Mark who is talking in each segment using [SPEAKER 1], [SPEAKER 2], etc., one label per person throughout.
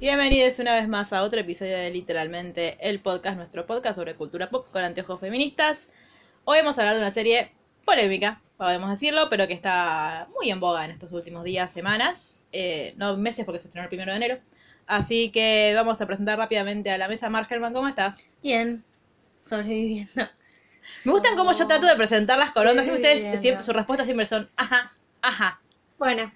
[SPEAKER 1] Bienvenidos una vez más a otro episodio de literalmente el podcast, nuestro podcast sobre cultura pop con anteojos feministas. Hoy vamos a hablar de una serie polémica, podemos decirlo, pero que está muy en boga en estos últimos días, semanas, eh, no meses porque se estrenó el primero de enero. Así que vamos a presentar rápidamente a la mesa. Margelman, ¿cómo estás?
[SPEAKER 2] Bien, sobreviviendo.
[SPEAKER 1] Me gustan cómo yo trato de presentar las colonnas. Siempre ustedes,
[SPEAKER 2] Sobreviviendo.
[SPEAKER 1] siempre, sus respuestas siempre son ajá, ajá.
[SPEAKER 2] Bueno,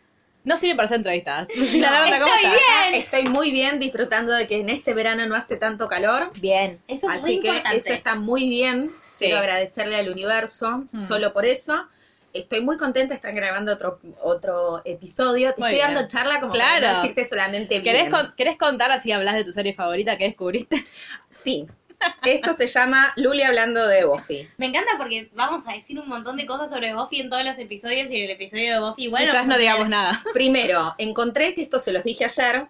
[SPEAKER 1] No sirven para ser entrevistadas. Lucila Lerner, ¿cómo
[SPEAKER 2] estoy
[SPEAKER 1] estás?
[SPEAKER 2] bien. Estoy muy bien disfrutando de que en este verano no hace tanto calor.
[SPEAKER 1] Bien.
[SPEAKER 3] Eso es
[SPEAKER 2] así
[SPEAKER 3] muy
[SPEAKER 2] que
[SPEAKER 3] importante.
[SPEAKER 2] eso está muy bien.
[SPEAKER 1] Sí.
[SPEAKER 2] Quiero agradecerle al universo
[SPEAKER 1] Mm.
[SPEAKER 2] solo por eso. Estoy muy contenta de estar grabando otro, otro episodio. Te
[SPEAKER 1] Muy
[SPEAKER 2] estoy
[SPEAKER 1] bien.
[SPEAKER 2] dando charla como
[SPEAKER 1] Claro.
[SPEAKER 2] para no decirte solamente
[SPEAKER 1] ¿Querés,
[SPEAKER 2] bien.
[SPEAKER 1] con- ¿Querés contar así hablas de tu serie favorita que descubriste?
[SPEAKER 2] Sí. Esto se llama Luli hablando de Buffy.
[SPEAKER 3] Me encanta porque vamos a decir un montón de cosas sobre Buffy en todos los episodios y en el episodio de Buffy igual.
[SPEAKER 1] Quizás
[SPEAKER 3] vamos
[SPEAKER 1] no
[SPEAKER 3] a
[SPEAKER 1] digamos
[SPEAKER 3] tener-
[SPEAKER 1] nada.
[SPEAKER 2] Primero, encontré que esto se los dije ayer,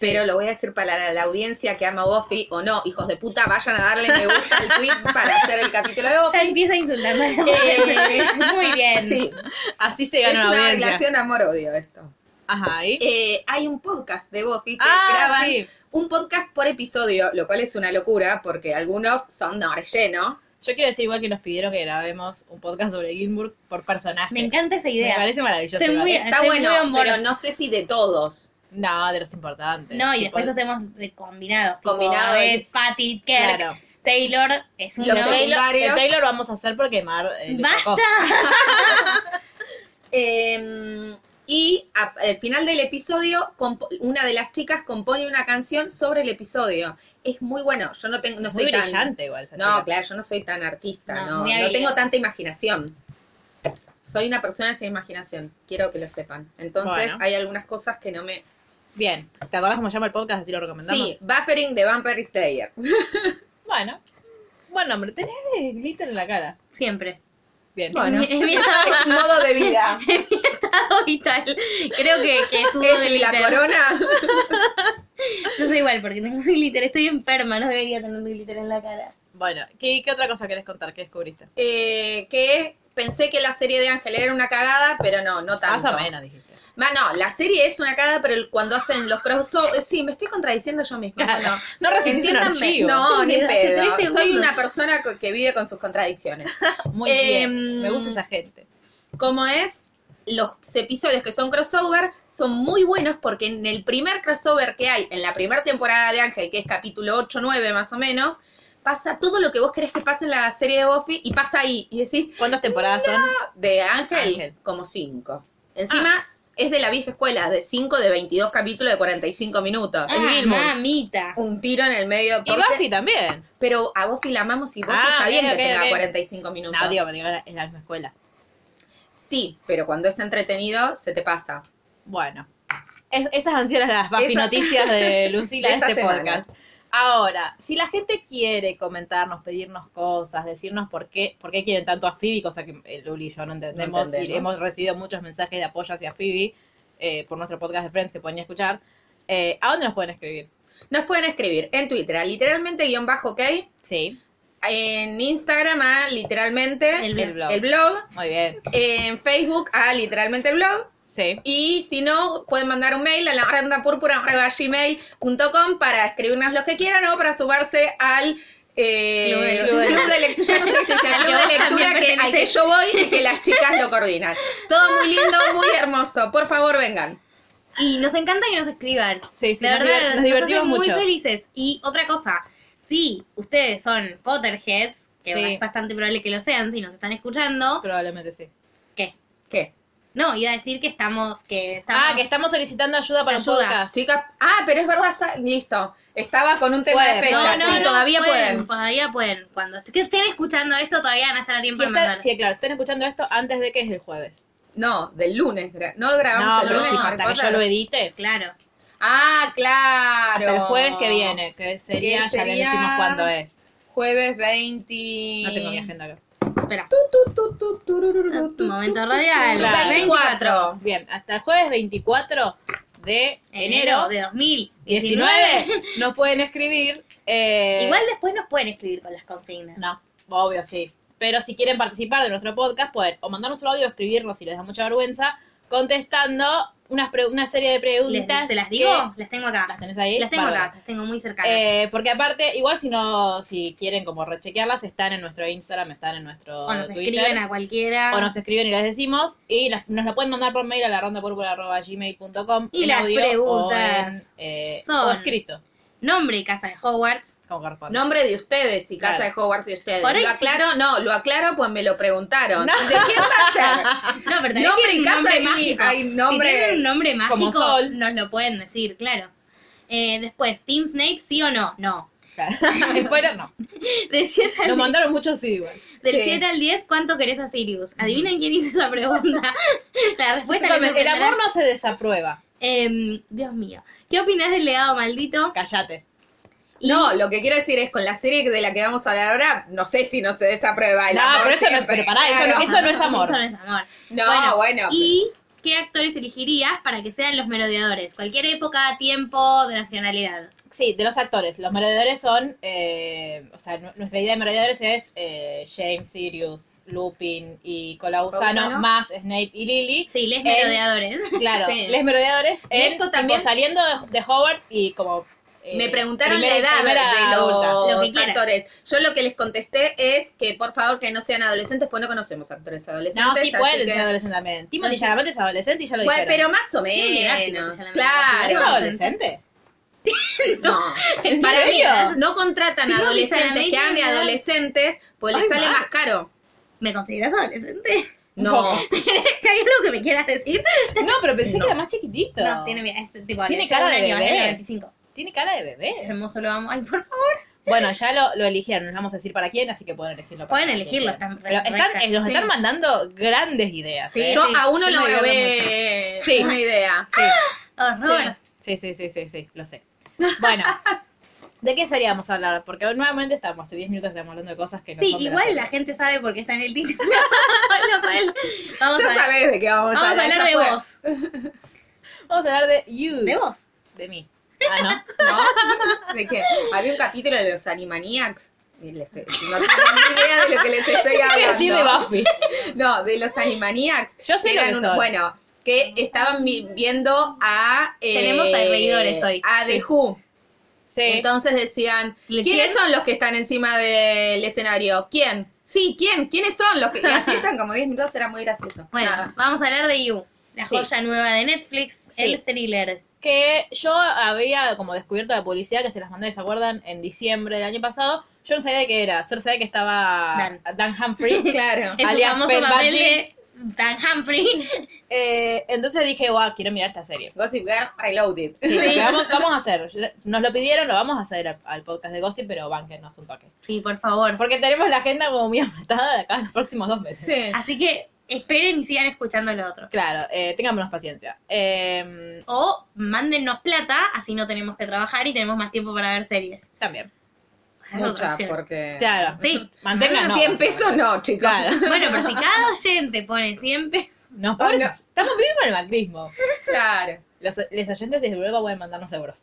[SPEAKER 2] pero lo voy a decir para la, la audiencia que ama Buffy o no, hijos de puta, vayan a darle me gusta al tweet para hacer el capítulo de
[SPEAKER 3] Ya
[SPEAKER 2] Buffy.
[SPEAKER 3] empieza a insultarme.
[SPEAKER 2] Eh,
[SPEAKER 3] muy bien.
[SPEAKER 2] Sí,
[SPEAKER 1] Así se
[SPEAKER 2] es
[SPEAKER 1] gana una
[SPEAKER 2] una
[SPEAKER 1] audiencia.
[SPEAKER 2] relación amor-odio esto.
[SPEAKER 1] Ajá, ¿y?
[SPEAKER 2] Eh, hay un podcast de Buffy que
[SPEAKER 1] ah,
[SPEAKER 2] graban
[SPEAKER 1] sí.
[SPEAKER 2] un podcast por episodio, lo cual es una locura porque algunos son de relleno.
[SPEAKER 1] Yo quiero decir igual que nos pidieron que grabemos un podcast sobre Gilmour por personaje.
[SPEAKER 3] Me encanta esa
[SPEAKER 1] Me
[SPEAKER 3] idea.
[SPEAKER 1] parece maravilloso.
[SPEAKER 3] Estoy muy-
[SPEAKER 1] igual.
[SPEAKER 2] Está
[SPEAKER 3] Estoy
[SPEAKER 2] bueno,
[SPEAKER 3] muy en bola.
[SPEAKER 2] pero no sé si de todos.
[SPEAKER 1] No, de los importantes.
[SPEAKER 3] No, y
[SPEAKER 1] Tipo,
[SPEAKER 3] después hacemos de combinados. tipo,
[SPEAKER 2] Combinado
[SPEAKER 3] Abel,
[SPEAKER 2] y-
[SPEAKER 3] Patty, Kirk,
[SPEAKER 1] Claro.
[SPEAKER 3] Taylor. Es un
[SPEAKER 2] Los
[SPEAKER 3] no.
[SPEAKER 1] Taylor-
[SPEAKER 2] secundarios.
[SPEAKER 1] el Taylor vamos a hacer porque Mar. eh, le
[SPEAKER 3] ¡Basta!
[SPEAKER 1] tocó.
[SPEAKER 2] Eh, y a- al final del episodio, compo- una de las chicas compone una canción sobre el episodio. Es muy bueno. Yo no tengo, no
[SPEAKER 1] Muy
[SPEAKER 2] soy tan-
[SPEAKER 1] brillante igual. Esa
[SPEAKER 2] no,
[SPEAKER 1] chica.
[SPEAKER 2] claro, yo no soy tan artista,
[SPEAKER 3] No,
[SPEAKER 2] no,
[SPEAKER 3] muy
[SPEAKER 2] no
[SPEAKER 3] habilidosa.
[SPEAKER 2] tengo tanta imaginación. Soy una persona sin imaginación, quiero que lo sepan. Entonces
[SPEAKER 1] Bueno.
[SPEAKER 2] hay algunas cosas que no me...
[SPEAKER 1] Bien. ¿Te acordás cómo se llama el podcast? Así lo recomendamos.
[SPEAKER 2] Sí, Buffering de Vampire Slayer.
[SPEAKER 1] Bueno. Buen nombre. Tenés glitter en la cara.
[SPEAKER 3] Siempre.
[SPEAKER 1] Bien.
[SPEAKER 2] Bueno,
[SPEAKER 3] Es mi
[SPEAKER 2] es un modo de vida.
[SPEAKER 3] estado vital. Creo que, que sudo
[SPEAKER 2] Es
[SPEAKER 3] del
[SPEAKER 2] la
[SPEAKER 3] glitter.
[SPEAKER 2] corona.
[SPEAKER 3] Yo soy igual porque tengo glitter. Estoy enferma, no debería tener glitter en la cara.
[SPEAKER 1] Bueno, ¿qué, qué otra cosa querés contar? ¿Qué descubriste?
[SPEAKER 2] Eh, que pensé que la serie de Ángel era una cagada, pero no, no tanto.
[SPEAKER 1] Más o menos, dijiste.
[SPEAKER 2] Ma, no, la serie es una cagada, pero el- cuando hacen los crossovers. Sí, me estoy contradiciendo yo misma. Bueno,
[SPEAKER 1] No recibiste un
[SPEAKER 2] entiéndanme.
[SPEAKER 1] archivo.
[SPEAKER 2] No, ni
[SPEAKER 3] Hace
[SPEAKER 2] pedo.
[SPEAKER 3] tres
[SPEAKER 2] Soy
[SPEAKER 3] segundos.
[SPEAKER 2] una persona co- que vive con sus contradicciones.
[SPEAKER 1] Muy
[SPEAKER 2] Eh,
[SPEAKER 1] bien. Me gusta esa gente.
[SPEAKER 2] Como es, los episodios que son crossover son muy buenos porque en el primer crossover que hay, en la primera temporada de Ángel, que es capítulo 8, 9 más o menos, pasa todo lo que vos querés que pase en la serie de Buffy y pasa ahí. Y decís,
[SPEAKER 1] ¿Cuántas temporadas son?
[SPEAKER 2] De Ángel,
[SPEAKER 1] Ángel.
[SPEAKER 2] como 5. Encima es de la vieja escuela, de 5 de 22 capítulos de 45 minutos.
[SPEAKER 3] ah,
[SPEAKER 1] Gilmore.
[SPEAKER 3] mamita.
[SPEAKER 2] Un tiro en el medio.
[SPEAKER 1] Y
[SPEAKER 2] porque-
[SPEAKER 1] Buffy también.
[SPEAKER 2] Pero a Buffy la amamos y Buffy
[SPEAKER 1] Ah,
[SPEAKER 2] está
[SPEAKER 1] bien,
[SPEAKER 2] bien que
[SPEAKER 1] ok,
[SPEAKER 2] tenga
[SPEAKER 1] ok.
[SPEAKER 2] 45 minutos.
[SPEAKER 1] No, digo, me digo, es la misma escuela.
[SPEAKER 2] Sí, pero cuando es entretenido se te pasa.
[SPEAKER 1] Bueno. Es- esas han sido las Buffy
[SPEAKER 2] Esa-
[SPEAKER 1] noticias de Lucila de
[SPEAKER 2] De esta
[SPEAKER 1] este
[SPEAKER 2] semana.
[SPEAKER 1] podcast. Ahora, si la gente quiere comentarnos, pedirnos cosas, decirnos por qué, por qué quieren tanto a Phoebe, cosa que eh, Luli y yo no entendemos,
[SPEAKER 2] No entendemos.
[SPEAKER 1] y hemos recibido muchos mensajes de apoyo hacia Phoebe eh, por nuestro podcast de Friends que pueden ir a escuchar, eh, ¿a dónde nos pueden escribir?
[SPEAKER 2] Nos pueden escribir en Twitter a literalmente guión bajo ok,
[SPEAKER 1] Sí,
[SPEAKER 2] en Instagram a literalmente
[SPEAKER 3] El
[SPEAKER 1] blog. muy bien.
[SPEAKER 2] en Facebook a literalmente el blog
[SPEAKER 1] Sí.
[SPEAKER 2] Y si no, pueden mandar un mail a la gmail.com para escribirnos lo que quieran o para sumarse al eh,
[SPEAKER 3] Club
[SPEAKER 2] club
[SPEAKER 3] de-
[SPEAKER 2] de lectura, no sé si
[SPEAKER 3] Al que
[SPEAKER 2] es el club
[SPEAKER 3] vos
[SPEAKER 2] de lectura
[SPEAKER 3] también
[SPEAKER 2] que, al que
[SPEAKER 3] pertenecés.
[SPEAKER 2] yo voy y que las chicas lo coordinan. Todo muy lindo, muy hermoso. Por favor, vengan.
[SPEAKER 3] Y nos encanta que nos escriban.
[SPEAKER 1] Sí, sí,
[SPEAKER 3] de
[SPEAKER 1] nos
[SPEAKER 3] verdad,
[SPEAKER 1] diver- nos
[SPEAKER 3] nos
[SPEAKER 1] divertimos
[SPEAKER 3] hacen
[SPEAKER 1] mucho.
[SPEAKER 3] muy felices. Y otra cosa, si ustedes son Potterheads, que
[SPEAKER 1] Sí.
[SPEAKER 3] es bastante probable que lo sean si nos están escuchando,
[SPEAKER 1] Probablemente sí.
[SPEAKER 3] ¿qué?
[SPEAKER 2] ¿Qué?
[SPEAKER 3] No, iba a decir que estamos, que estamos.
[SPEAKER 1] Ah, que estamos solicitando ayuda para
[SPEAKER 3] Ayuda.
[SPEAKER 1] un podcast.
[SPEAKER 2] Chicas, ah, pero es verdad, sa- listo. Estaba con un tema de
[SPEAKER 1] Pueden.
[SPEAKER 2] fecha,
[SPEAKER 1] No,
[SPEAKER 2] sí,
[SPEAKER 1] no, no,
[SPEAKER 2] todavía pueden.
[SPEAKER 3] Todavía pueden. Cuando est- que estén escuchando esto, todavía van a estar a tiempo
[SPEAKER 1] Si
[SPEAKER 3] de
[SPEAKER 1] está-
[SPEAKER 3] mandar.
[SPEAKER 1] sí, claro, estén escuchando esto antes de que es el jueves.
[SPEAKER 2] No, del lunes. gra- No grabamos
[SPEAKER 1] No,
[SPEAKER 2] el
[SPEAKER 1] pero
[SPEAKER 2] lunes.
[SPEAKER 1] sí,
[SPEAKER 2] no,
[SPEAKER 1] hasta que yo
[SPEAKER 2] claro.
[SPEAKER 1] lo edite.
[SPEAKER 3] Claro.
[SPEAKER 2] Ah, claro.
[SPEAKER 1] Hasta el jueves que viene, que sería,
[SPEAKER 2] Que
[SPEAKER 1] ya le
[SPEAKER 2] sería-
[SPEAKER 1] decimos cuándo es.
[SPEAKER 2] Jueves 20.
[SPEAKER 1] No tengo mi agenda acá.
[SPEAKER 3] Espera.
[SPEAKER 2] Tu, tu, tu, tu, turururu, tu, tu,
[SPEAKER 3] Momento
[SPEAKER 2] tu,
[SPEAKER 3] radial.
[SPEAKER 2] tu, tu, 24.
[SPEAKER 1] Bien, hasta el jueves 24 de enero,
[SPEAKER 3] Enero de 2019.
[SPEAKER 1] 19 nos pueden escribir. eh,
[SPEAKER 3] Igual después nos pueden escribir con las consignas.
[SPEAKER 1] No, obvio, sí. Pero si quieren participar de nuestro podcast, pueden o mandarnos un audio o escribirnos si les da mucha vergüenza, contestando unas pre- una serie de
[SPEAKER 3] Les-
[SPEAKER 1] preguntas.
[SPEAKER 3] ¿Se las
[SPEAKER 1] que-
[SPEAKER 3] digo? Las tengo acá.
[SPEAKER 1] ¿Las tenés ahí?
[SPEAKER 3] Las tengo
[SPEAKER 1] Bárbaro.
[SPEAKER 3] acá, las tengo muy cercanas.
[SPEAKER 1] Eh, porque aparte, igual si no, si quieren como rechequearlas, están en nuestro Instagram, están en nuestro
[SPEAKER 3] o nos
[SPEAKER 1] Twitter.
[SPEAKER 3] escriben a cualquiera.
[SPEAKER 1] o nos escriben y las decimos. Y las- nos la pueden mandar por mail a la rondapurpura.gmail.com.
[SPEAKER 3] Y
[SPEAKER 1] en
[SPEAKER 3] las
[SPEAKER 1] audio
[SPEAKER 3] preguntas
[SPEAKER 1] o en, eh,
[SPEAKER 3] son-
[SPEAKER 1] o escrito.
[SPEAKER 3] Nombre y casa de Hogwarts.
[SPEAKER 1] Como corresponde.
[SPEAKER 2] Nombre de ustedes y casa
[SPEAKER 1] Claro.
[SPEAKER 2] de Hogwarts de ustedes.
[SPEAKER 3] Por ahí
[SPEAKER 2] ¿Lo
[SPEAKER 3] sí.
[SPEAKER 2] aclaro? No, lo aclaro pues me lo preguntaron.
[SPEAKER 1] No.
[SPEAKER 2] ¿De quién va a ser?
[SPEAKER 3] No, pero también
[SPEAKER 2] Nombre
[SPEAKER 3] tienen
[SPEAKER 2] y
[SPEAKER 3] un
[SPEAKER 2] casa
[SPEAKER 3] nombre
[SPEAKER 2] y
[SPEAKER 3] mágico.
[SPEAKER 2] hay nombre-
[SPEAKER 3] Si tienen un nombre mágico,
[SPEAKER 1] Como Sol.
[SPEAKER 3] nos lo pueden decir, claro. Eh, después, ¿Team Snape sí o no? No.
[SPEAKER 1] Claro. Spoiler no.
[SPEAKER 3] De 7 al,
[SPEAKER 1] Nos mandaron muchos sí, igual.
[SPEAKER 3] del
[SPEAKER 2] Sí.
[SPEAKER 3] 7 al 10, ¿cuánto querés a Sirius? Adivinen quién hizo esa pregunta. La respuesta les
[SPEAKER 1] El
[SPEAKER 3] sorprenderá.
[SPEAKER 1] amor no se desaprueba.
[SPEAKER 3] Em, Dios mío. ¿Qué opinás del legado maldito?
[SPEAKER 1] Cállate.
[SPEAKER 2] No, lo que quiero decir es con la serie de la que vamos a hablar ahora, no sé si no se desaprueba el
[SPEAKER 1] No,
[SPEAKER 2] amor
[SPEAKER 1] pero eso no-
[SPEAKER 2] siempre,
[SPEAKER 1] pero pará, eso no- eso no es amor.
[SPEAKER 3] Eso no es amor.
[SPEAKER 2] No, bueno.
[SPEAKER 3] Bueno, ¿Y qué actores elegirías para que sean los merodeadores? Cualquier época, tiempo, de nacionalidad.
[SPEAKER 1] Sí, de los actores. Los merodeadores son. eh, o sea, nu- nuestra idea de merodeadores es eh, James, Sirius, Lupin y Colausano,
[SPEAKER 2] Colasano.
[SPEAKER 1] más Snape y Lily.
[SPEAKER 3] Sí, les
[SPEAKER 1] En-
[SPEAKER 3] merodeadores.
[SPEAKER 1] Claro,
[SPEAKER 2] Sí.
[SPEAKER 1] les merodeadores.
[SPEAKER 2] Y
[SPEAKER 1] en,
[SPEAKER 2] esto
[SPEAKER 1] tipo,
[SPEAKER 2] también-
[SPEAKER 1] saliendo de, de Hogwarts y como. eh,
[SPEAKER 2] Me preguntaron
[SPEAKER 1] primera-
[SPEAKER 2] la
[SPEAKER 1] primera
[SPEAKER 2] edad de los,
[SPEAKER 1] adulta.
[SPEAKER 3] Lo que quieras.
[SPEAKER 2] actores. Yo lo que les contesté es que por favor que no sean adolescentes, pues no conocemos actores adolescentes.
[SPEAKER 1] No, sí
[SPEAKER 2] así
[SPEAKER 1] pueden
[SPEAKER 2] que-
[SPEAKER 1] ser adolescentes también.
[SPEAKER 3] No,
[SPEAKER 1] Timothy
[SPEAKER 3] sí.
[SPEAKER 1] Chalamet es adolescente y ya lo
[SPEAKER 2] Bueno, pero
[SPEAKER 1] dijeron.
[SPEAKER 2] más o
[SPEAKER 3] Tiene edad, tipo,
[SPEAKER 2] menos,
[SPEAKER 3] ya la
[SPEAKER 1] ¿Es
[SPEAKER 3] menor.
[SPEAKER 2] claro.
[SPEAKER 1] adolescente?
[SPEAKER 2] No.
[SPEAKER 1] ¿En
[SPEAKER 2] Para mí,
[SPEAKER 1] serio?
[SPEAKER 2] no contratan
[SPEAKER 3] Digo,
[SPEAKER 2] adolescentes
[SPEAKER 3] Chalamet
[SPEAKER 2] que hagan de
[SPEAKER 3] tiene edad.
[SPEAKER 2] adolescentes, pues les
[SPEAKER 1] Ay,
[SPEAKER 2] sale
[SPEAKER 1] ma.
[SPEAKER 2] más caro.
[SPEAKER 3] ¿Me consideras adolescente?
[SPEAKER 1] Un
[SPEAKER 2] No.
[SPEAKER 1] poco.
[SPEAKER 3] ¿Hay algo que me quieras decir?
[SPEAKER 1] No, pero pensé
[SPEAKER 2] No.
[SPEAKER 1] que era más chiquitito.
[SPEAKER 3] No, tiene, es, tipo,
[SPEAKER 1] Tiene
[SPEAKER 3] le
[SPEAKER 1] cara
[SPEAKER 3] lleva un
[SPEAKER 1] de
[SPEAKER 3] año,
[SPEAKER 1] bebé.
[SPEAKER 3] año 25.
[SPEAKER 1] Tiene cara de bebé.
[SPEAKER 3] Es hermoso, lo amo. Ay, por favor.
[SPEAKER 1] Bueno, ya lo, lo eligieron, nos vamos a decir para quién, así que pueden elegirlo. para
[SPEAKER 3] Pueden
[SPEAKER 1] quien
[SPEAKER 3] elegirlo,
[SPEAKER 1] quieran.
[SPEAKER 3] están re-
[SPEAKER 1] Pero están,
[SPEAKER 3] rectas,
[SPEAKER 1] eh, nos
[SPEAKER 3] sí.
[SPEAKER 1] están mandando grandes ideas.
[SPEAKER 3] Sí, Ah,
[SPEAKER 1] ¿eh?
[SPEAKER 2] Yo a uno
[SPEAKER 1] Yo
[SPEAKER 2] lo
[SPEAKER 1] me divierto
[SPEAKER 2] grabé
[SPEAKER 1] mucho. Sí.
[SPEAKER 2] una idea.
[SPEAKER 1] Sí,
[SPEAKER 3] Horror.
[SPEAKER 1] sí, sí, sí, sí, sí, lo sé. Bueno, ¿de qué seríamos a hablar? Porque nuevamente estamos, hace 10 minutos estamos hablando de cosas que no
[SPEAKER 3] Sí,
[SPEAKER 1] son de
[SPEAKER 3] igual
[SPEAKER 1] serie.
[SPEAKER 3] la gente sabe por qué está en el título. Con lo cual, vamos
[SPEAKER 2] Ya
[SPEAKER 3] a,
[SPEAKER 2] sabés de qué vamos,
[SPEAKER 3] vamos a hablar de
[SPEAKER 2] ya fue.
[SPEAKER 3] vos.
[SPEAKER 1] Vamos a hablar de you.
[SPEAKER 3] ¿De vos?
[SPEAKER 1] De mí. Ah, ¿no?
[SPEAKER 2] ¿No? ¿De qué? Había un capítulo de los Animaniacs. y les- No tengo ni idea de lo que les estoy
[SPEAKER 1] Voy a
[SPEAKER 2] hablando.
[SPEAKER 1] decir de Buffy.
[SPEAKER 2] No, de los Animaniacs.
[SPEAKER 1] Yo sé
[SPEAKER 2] que
[SPEAKER 1] lo
[SPEAKER 2] eran
[SPEAKER 1] que
[SPEAKER 2] unos-
[SPEAKER 1] son.
[SPEAKER 2] Bueno, que estaban vi- viendo a... eh,
[SPEAKER 3] Tenemos a reidores hoy.
[SPEAKER 2] A The
[SPEAKER 1] Sí. Eh,
[SPEAKER 2] Who.
[SPEAKER 1] Sí.
[SPEAKER 2] Entonces decían,
[SPEAKER 3] ¿Le-
[SPEAKER 2] ¿quiénes
[SPEAKER 3] quién?
[SPEAKER 2] son los que están encima del escenario? ¿Quién? Sí, ¿quién? ¿Quiénes son los que...? Y así están como 10 minutos, era muy gracioso.
[SPEAKER 3] Bueno,
[SPEAKER 2] Nada.
[SPEAKER 3] vamos a hablar de You, la
[SPEAKER 1] Sí.
[SPEAKER 3] joya nueva de Netflix,
[SPEAKER 1] Sí.
[SPEAKER 3] el thriller.
[SPEAKER 1] que yo había como descubierto la publicidad que se las mandé, ¿se acuerdan? En diciembre del año pasado. Yo no sabía de qué era. Solo sabía que estaba Dan, Humphrey.
[SPEAKER 2] Claro.
[SPEAKER 3] El
[SPEAKER 1] Alias
[SPEAKER 3] famoso
[SPEAKER 1] Pet
[SPEAKER 3] papel
[SPEAKER 1] Badger.
[SPEAKER 3] de Dan Humphrey.
[SPEAKER 1] Eh, entonces dije, wow, quiero mirar esta serie.
[SPEAKER 2] Gossip Girl Reloaded.
[SPEAKER 1] Sí, lo que vamos, vamos a hacer. Nos lo pidieron, lo vamos a hacer a- al podcast de Gossip, pero banquenos un toque.
[SPEAKER 3] Sí, por favor.
[SPEAKER 1] Porque tenemos la agenda como muy apretada de acá en los próximos dos meses.
[SPEAKER 2] Sí.
[SPEAKER 3] Así que esperen y sigan escuchando lo otro.
[SPEAKER 1] Claro, eh, tengámonos paciencia. Eh,
[SPEAKER 3] O mándennos plata, así no tenemos que trabajar y tenemos más tiempo para ver series.
[SPEAKER 1] también.
[SPEAKER 3] Es otra
[SPEAKER 2] Mucha,
[SPEAKER 3] opción.
[SPEAKER 2] porque...
[SPEAKER 1] Claro.
[SPEAKER 3] Sí.
[SPEAKER 1] Mantengan. no,
[SPEAKER 2] 100 pesos no, chicos.
[SPEAKER 1] Claro.
[SPEAKER 3] Bueno, pero si cada oyente pone 100 pesos,
[SPEAKER 1] No, pobres-
[SPEAKER 2] no.
[SPEAKER 1] Estamos viviendo el macrismo.
[SPEAKER 2] Claro.
[SPEAKER 1] Los, les oyentes desde Europa pueden mandarnos euros.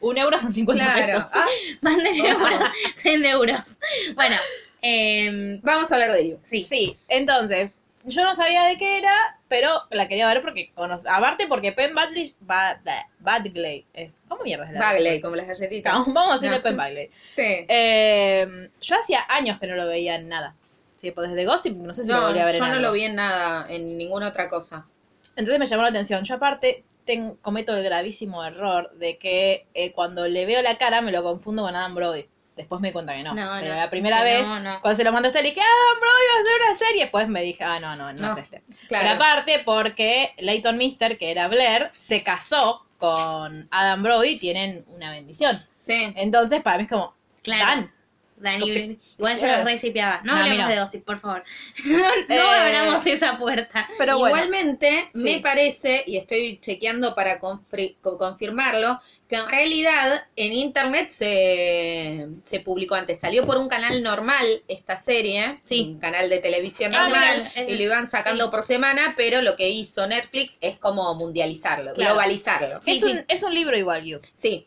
[SPEAKER 1] Un euro son 50
[SPEAKER 2] Claro.
[SPEAKER 1] pesos.
[SPEAKER 2] Ah,
[SPEAKER 3] mándenlo
[SPEAKER 2] Ojo.
[SPEAKER 3] por 100 euros. Bueno, em,
[SPEAKER 2] vamos a hablar de ello.
[SPEAKER 3] sí.
[SPEAKER 1] Sí, entonces, yo no sabía de qué era, pero la quería ver porque, cono- aparte porque Penn Badley, Ba- Ba- Badgley es, ¿cómo mierda es la
[SPEAKER 2] Bagley, como las galletitas.
[SPEAKER 1] No, vamos a decirle
[SPEAKER 2] No.
[SPEAKER 1] Penn Badgley.
[SPEAKER 2] Sí.
[SPEAKER 1] Eh, yo hacía años que no lo veía en nada. Sí, pues desde Gossip, no sé si lo
[SPEAKER 2] No,
[SPEAKER 1] volví a ver
[SPEAKER 2] yo
[SPEAKER 1] en
[SPEAKER 2] no
[SPEAKER 1] algo.
[SPEAKER 2] lo vi en nada, en ninguna otra cosa.
[SPEAKER 1] Entonces me llamó la atención. Yo aparte ten- cometo el gravísimo error de que eh, cuando le veo la cara me lo confundo con Adam Brody. Después me di cuenta que no.
[SPEAKER 3] No,
[SPEAKER 1] Pero
[SPEAKER 3] no,
[SPEAKER 1] la primera
[SPEAKER 3] no,
[SPEAKER 1] vez,
[SPEAKER 3] no.
[SPEAKER 1] cuando se lo mandó a usted, le dije, ah, bro, iba a hacer una serie. Después me dije, ah, no, no, no,
[SPEAKER 2] No,
[SPEAKER 1] es este. Pero
[SPEAKER 2] claro.
[SPEAKER 1] aparte, porque Leighton Mister, que era Blair, se casó con Adam Brody, tienen una bendición.
[SPEAKER 2] Sí.
[SPEAKER 1] Entonces, para mí es como,
[SPEAKER 3] Claro.
[SPEAKER 1] Dan.
[SPEAKER 3] Dani,
[SPEAKER 1] Lo que-
[SPEAKER 3] igual yo
[SPEAKER 1] claro.
[SPEAKER 3] lo recipiaba. No
[SPEAKER 1] No, a mí
[SPEAKER 3] hablemos
[SPEAKER 1] no.
[SPEAKER 3] de dosis, por favor. no abramos esa puerta.
[SPEAKER 1] Pero bueno,
[SPEAKER 2] Igualmente,
[SPEAKER 1] Sí.
[SPEAKER 2] me parece, y estoy chequeando para confri- co- confirmarlo, que en realidad en internet se, se publicó antes. Salió por un canal normal esta serie,
[SPEAKER 3] Sí.
[SPEAKER 2] un canal de televisión
[SPEAKER 3] Ah,
[SPEAKER 2] normal,
[SPEAKER 3] mirá, es-
[SPEAKER 2] y lo iban sacando
[SPEAKER 3] sí.
[SPEAKER 2] por semana, pero lo que hizo Netflix es como mundializarlo,
[SPEAKER 3] Claro.
[SPEAKER 2] globalizarlo.
[SPEAKER 3] Sí,
[SPEAKER 1] es,
[SPEAKER 3] sí.
[SPEAKER 1] un, es un libro igual, You.
[SPEAKER 2] Sí,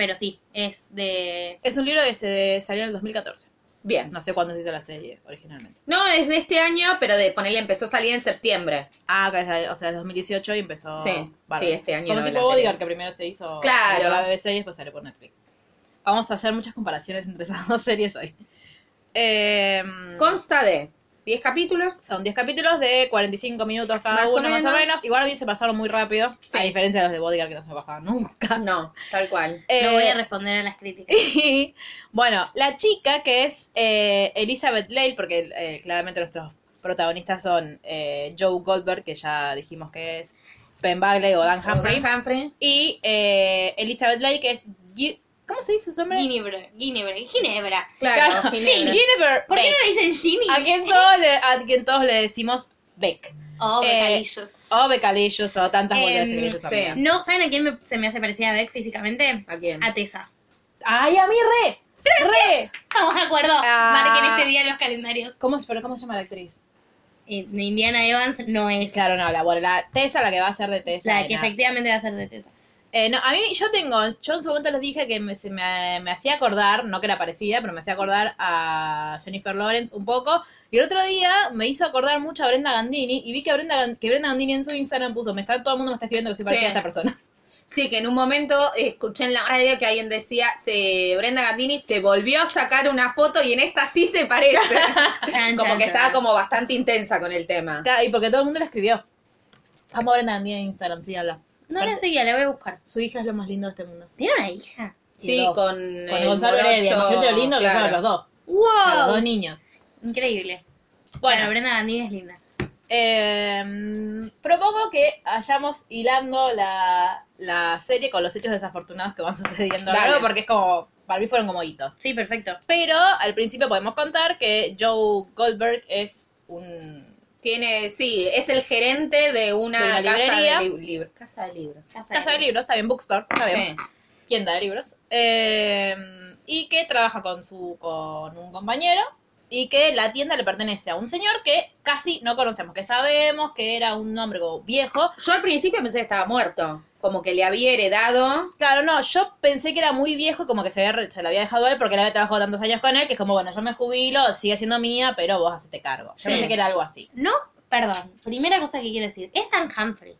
[SPEAKER 3] Pero sí, es de.
[SPEAKER 1] Es un libro que se salió en el 2014.
[SPEAKER 2] bien.
[SPEAKER 1] No sé cuándo se hizo la serie originalmente.
[SPEAKER 2] No, es de este año, pero de ponerle empezó a salir en septiembre.
[SPEAKER 1] Ah, que salió- o sea, es 2018 y empezó.
[SPEAKER 2] Sí,
[SPEAKER 1] bárbaro.
[SPEAKER 2] sí, este año
[SPEAKER 1] Como
[SPEAKER 2] no, el
[SPEAKER 1] tipo
[SPEAKER 2] anterior.
[SPEAKER 1] Bodyguard, que primero se hizo
[SPEAKER 2] Claro.
[SPEAKER 1] salió por la BBC y después salió por Netflix. Vamos a hacer muchas comparaciones entre esas dos series hoy. Eh,
[SPEAKER 2] Consta de 10 capítulos.
[SPEAKER 1] Son 10 capítulos de 45 minutos cada
[SPEAKER 2] Más o
[SPEAKER 1] uno, más o
[SPEAKER 2] menos.
[SPEAKER 1] menos. Igual a mí se pasaron muy rápido,
[SPEAKER 2] Sí.
[SPEAKER 1] a diferencia de los de Bodyguard que no se pasaban nunca.
[SPEAKER 2] No, tal cual.
[SPEAKER 3] No voy
[SPEAKER 1] Eh,
[SPEAKER 3] a responder a las críticas.
[SPEAKER 1] Y, Eh, bueno, la chica que es eh, Elizabeth Lale, porque eh, claramente nuestros protagonistas son eh, Joe Goldberg, que ya dijimos que es Ben Bagley o Dan Humphrey,
[SPEAKER 2] Humphrey. Humphrey.
[SPEAKER 1] y eh, Elizabeth Lale, que es... Gi- ¿Cómo se dice su nombre?
[SPEAKER 3] Ginebra, Ginebra, Ginebra.
[SPEAKER 2] Claro,
[SPEAKER 1] Ginebra.
[SPEAKER 2] Ginebra.
[SPEAKER 3] ¿Por qué
[SPEAKER 1] Beck.
[SPEAKER 3] no le dicen Ginny?
[SPEAKER 1] A quien, todos le, a quien todos le decimos Beck.
[SPEAKER 3] Oh,
[SPEAKER 1] Eh,
[SPEAKER 3] becadillos.
[SPEAKER 1] O Becalillos, o tantas
[SPEAKER 3] Em,
[SPEAKER 1] boludeces que dice su
[SPEAKER 2] sí.
[SPEAKER 1] amiga.
[SPEAKER 3] No, ¿saben a quién me- se me hace parecida a Beck físicamente?
[SPEAKER 2] ¿A quién?
[SPEAKER 3] A Tessa.
[SPEAKER 1] ¡Ay, a mí re! ¡Re!
[SPEAKER 3] Estamos de acuerdo.
[SPEAKER 1] Ah.
[SPEAKER 3] Marquen este día en los calendarios.
[SPEAKER 1] ¿Cómo, se- pero ¿Cómo se llama la actriz?
[SPEAKER 3] Eh, Indiana Evans no es
[SPEAKER 1] Claro, no, la, bueno, la Tessa, la que va a ser de Tessa.
[SPEAKER 3] la
[SPEAKER 1] de
[SPEAKER 3] que
[SPEAKER 1] nada.
[SPEAKER 3] efectivamente va a ser de Tessa.
[SPEAKER 1] Eh, no, a mí yo tengo, yo en su momento les dije que me, se me, me hacía acordar, no que era parecida, pero me hacía acordar a Jennifer Lawrence un poco. Y el otro día me hizo acordar mucho a Brenda Gandini y vi que Brenda, Gan- que Brenda Gandini en su Instagram puso, me está, todo el mundo me está escribiendo que soy parecida
[SPEAKER 2] Sí.
[SPEAKER 1] a esta persona.
[SPEAKER 2] Sí, que en un momento escuché en la radio que alguien decía, se, Brenda Gandini se volvió a sacar una foto y en esta sí se parece.
[SPEAKER 3] Chan,
[SPEAKER 2] como
[SPEAKER 3] chan,
[SPEAKER 2] que
[SPEAKER 3] chan.
[SPEAKER 2] estaba como bastante intensa con el tema.
[SPEAKER 1] Claro, y porque todo el mundo la escribió. Amo a Brenda Gandini en Instagram, sí, habla.
[SPEAKER 3] No la seguía, la voy a buscar.
[SPEAKER 1] Su hija es lo más lindo de este mundo.
[SPEAKER 3] ¿Tiene una hija?
[SPEAKER 2] Sí,
[SPEAKER 1] Y dos.
[SPEAKER 2] con
[SPEAKER 1] con
[SPEAKER 2] el
[SPEAKER 1] Gonzalo Heredia.
[SPEAKER 2] morocho,
[SPEAKER 1] Imagínate lo lindo que
[SPEAKER 2] claro.
[SPEAKER 1] son los dos. Los dos
[SPEAKER 3] ¡Wow!
[SPEAKER 1] niños.
[SPEAKER 3] Increíble. Bueno,
[SPEAKER 1] Bueno,
[SPEAKER 3] Brenda Gandini es linda.
[SPEAKER 1] Eh, propongo que vayamos hilando la, la serie con los hechos desafortunados que van sucediendo
[SPEAKER 2] Dale.
[SPEAKER 1] luego, porque es como, para mí fueron como hitos.
[SPEAKER 3] Sí, perfecto.
[SPEAKER 1] Pero al principio podemos contar que Joe Goldberg es un...
[SPEAKER 2] Tiene, sí, es el gerente de una,
[SPEAKER 1] De una
[SPEAKER 2] casa
[SPEAKER 1] librería.
[SPEAKER 2] de lib- libro- Casa de libros.
[SPEAKER 1] Casa de libros, está bien, bookstore, está bien, tienda de libros. Eh, y que trabaja con, su, con un compañero y que la tienda le pertenece a un señor que casi no conocemos, que sabemos que era un hombre como viejo,
[SPEAKER 2] Yo al principio pensé que estaba muerto, como que le había heredado.
[SPEAKER 1] Claro, no, yo pensé que era muy viejo y como que se, había, re- se lo había dejado a él porque él había trabajado tantos años con él, que es como, bueno, yo me jubilo, sigue siendo mía, pero vos hacete cargo. Yo
[SPEAKER 2] Sí.
[SPEAKER 1] pensé que era algo así.
[SPEAKER 3] No, perdón. Primera cosa que quiero decir. Es Dan Humphrey.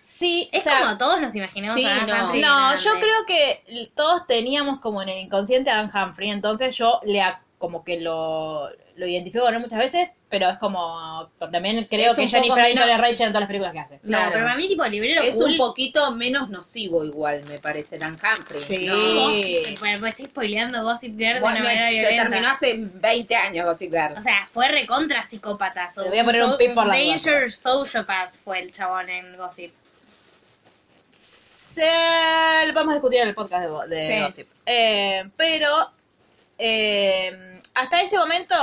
[SPEAKER 1] Sí,
[SPEAKER 3] Es
[SPEAKER 1] o sea,
[SPEAKER 3] como todos nos imaginamos
[SPEAKER 2] sí,
[SPEAKER 3] a Dan
[SPEAKER 2] no.
[SPEAKER 3] Humphrey.
[SPEAKER 1] no,
[SPEAKER 3] grande.
[SPEAKER 1] yo creo que l- todos teníamos como en el inconsciente a Dan Humphrey, entonces yo le a- como que lo, lo identifico con él muchas veces, pero es como, también creo
[SPEAKER 2] Es
[SPEAKER 1] que
[SPEAKER 2] un
[SPEAKER 1] Jennifer
[SPEAKER 2] poco
[SPEAKER 1] Aniston
[SPEAKER 2] menos-
[SPEAKER 1] es Rachel en todas las películas que hace.
[SPEAKER 3] No,
[SPEAKER 2] Claro.
[SPEAKER 3] pero para mí, tipo, librero
[SPEAKER 2] Es
[SPEAKER 3] cool.
[SPEAKER 2] un poquito menos nocivo igual, me parece, Dan Humphrey.
[SPEAKER 1] Sí.
[SPEAKER 2] ¿no?
[SPEAKER 3] Gossip, Bueno, pues estoy spoileando Gossip Girl de
[SPEAKER 2] Bueno,
[SPEAKER 3] una manera
[SPEAKER 2] se
[SPEAKER 3] violenta. Ah,
[SPEAKER 2] terminó hace 20 años Gossip Girl.
[SPEAKER 3] O sea, fue recontra psicópata.
[SPEAKER 1] Le voy a poner un pip por la duda.
[SPEAKER 3] Danger sociopath fue el chabón en Gossip.
[SPEAKER 1] se, lo podemos discutir en el podcast de, Bo- de
[SPEAKER 2] Sí.
[SPEAKER 1] Gossip. Eh, pero eh, hasta ese momento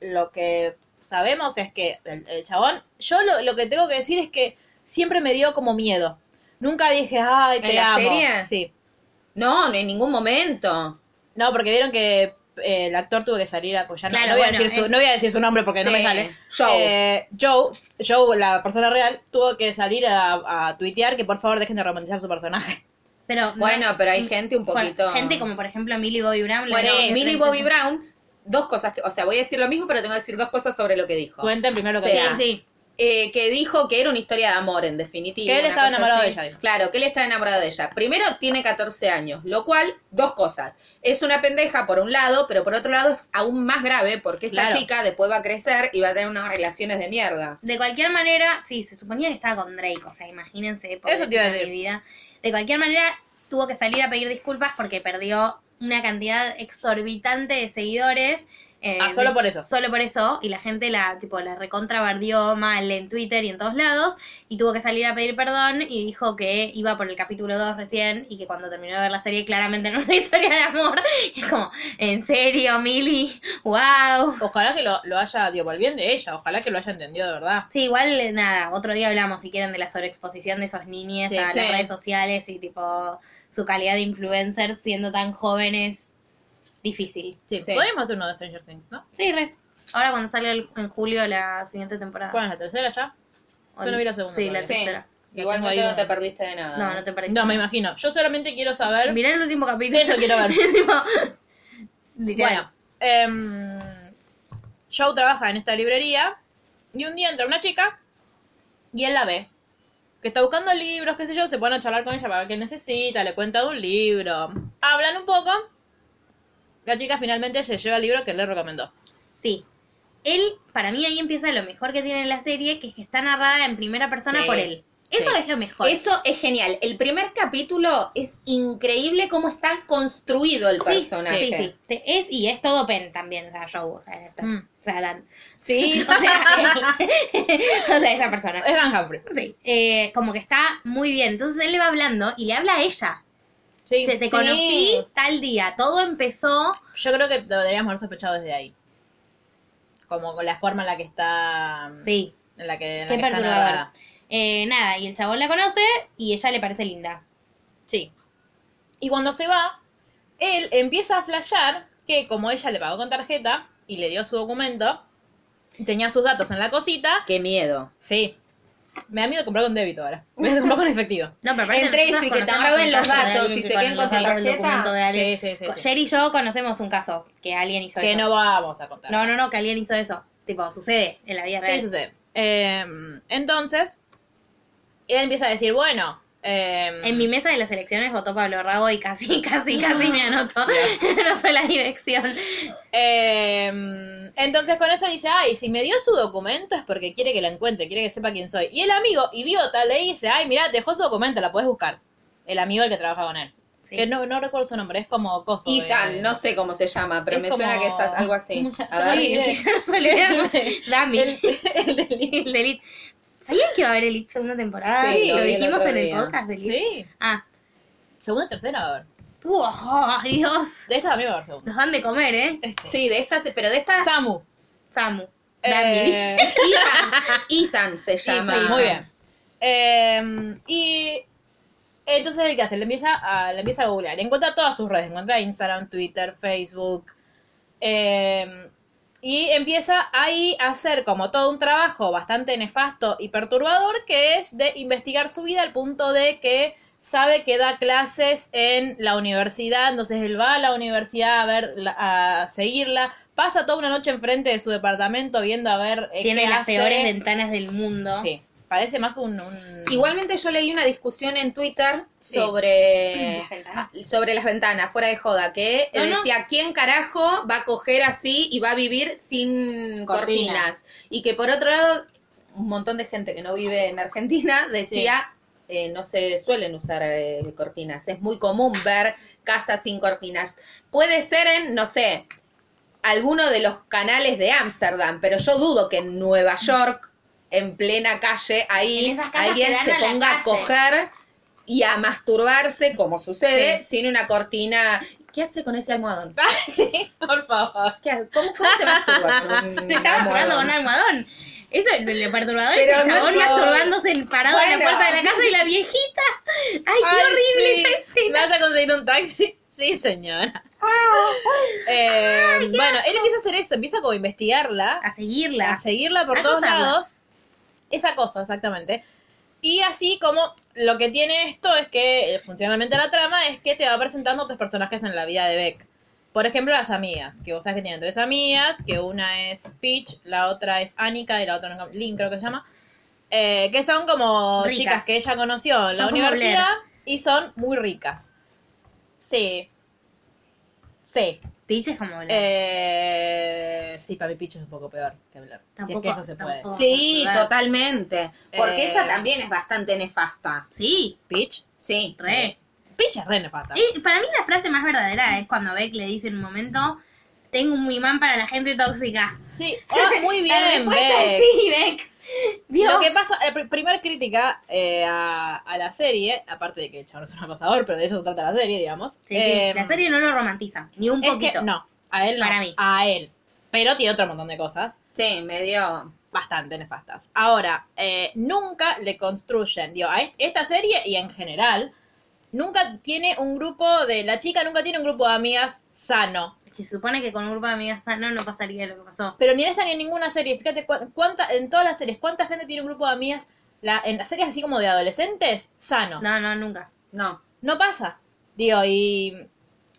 [SPEAKER 1] lo que sabemos es que el, el chabón, yo lo, lo que tengo que decir es que siempre me dio como miedo. Nunca dije, ay,
[SPEAKER 2] ¿En
[SPEAKER 1] te
[SPEAKER 2] la
[SPEAKER 1] amo.
[SPEAKER 2] serie?
[SPEAKER 1] Sí.
[SPEAKER 2] No, no en ningún momento.
[SPEAKER 1] No, porque vieron que eh, el actor tuvo que salir a apoyar.
[SPEAKER 3] Claro,
[SPEAKER 1] no, voy a
[SPEAKER 3] bueno,
[SPEAKER 1] decir su,
[SPEAKER 3] es-
[SPEAKER 1] no voy a decir su nombre porque no
[SPEAKER 2] Sí,
[SPEAKER 1] me sale.
[SPEAKER 2] Joe.
[SPEAKER 1] Eh, Joe, Joe, la persona real, tuvo que salir a, a tuitear que por favor dejen de romantizar su personaje.
[SPEAKER 3] Pero no-
[SPEAKER 2] Bueno, pero hay gente un
[SPEAKER 3] por-
[SPEAKER 2] poquito.
[SPEAKER 3] Gente como, por ejemplo, Millie Bobby Brown. la
[SPEAKER 2] Bueno,
[SPEAKER 3] verdad que
[SPEAKER 2] Millie
[SPEAKER 3] es
[SPEAKER 2] Bobby
[SPEAKER 3] preciosa.
[SPEAKER 2] Brown, dos cosas que. O sea, voy a decir lo mismo, pero tengo que decir dos cosas sobre lo que dijo.
[SPEAKER 1] Cuenten primero lo que
[SPEAKER 2] Sí,
[SPEAKER 1] quieran.
[SPEAKER 2] Brown.
[SPEAKER 3] Sí, sí.
[SPEAKER 2] Eh, que dijo que era una historia de amor, en definitiva.
[SPEAKER 1] Que él
[SPEAKER 2] una
[SPEAKER 1] estaba
[SPEAKER 2] cosa
[SPEAKER 1] enamorado
[SPEAKER 2] así.
[SPEAKER 1] de ella, dijo.
[SPEAKER 2] Claro, que él estaba enamorado de ella. Primero, tiene 14 años, lo cual, dos cosas. Es una pendeja por un lado, pero por otro lado es aún más grave porque esta
[SPEAKER 1] Claro.
[SPEAKER 2] chica después va a crecer y va a tener unas relaciones de mierda.
[SPEAKER 3] De cualquier manera, sí, se suponía que estaba con Drake. O sea, imagínense.
[SPEAKER 1] Eso te iba a
[SPEAKER 3] pobrecita
[SPEAKER 1] decir.
[SPEAKER 3] mi vida. De cualquier manera, tuvo que salir a pedir disculpas porque perdió una cantidad exorbitante de seguidores. eh,
[SPEAKER 1] Ah, solo por eso.
[SPEAKER 3] Solo por eso. Y la gente la, tipo, la recontrabardió mal en Twitter y en todos lados. Y tuvo que salir a pedir perdón y dijo que iba por el capítulo 2 recién y que cuando terminó de ver la serie claramente no era una historia de amor. Y es como, ¿en serio, Mili? ¡Wow!
[SPEAKER 1] Ojalá que lo, lo haya, digo, por el bien de ella, ojalá que lo haya entendido de verdad.
[SPEAKER 3] Sí, igual eh, nada, otro día hablamos si quieren de la sobreexposición de esos niños
[SPEAKER 1] Sí,
[SPEAKER 3] a
[SPEAKER 1] sí.
[SPEAKER 3] las redes sociales y tipo su calidad de influencers siendo tan jóvenes, difícil.
[SPEAKER 1] Sí, podríamos hacer uno de Stranger Things, ¿no?
[SPEAKER 3] Sí, re. Ahora cuando salga el- en julio la siguiente temporada.
[SPEAKER 1] ¿Cuál es la tercera ya?
[SPEAKER 3] O
[SPEAKER 1] yo no vi la segunda
[SPEAKER 3] Sí, la
[SPEAKER 1] todavía.
[SPEAKER 3] tercera.
[SPEAKER 1] tengo
[SPEAKER 2] Igualmente
[SPEAKER 1] ahí
[SPEAKER 2] no te
[SPEAKER 1] una.
[SPEAKER 2] perdiste de nada. ¿eh?
[SPEAKER 3] No, no te parece.
[SPEAKER 1] No, me imagino. Yo solamente quiero saber.
[SPEAKER 3] Mirá el último capítulo.
[SPEAKER 1] Sí, yo quiero ver.
[SPEAKER 3] Tipo,
[SPEAKER 1] Bueno,
[SPEAKER 3] literal.
[SPEAKER 1] em, Joe trabaja en esta librería y un día entra una chica y él la ve. Que está buscando libros, qué sé yo, se pone a charlar con ella para ver qué necesita, le cuenta de un libro. Hablan un poco. La chica finalmente se lleva el libro que le recomendó.
[SPEAKER 3] Sí. Él, para mí ahí empieza lo mejor que tiene la serie, que es que está narrada en primera persona
[SPEAKER 1] Sí.
[SPEAKER 3] por él. Eso
[SPEAKER 1] Sí.
[SPEAKER 3] es lo mejor.
[SPEAKER 2] Eso es genial. El primer capítulo es increíble cómo está construido el
[SPEAKER 3] Sí,
[SPEAKER 2] personaje.
[SPEAKER 3] Sí, sí. Te- Es, y es todo pen también, o sea, Joe, o sea, esto-
[SPEAKER 1] Mm.
[SPEAKER 3] o sea, Dan. Sí, o sea, o sea, esa persona.
[SPEAKER 1] Es Dan Humphrey.
[SPEAKER 3] Sí. Eh, como que está muy bien. Entonces él le va hablando y le habla a ella.
[SPEAKER 1] Sí,
[SPEAKER 3] Dice, te
[SPEAKER 1] sí.
[SPEAKER 3] conocí tal día, todo empezó.
[SPEAKER 1] Yo creo que lo deberíamos haber sospechado desde ahí. Como con la forma en la que está.
[SPEAKER 3] Sí,
[SPEAKER 1] En la que, en la
[SPEAKER 3] qué
[SPEAKER 1] que está
[SPEAKER 3] perturbador.
[SPEAKER 1] narrada.
[SPEAKER 3] Eh, nada, y el chabón la conoce y ella le parece linda.
[SPEAKER 1] Sí. Y cuando se va, él empieza a flashear que como ella le pagó con tarjeta y le dio su documento, y tenía sus datos en la cosita,
[SPEAKER 2] Qué miedo.
[SPEAKER 1] sí. Me da miedo comprar con débito ahora. Me da comprar con efectivo.
[SPEAKER 3] No, pero aparte
[SPEAKER 2] Entre
[SPEAKER 3] nosotros
[SPEAKER 2] eso y que te
[SPEAKER 3] conocemos
[SPEAKER 2] roben
[SPEAKER 3] un
[SPEAKER 2] los
[SPEAKER 3] caso de
[SPEAKER 2] datos
[SPEAKER 3] alguien que
[SPEAKER 2] y se queden
[SPEAKER 3] los
[SPEAKER 2] con la
[SPEAKER 3] datos del
[SPEAKER 2] tarjeta.
[SPEAKER 3] documento de alguien.
[SPEAKER 1] Sí, sí, sí,
[SPEAKER 3] Co-
[SPEAKER 1] sí.
[SPEAKER 3] Jer y yo conocemos un caso que alguien hizo
[SPEAKER 1] Que
[SPEAKER 3] eso.
[SPEAKER 1] no vamos a contar.
[SPEAKER 3] No, no, no, que alguien hizo eso. Tipo, sucede en la vida real.
[SPEAKER 1] Sí, sucede. Eh, entonces, él empieza a decir, bueno... eh,
[SPEAKER 3] En mi mesa de las elecciones votó Pablo Rago y casi, casi, casi me anotó. no fue la dirección.
[SPEAKER 1] Eh, entonces con eso dice, ay, si me dio su documento es porque quiere que la encuentre, quiere que sepa quién soy. Y el amigo, idiota, le dice, ay, mira, te dejó su documento, la puedes buscar. El amigo el que trabaja con él.
[SPEAKER 3] Sí.
[SPEAKER 1] Que no, no recuerdo su nombre, es como Coso.
[SPEAKER 2] Hija,
[SPEAKER 1] eh,
[SPEAKER 2] no sé cómo se llama, pero
[SPEAKER 1] Es
[SPEAKER 2] me
[SPEAKER 1] como-
[SPEAKER 2] suena que es algo así.
[SPEAKER 1] ¿Cómo se-
[SPEAKER 2] A
[SPEAKER 1] yo
[SPEAKER 2] ver.
[SPEAKER 1] soy-
[SPEAKER 3] Sí, el que ya no se olvidaba. Dami.
[SPEAKER 1] El, el del libro.
[SPEAKER 3] El de Elite. ¿Sabían que iba a haber Elite segunda temporada?
[SPEAKER 2] Sí,
[SPEAKER 3] lo
[SPEAKER 2] lo vi el
[SPEAKER 3] dijimos
[SPEAKER 2] otro
[SPEAKER 3] en el
[SPEAKER 2] día.
[SPEAKER 3] podcast de Elite.
[SPEAKER 1] Sí.
[SPEAKER 3] Ah,
[SPEAKER 1] Segunda, tercera, va a ver.
[SPEAKER 3] Tú, oh, Dios.
[SPEAKER 1] De esta también va a haber segunda.
[SPEAKER 3] Nos dan de comer, ¿eh?
[SPEAKER 1] Este.
[SPEAKER 2] Sí, de estas, pero de estas.
[SPEAKER 1] Samu.
[SPEAKER 3] Samu. Dami.
[SPEAKER 1] Eh,
[SPEAKER 2] Ethan, Ethan se llama.
[SPEAKER 1] Sí, muy bien. Eh, y entonces el que hace, le empieza a, le empieza a googlear, encuentra todas sus redes, encuentra Instagram, Twitter, Facebook. eh, y empieza ahí a hacer como todo un trabajo bastante nefasto y perturbador, que es de investigar su vida al punto de que sabe que da clases en la universidad, entonces él va a la universidad a ver, la- a seguirla, pasa toda una noche enfrente de su departamento viendo a ver eh,
[SPEAKER 3] Tiene
[SPEAKER 1] qué
[SPEAKER 3] las
[SPEAKER 1] hace.
[SPEAKER 3] peores ventanas del mundo.
[SPEAKER 1] Sí, parece más un... un-
[SPEAKER 2] Igualmente yo leí una discusión en Twitter
[SPEAKER 1] Sí.
[SPEAKER 2] sobre
[SPEAKER 3] Las ventanas.
[SPEAKER 2] sobre las ventanas, fuera de joda, que
[SPEAKER 3] No, no.
[SPEAKER 2] decía, ¿quién carajo va a coger así y va a vivir sin cortinas?
[SPEAKER 1] Cortinas.
[SPEAKER 2] Y que por otro lado, un montón de gente que no vive en Argentina decía, eh, no se suelen usar eh, cortinas, es muy común ver casas sin cortinas. Puede ser en, no sé, alguno de los canales de Ámsterdam, pero yo dudo que en Nueva York, en plena calle,
[SPEAKER 3] En
[SPEAKER 2] ahí
[SPEAKER 3] esas casas
[SPEAKER 2] alguien
[SPEAKER 3] que dan
[SPEAKER 2] se
[SPEAKER 3] a la
[SPEAKER 2] ponga a
[SPEAKER 3] calle.
[SPEAKER 2] coger y a masturbarse, como sucede, sin una cortina. ¿Qué hace con ese almohadón?
[SPEAKER 1] Ah, sí, por favor.
[SPEAKER 2] ¿Qué hace? ¿Cómo, cómo se masturba? con un
[SPEAKER 3] Se estaba
[SPEAKER 2] almohadón?
[SPEAKER 3] jugando con un almohadón. Eso es lo perturbador. es
[SPEAKER 2] Pero
[SPEAKER 3] el
[SPEAKER 2] no
[SPEAKER 3] chabón
[SPEAKER 2] es por-
[SPEAKER 3] masturbándose en- parado en la
[SPEAKER 2] Bueno.
[SPEAKER 3] puerta de la casa y la viejita. Ay, qué
[SPEAKER 1] Ay,
[SPEAKER 3] horrible
[SPEAKER 1] sí.
[SPEAKER 3] esa escena.
[SPEAKER 1] ¿Me vas a conseguir un taxi? Sí, señora.
[SPEAKER 3] Ah.
[SPEAKER 1] Eh, bueno, él empieza a hacer eso, empieza como a investigarla,
[SPEAKER 3] A seguirla.
[SPEAKER 1] a seguirla por
[SPEAKER 3] A
[SPEAKER 1] todos
[SPEAKER 3] acosarla.
[SPEAKER 1] lados. Esa cosa, exactamente. Y así como lo que tiene esto es que eh, funcionalmente la trama es que te va presentando otros personajes en la vida de Beck. Por ejemplo, las amigas, que vos sabés que tienen tres amigas, que una es Peach, la otra es Annika y la otra no- Lynn creo que se llama, eh, que son como
[SPEAKER 3] Ricas.
[SPEAKER 1] chicas que ella conoció en la
[SPEAKER 3] Son como
[SPEAKER 1] universidad y son muy ricas. Sí. Sí.
[SPEAKER 3] Piche es como Blair.
[SPEAKER 1] Eh, sí, para mí Peach es un poco peor que hablar. Si es
[SPEAKER 3] Tampoco-
[SPEAKER 1] que eso se puede.
[SPEAKER 3] tampoco.
[SPEAKER 2] Sí,
[SPEAKER 3] Masturbar.
[SPEAKER 2] totalmente. Porque
[SPEAKER 1] Eh.
[SPEAKER 2] ella también es bastante nefasta.
[SPEAKER 3] Sí,
[SPEAKER 1] Peach, eh,
[SPEAKER 2] Sí.
[SPEAKER 3] re.
[SPEAKER 1] Peach es re nefasta.
[SPEAKER 3] Eh, para mí la frase más verdadera es cuando Beck le dice en un momento, tengo un imán para la gente tóxica.
[SPEAKER 1] Sí, ah, muy
[SPEAKER 3] la
[SPEAKER 1] bien,
[SPEAKER 3] respuesta es
[SPEAKER 1] Beck.
[SPEAKER 3] sí, Beck. Dios.
[SPEAKER 1] Lo que pasa, la pr- primer crítica eh, a, a la serie, aparte de que el chabón es un acosador, pero de eso se trata la serie, digamos.
[SPEAKER 3] Sí, sí,
[SPEAKER 1] eh,
[SPEAKER 3] la serie no lo romantiza, ni un
[SPEAKER 1] es
[SPEAKER 3] poquito.
[SPEAKER 1] que no, a él no,
[SPEAKER 3] Para mí.
[SPEAKER 1] a él. Pero tiene otro montón de cosas
[SPEAKER 2] Sí, medio.
[SPEAKER 1] bastante nefastas. Ahora, eh, nunca le construyen, digo, a est- esta serie y en general, nunca tiene un grupo de, la chica nunca tiene un grupo de amigas sano.
[SPEAKER 3] Se supone que con un grupo de amigas sano no pasaría lo que pasó.
[SPEAKER 1] Pero ni en esa ni en ninguna serie. Fíjate cu- cuánta, en todas las series, cuánta gente tiene un grupo de amigas, la, en las series así como de adolescentes, sano. No,
[SPEAKER 3] No, no, nunca.
[SPEAKER 2] No.
[SPEAKER 1] pasa. Digo, y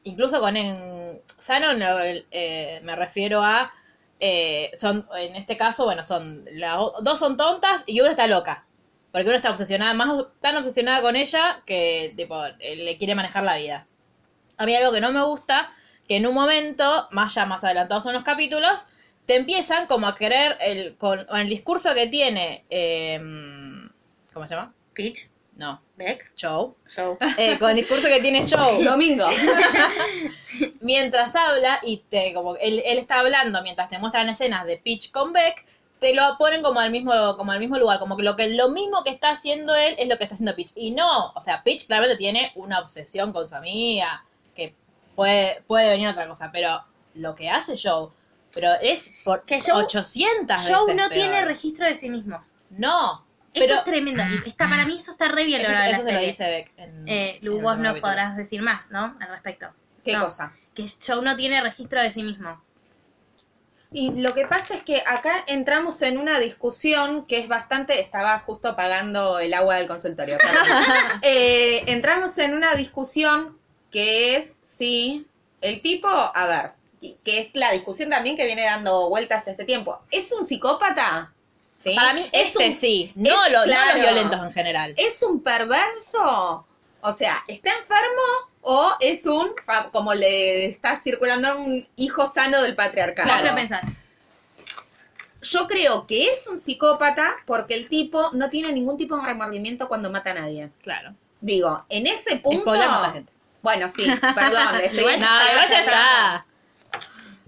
[SPEAKER 1] incluso con en, sano no, el- eh, me refiero a, eh, son, en este caso, bueno, son, la o- dos son tontas y una está loca. Porque una está obsesionada, más tan obsesionada con ella que tipo, eh, le quiere manejar la vida. A mí algo que no me gusta, que en un momento, más ya más adelantados son los capítulos, te empiezan como a querer el, con, con el discurso que tiene, em, ¿cómo se llama?
[SPEAKER 3] Peach,
[SPEAKER 1] No,
[SPEAKER 3] Beck,
[SPEAKER 1] Joe.
[SPEAKER 3] Joe.
[SPEAKER 1] Eh, con el discurso que tiene Joe
[SPEAKER 2] Domingo.
[SPEAKER 1] mientras habla y te como él, él está hablando mientras te muestran escenas de Peach con Beck te lo ponen como al mismo como al mismo lugar como que lo que lo mismo que está haciendo él es lo que está haciendo Peach y no o sea Peach claramente tiene una obsesión con su amiga que puede puede venir otra cosa pero lo que hace Joe pero es por
[SPEAKER 3] Que Joe-
[SPEAKER 1] 800
[SPEAKER 3] Joe
[SPEAKER 1] veces
[SPEAKER 3] no
[SPEAKER 1] peor.
[SPEAKER 3] tiene registro de sí mismo.
[SPEAKER 1] no
[SPEAKER 3] eso
[SPEAKER 1] pero
[SPEAKER 3] es tremendo. Y está, para mí eso está re bien
[SPEAKER 1] eso,
[SPEAKER 3] logrado en
[SPEAKER 1] eso se
[SPEAKER 3] la
[SPEAKER 1] lo
[SPEAKER 3] serie.
[SPEAKER 1] dice Beck en-
[SPEAKER 3] Eh,
[SPEAKER 1] en
[SPEAKER 3] Lu,
[SPEAKER 1] el
[SPEAKER 3] vos
[SPEAKER 1] último
[SPEAKER 3] no
[SPEAKER 1] capítulo.
[SPEAKER 3] podrás decir más, ¿no? Al respecto.
[SPEAKER 2] ¿Qué
[SPEAKER 3] No,
[SPEAKER 2] cosa?
[SPEAKER 3] Que Joe no tiene registro de sí mismo.
[SPEAKER 2] Y lo que pasa es que acá entramos en una discusión que es bastante, estaba justo pagando el agua del consultorio. perdón. Eh, entramos en una discusión que es si el tipo, a ver, y- que es la discusión también que viene dando vueltas este tiempo, ¿es un psicópata? ¿Sí?
[SPEAKER 1] para mí
[SPEAKER 2] ¿Es
[SPEAKER 1] este
[SPEAKER 2] un-
[SPEAKER 1] sí no, lo- no
[SPEAKER 2] claro.
[SPEAKER 1] los violentos en general
[SPEAKER 2] ¿Es un perverso? O sea, ¿está enfermo o es un, fa- como le está circulando un hijo sano del patriarcado?
[SPEAKER 3] ¿Vos lo pensás?
[SPEAKER 2] Yo creo que es un psicópata porque el tipo no tiene ningún tipo de remordimiento cuando mata a nadie.
[SPEAKER 1] claro
[SPEAKER 2] Digo, en ese punto.
[SPEAKER 1] Spoiler, mata gente.
[SPEAKER 2] Bueno, sí, perdón. estoy-
[SPEAKER 1] no, igual ya está.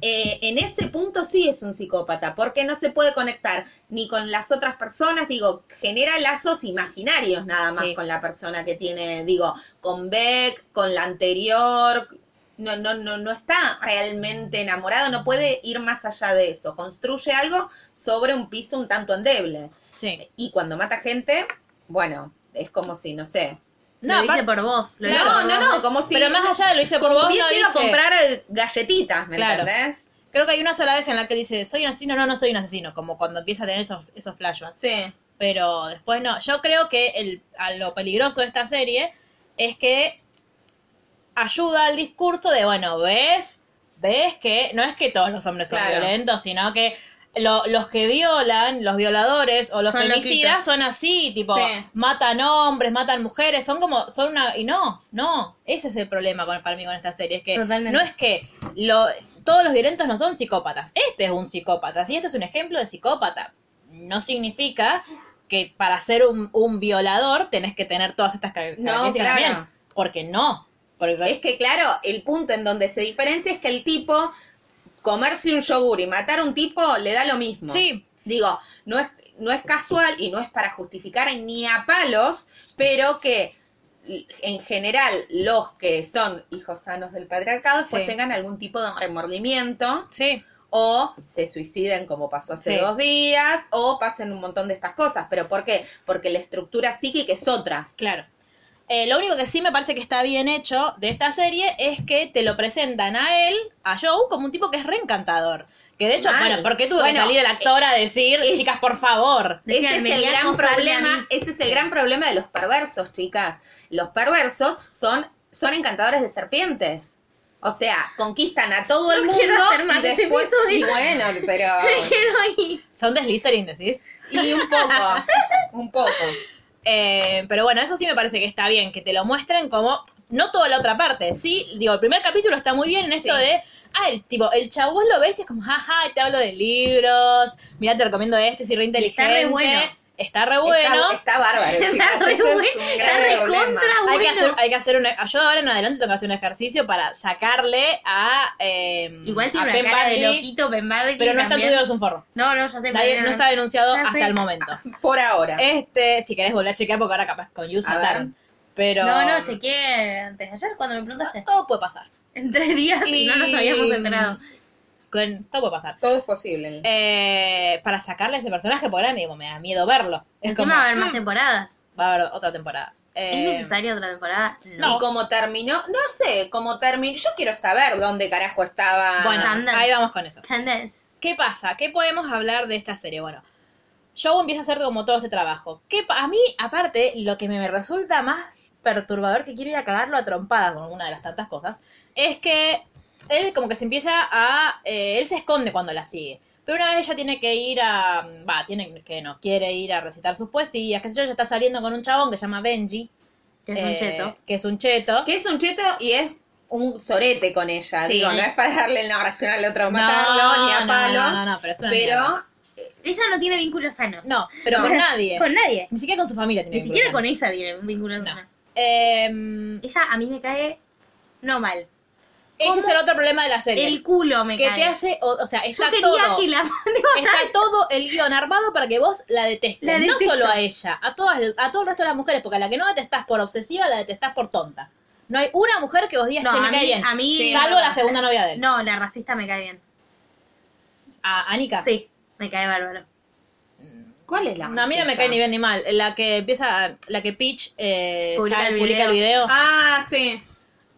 [SPEAKER 2] Eh, en ese punto sí es un psicópata porque no se puede conectar ni con las otras personas. Digo, genera lazos imaginarios nada más
[SPEAKER 1] Sí.
[SPEAKER 2] con la persona que tiene. Digo, con Beck, con la anterior. No, no, no, no está realmente enamorado, no puede ir más allá de eso. Construye algo sobre un piso un tanto endeble.
[SPEAKER 1] Sí.
[SPEAKER 2] Y cuando mata gente, bueno, es como si, no sé.
[SPEAKER 1] No,
[SPEAKER 3] lo
[SPEAKER 1] aparte-
[SPEAKER 3] hice por vos. Lo hice
[SPEAKER 1] Claro,
[SPEAKER 3] por
[SPEAKER 2] no, no,
[SPEAKER 3] vos.
[SPEAKER 2] no, como si
[SPEAKER 1] Pero más allá de lo hice por
[SPEAKER 2] como
[SPEAKER 1] vos, no
[SPEAKER 2] hubiese ido a
[SPEAKER 1] dice-
[SPEAKER 2] comprar eh, galletitas, ¿me
[SPEAKER 1] Claro.
[SPEAKER 2] entendés?
[SPEAKER 1] Creo que hay una sola vez en la que él dice, soy un asesino, no, no soy un asesino, como cuando empieza a tener esos, esos flashbacks.
[SPEAKER 2] Sí.
[SPEAKER 1] Pero después no. Yo creo que el, a lo peligroso de esta serie es que ayuda al discurso de, bueno, ves, ves que no es que todos los hombres son
[SPEAKER 2] Claro.
[SPEAKER 1] violentos, sino que lo- los que violan, los violadores o los
[SPEAKER 3] Son
[SPEAKER 1] femicidas
[SPEAKER 3] loquitos.
[SPEAKER 1] son así, tipo,
[SPEAKER 2] Sí.
[SPEAKER 1] matan hombres, matan mujeres, son como, son una, y no, no, ese es el problema con, para mí con esta serie, es que
[SPEAKER 3] Totalmente.
[SPEAKER 1] no es que lo, todos los violentos no son psicópatas, este es un psicópata, y este es un ejemplo de psicópata, no significa que para ser un, un violador tenés que tener todas estas car-
[SPEAKER 2] No,
[SPEAKER 1] características
[SPEAKER 2] claro.
[SPEAKER 1] también, porque no, porque
[SPEAKER 2] Es que claro, el punto en donde se diferencia es que el tipo comerse un yogur y matar a un tipo le da lo mismo.
[SPEAKER 1] sí,
[SPEAKER 2] Digo, no es, no es casual y no es para justificar ni a palos, pero que en general los que son hijos sanos del patriarcado pues
[SPEAKER 1] Sí.
[SPEAKER 2] tengan algún tipo de remordimiento
[SPEAKER 1] sí,
[SPEAKER 2] o se suiciden como pasó hace
[SPEAKER 1] Sí.
[SPEAKER 2] dos días o pasen un montón de estas cosas. ¿Pero por qué? Porque la estructura psíquica es otra.
[SPEAKER 1] Claro. Eh, lo único que sí me parece que está bien hecho de esta serie es que te lo presentan a él, a Joe, como un tipo que es reencantador. Que de hecho,
[SPEAKER 2] Mal.
[SPEAKER 1] bueno, ¿por qué tuvo que
[SPEAKER 2] Bueno,
[SPEAKER 1] salir el actor a decir,
[SPEAKER 2] es-
[SPEAKER 1] chicas, por favor?
[SPEAKER 3] Decían,
[SPEAKER 2] Ese es,
[SPEAKER 3] "Me
[SPEAKER 2] el
[SPEAKER 3] iría a
[SPEAKER 2] gran
[SPEAKER 3] acosarme a
[SPEAKER 2] problema,
[SPEAKER 3] mí".
[SPEAKER 2] ese es el gran problema de los perversos, chicas. Los perversos son, son encantadores de serpientes. O sea, conquistan a todo
[SPEAKER 3] No
[SPEAKER 2] el
[SPEAKER 3] quiero
[SPEAKER 2] mundo
[SPEAKER 3] hacer más
[SPEAKER 2] y
[SPEAKER 3] este
[SPEAKER 2] después
[SPEAKER 3] episodio.
[SPEAKER 2] y bueno, pero
[SPEAKER 3] Me quiero ir.
[SPEAKER 1] Son de Slytherin, decís.
[SPEAKER 2] y un poco, un poco.
[SPEAKER 1] Eh, pero bueno, eso sí me parece que está bien, que te lo muestren como, no toda la otra parte, sí, digo, el primer capítulo está muy bien en esto
[SPEAKER 2] Sí.
[SPEAKER 1] de, ah, el tipo, el chabón lo ves y es como, jaja, te hablo de libros, mirá, te recomiendo este, si re
[SPEAKER 3] Y
[SPEAKER 1] inteligente.
[SPEAKER 3] está re bueno.
[SPEAKER 1] Está re bueno.
[SPEAKER 2] Está, está bárbaro, chicos.
[SPEAKER 3] Está re
[SPEAKER 2] Eso es
[SPEAKER 3] bueno,
[SPEAKER 2] un
[SPEAKER 3] está
[SPEAKER 2] gran
[SPEAKER 3] re
[SPEAKER 2] problema.
[SPEAKER 3] contra
[SPEAKER 1] hay, que
[SPEAKER 3] bueno.
[SPEAKER 1] hacer, hay que hacer un. Yo de ahora en adelante tengo que hacer un ejercicio para sacarle a. eh,
[SPEAKER 3] Igual tiene
[SPEAKER 1] a
[SPEAKER 3] una
[SPEAKER 1] Penn
[SPEAKER 3] cara de
[SPEAKER 1] Badgley,
[SPEAKER 3] loquito, Ben Badgley
[SPEAKER 1] Pero no está
[SPEAKER 3] también.
[SPEAKER 1] estudiado un forro.
[SPEAKER 3] No, no, ya sé. pero
[SPEAKER 1] Nadie- no está denunciado
[SPEAKER 3] Ya
[SPEAKER 1] hasta
[SPEAKER 3] sé. Ah,
[SPEAKER 1] el momento.
[SPEAKER 2] Por ahora.
[SPEAKER 3] Eh.
[SPEAKER 1] Este, si querés volver a chequear, porque ahora capaz con You
[SPEAKER 2] A ver.
[SPEAKER 1] saltaron. Pero.
[SPEAKER 3] No, no, chequeé antes de ayer cuando me preguntaste.
[SPEAKER 1] Todo puede pasar.
[SPEAKER 3] En tres días y no nos habíamos enterado.
[SPEAKER 1] Con- todo puede pasar.
[SPEAKER 2] Todo es posible.
[SPEAKER 1] Eh, para sacarle a ese personaje, porque ahora me, digo, me da miedo verlo. Es
[SPEAKER 3] Encima
[SPEAKER 1] como, "Mm,
[SPEAKER 3] va a haber más temporadas.
[SPEAKER 1] va a haber otra temporada. Eh,
[SPEAKER 3] ¿Es necesaria otra temporada?
[SPEAKER 1] no.
[SPEAKER 2] Y como terminó, no sé, como terminó, yo quiero saber dónde carajo estaba.
[SPEAKER 1] Eh, Bueno,
[SPEAKER 3] Sanders.
[SPEAKER 1] ahí vamos con eso.
[SPEAKER 3] ¿Entendés?
[SPEAKER 1] ¿Qué pasa? ¿Qué podemos hablar de esta serie? Bueno, Joe empieza a hacer como todo este trabajo. Que a mí, aparte, lo que me resulta más perturbador, que quiero ir a cagarlo a trompadas con una de las tantas cosas, es que él como que se empieza a... eh, él se esconde cuando la sigue. Pero una vez ella tiene que ir a... Va, tiene que no, quiere ir a recitar sus poesías, qué sé yo, ella está saliendo con un chabón que se llama Benji.
[SPEAKER 3] Que es un
[SPEAKER 1] eh,
[SPEAKER 3] cheto.
[SPEAKER 1] Que es un cheto.
[SPEAKER 2] Que es un cheto y es un sorete con ella.
[SPEAKER 1] Sí.
[SPEAKER 2] Digo, no es para darle la oración al otro,
[SPEAKER 1] No,
[SPEAKER 2] matarlo, ni a
[SPEAKER 1] no,
[SPEAKER 2] palos.
[SPEAKER 1] no, no, no, pero es una
[SPEAKER 2] pero
[SPEAKER 1] mierda.
[SPEAKER 3] Ella no tiene vínculos sanos.
[SPEAKER 1] No, pero
[SPEAKER 3] No.
[SPEAKER 1] con nadie.
[SPEAKER 3] Con nadie.
[SPEAKER 1] Ni siquiera con su familia tiene
[SPEAKER 3] Ni siquiera
[SPEAKER 1] vínculo.
[SPEAKER 3] con ella tiene vínculos sanos.
[SPEAKER 1] Em,
[SPEAKER 3] Ella a mí me cae no mal.
[SPEAKER 1] Ese
[SPEAKER 3] ¿Cómo?
[SPEAKER 1] es el otro problema de la serie.
[SPEAKER 3] El culo me
[SPEAKER 1] que
[SPEAKER 3] cae.
[SPEAKER 1] te hace, o, o sea, está
[SPEAKER 3] Yo quería
[SPEAKER 1] todo,
[SPEAKER 3] que la
[SPEAKER 1] está todo el guión armado para que vos la detestes.
[SPEAKER 3] La
[SPEAKER 1] no
[SPEAKER 3] detesto.
[SPEAKER 1] solo a ella, a todas, a todo el resto de las mujeres, porque a la que no detestás por obsesiva, la detestás por tonta. No hay una mujer que vos digas,
[SPEAKER 3] No,
[SPEAKER 1] che, me
[SPEAKER 3] a
[SPEAKER 1] cae
[SPEAKER 3] mí-
[SPEAKER 1] bien.
[SPEAKER 3] a mí-
[SPEAKER 1] Sí, salvo la segunda novia de él.
[SPEAKER 3] No, la racista me cae bien.
[SPEAKER 1] A Anika.
[SPEAKER 3] Sí, me cae bárbaro.
[SPEAKER 2] ¿cuál es la
[SPEAKER 1] No, a mí no me
[SPEAKER 2] música?
[SPEAKER 1] cae ni bien ni mal. La que empieza, la que Peach eh,
[SPEAKER 3] Publica
[SPEAKER 1] sale,
[SPEAKER 3] el
[SPEAKER 1] publica el video.
[SPEAKER 2] Ah, sí.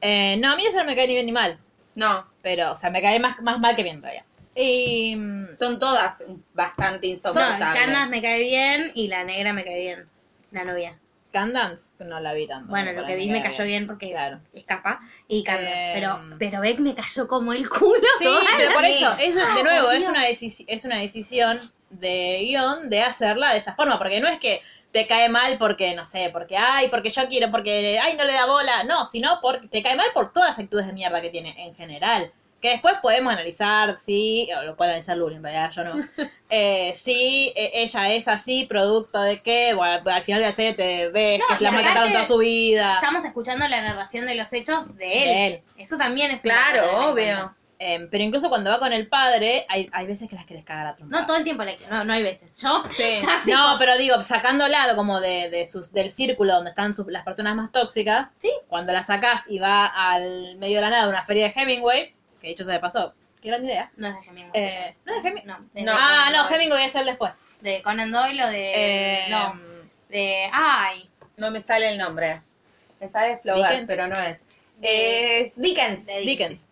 [SPEAKER 1] Eh, no, a mí eso no me cae ni bien ni mal.
[SPEAKER 2] No,
[SPEAKER 1] Pero, o sea, me cae más, más mal que bien todavía. Y, mm,
[SPEAKER 2] son todas bastante
[SPEAKER 3] No, Candace
[SPEAKER 2] insoportables.
[SPEAKER 3] me cae bien y la negra me cae bien. La novia.
[SPEAKER 1] Candance, no la vi tanto.
[SPEAKER 3] Bueno,
[SPEAKER 1] no,
[SPEAKER 3] lo
[SPEAKER 1] por
[SPEAKER 3] que
[SPEAKER 1] ahí
[SPEAKER 3] vi me cayó bien porque
[SPEAKER 1] Claro.
[SPEAKER 3] escapa. Y Candace.
[SPEAKER 1] Eh,
[SPEAKER 3] Pero, pero Beck me cayó como el culo.
[SPEAKER 1] Sí,
[SPEAKER 3] toda
[SPEAKER 1] pero
[SPEAKER 3] la-
[SPEAKER 1] por eso, eh. eso de nuevo,
[SPEAKER 3] por
[SPEAKER 1] es
[SPEAKER 3] Dios.
[SPEAKER 1] una, deci- es una decisión de guión de hacerla de esa forma, porque no es que te cae mal porque, no sé, porque, ay, porque yo quiero, porque, ay, no le da bola, no, sino porque te cae mal por todas las actitudes de mierda que tiene en general. Que después podemos analizar, sí, o lo puede analizar Luli, en realidad yo no. Eh, sí, eh, ella es así, producto de que, bueno, al final de la serie te ves
[SPEAKER 3] No,
[SPEAKER 1] que
[SPEAKER 3] y
[SPEAKER 1] la
[SPEAKER 3] aparte
[SPEAKER 1] maltrataron toda su vida.
[SPEAKER 3] Estamos escuchando la narración de los hechos de él.
[SPEAKER 1] De él.
[SPEAKER 3] Eso también es una
[SPEAKER 2] Claro,
[SPEAKER 3] cosa de la
[SPEAKER 2] obvio.
[SPEAKER 3] cuenta.
[SPEAKER 1] Em, pero incluso cuando va con el padre, hay, hay veces que las querés cagar a trompadas.
[SPEAKER 3] No todo el tiempo la No, no hay veces. Yo.
[SPEAKER 2] Sí.
[SPEAKER 1] No, pero digo, sacándola como de, de sus, del círculo donde están sus- las personas más tóxicas,
[SPEAKER 3] Sí.
[SPEAKER 1] cuando la sacás y va al medio de la nada a una feria de Hemingway, que dicho sea de paso, qué gran idea.
[SPEAKER 3] No es de Gemini.
[SPEAKER 1] Eh, no, es Hemingway.
[SPEAKER 3] No, de-
[SPEAKER 1] No, ah, no,
[SPEAKER 3] de-
[SPEAKER 1] Hemingway es el después.
[SPEAKER 3] De Conan Doyle o de.
[SPEAKER 1] Eh,
[SPEAKER 3] no. De. Ay.
[SPEAKER 2] No me sale el nombre. Me sale Flaubert,
[SPEAKER 1] Dickens. Eh,
[SPEAKER 2] pero no es. Es Dickens.
[SPEAKER 3] De-
[SPEAKER 1] Dickens.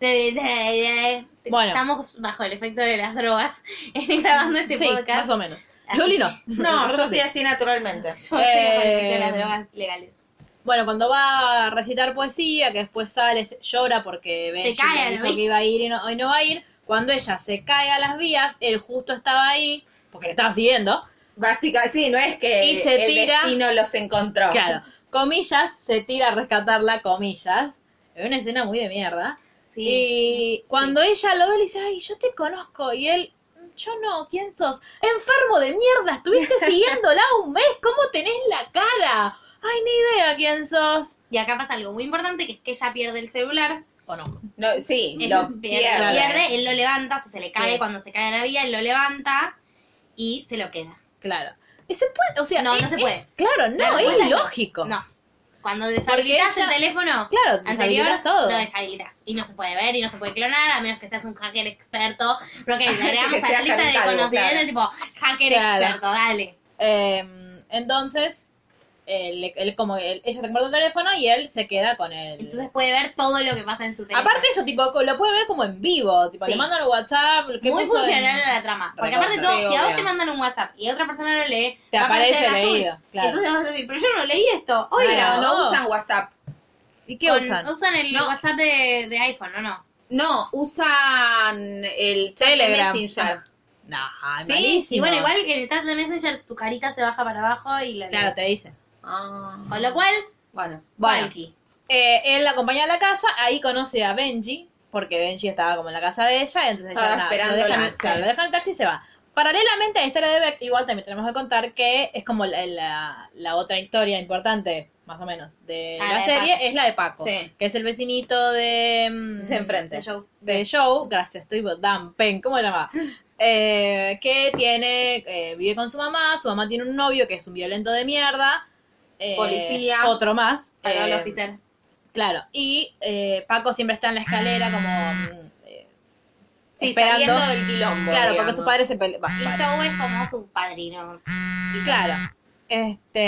[SPEAKER 3] de- de- de- de-
[SPEAKER 1] Bueno.
[SPEAKER 3] Estamos bajo el efecto de las drogas grabando este
[SPEAKER 1] sí,
[SPEAKER 3] podcast.
[SPEAKER 1] más o menos.
[SPEAKER 3] Así
[SPEAKER 1] Luli
[SPEAKER 3] que-
[SPEAKER 1] no.
[SPEAKER 2] No, yo
[SPEAKER 1] Nosotros
[SPEAKER 2] soy así naturalmente.
[SPEAKER 3] Yo estoy bajo el efecto de las
[SPEAKER 1] Eh,
[SPEAKER 3] drogas legales.
[SPEAKER 1] Bueno, cuando va a recitar poesía, que después sale, se- llora porque Benji
[SPEAKER 3] Se cae
[SPEAKER 1] le
[SPEAKER 3] a
[SPEAKER 1] dijo
[SPEAKER 3] la
[SPEAKER 1] que iba a ir y no, hoy no va a ir. Cuando ella se cae a las vías, él justo estaba ahí, porque le estaba siguiendo.
[SPEAKER 2] Básicamente, sí, no es que
[SPEAKER 1] Y se
[SPEAKER 2] el
[SPEAKER 1] tira-
[SPEAKER 2] destino los encontró.
[SPEAKER 1] Claro, comillas, se tira a rescatarla, comillas. Es una escena muy de mierda.
[SPEAKER 3] Sí.
[SPEAKER 1] y cuando ella lo ve, le dice, ay, yo te conozco. Y él, yo no, ¿quién sos? Enfermo de mierda, estuviste siguiéndola un mes, ¿cómo tenés la cara? Ay, ni idea quién sos.
[SPEAKER 3] Y acá pasa algo muy importante que es que ella pierde el celular.
[SPEAKER 1] O no.
[SPEAKER 2] No, sí,
[SPEAKER 3] Ella
[SPEAKER 2] lo
[SPEAKER 3] pierde,
[SPEAKER 2] pierde.
[SPEAKER 3] pierde, él lo levanta, o sea, se le
[SPEAKER 1] Sí.
[SPEAKER 3] cae cuando se cae a la vía, él lo levanta y se lo queda.
[SPEAKER 1] Claro. Y se puede, o sea,
[SPEAKER 3] No, no
[SPEAKER 1] es-
[SPEAKER 3] se puede.
[SPEAKER 1] es- claro, no,
[SPEAKER 3] Claro,
[SPEAKER 1] es
[SPEAKER 3] bueno,
[SPEAKER 1] lógico.
[SPEAKER 3] No. Cuando deshabilitas
[SPEAKER 1] ella-
[SPEAKER 3] el teléfono
[SPEAKER 1] Claro,
[SPEAKER 3] anterior,
[SPEAKER 1] deshabilitas todo.
[SPEAKER 3] lo deshabilitas. Y no se puede ver y no se puede clonar, a menos que seas un hacker experto. Pero que le agregamos a la
[SPEAKER 2] seas
[SPEAKER 3] lista de
[SPEAKER 2] Javier Calvo,
[SPEAKER 3] conocimientos
[SPEAKER 2] claro.
[SPEAKER 3] tipo hacker
[SPEAKER 1] Claro.
[SPEAKER 3] experto, dale.
[SPEAKER 1] Eh, entonces, él, él como él- ella se compra el teléfono y él se queda con él.
[SPEAKER 3] Entonces puede ver todo lo que pasa en su teléfono.
[SPEAKER 1] Aparte eso, tipo, co- lo puede ver como en vivo, tipo,
[SPEAKER 3] Sí.
[SPEAKER 1] le mandan un WhatsApp, que
[SPEAKER 3] muy
[SPEAKER 1] puso en-
[SPEAKER 3] funcional a la trama. Porque
[SPEAKER 1] Recontra.
[SPEAKER 3] aparte de todo,
[SPEAKER 1] Sí,
[SPEAKER 3] si a vos
[SPEAKER 1] obvio.
[SPEAKER 3] te mandan un WhatsApp y otra persona lo lee,
[SPEAKER 1] Te
[SPEAKER 3] va a aparecer
[SPEAKER 1] aparece
[SPEAKER 3] en azul.
[SPEAKER 1] leído, claro.
[SPEAKER 3] Entonces vas a decir, pero yo no leí esto. Oiga,
[SPEAKER 1] Claro,
[SPEAKER 2] Claro, no
[SPEAKER 1] no.
[SPEAKER 2] usan WhatsApp.
[SPEAKER 1] ¿Y qué
[SPEAKER 3] Con-
[SPEAKER 1] usan?
[SPEAKER 3] Usan el
[SPEAKER 2] No.
[SPEAKER 3] WhatsApp de, de iPhone, ¿o no?
[SPEAKER 2] No, usan el chat de
[SPEAKER 1] Telegram.
[SPEAKER 2] Messenger.
[SPEAKER 1] No, ay,
[SPEAKER 2] Sí,
[SPEAKER 1] malísimo.
[SPEAKER 3] Y bueno, igual que en el chat de Messenger tu carita se baja para abajo y la
[SPEAKER 1] Claro,
[SPEAKER 3] lees.
[SPEAKER 1] te dice.
[SPEAKER 3] Con lo cual,
[SPEAKER 2] Bueno,
[SPEAKER 1] Ah. Bueno.
[SPEAKER 3] Valky.
[SPEAKER 1] Eh, él la acompaña a la casa, ahí conoce a Benji, porque Benji estaba como en la casa de ella, y entonces ella
[SPEAKER 2] Estaba
[SPEAKER 1] nada,
[SPEAKER 2] esperando
[SPEAKER 1] lo deja,
[SPEAKER 2] la-
[SPEAKER 1] en- claro, lo deja en el taxi y se va. Paralelamente a la historia de Beck, igual también tenemos que contar que es como la, la- la otra historia importante, más o menos, de
[SPEAKER 3] Ah,
[SPEAKER 1] la,
[SPEAKER 3] la de
[SPEAKER 1] serie,
[SPEAKER 3] Paco.
[SPEAKER 1] es la de Paco,
[SPEAKER 2] Sí.
[SPEAKER 1] que es el vecinito de... mm,
[SPEAKER 2] De enfrente.
[SPEAKER 3] de Joe.
[SPEAKER 1] de Joe, gracias, estoy Dan Pen, ¿cómo se llamaba? Eh, que tiene, eh, vive con su mamá, su mamá tiene un novio que es un violento de mierda. eh,
[SPEAKER 2] Policía.
[SPEAKER 1] Otro más.
[SPEAKER 3] Para
[SPEAKER 1] eh,
[SPEAKER 3] el oficial.
[SPEAKER 1] Claro, y eh, Paco siempre está en la escalera como... mm, eh,
[SPEAKER 2] Sí,
[SPEAKER 1] esperando.
[SPEAKER 2] saliendo del quilombo.
[SPEAKER 1] claro, porque
[SPEAKER 2] digamos.
[SPEAKER 1] su padre se pelea.
[SPEAKER 3] Y Joe es como su padrino.
[SPEAKER 1] Claro. Este,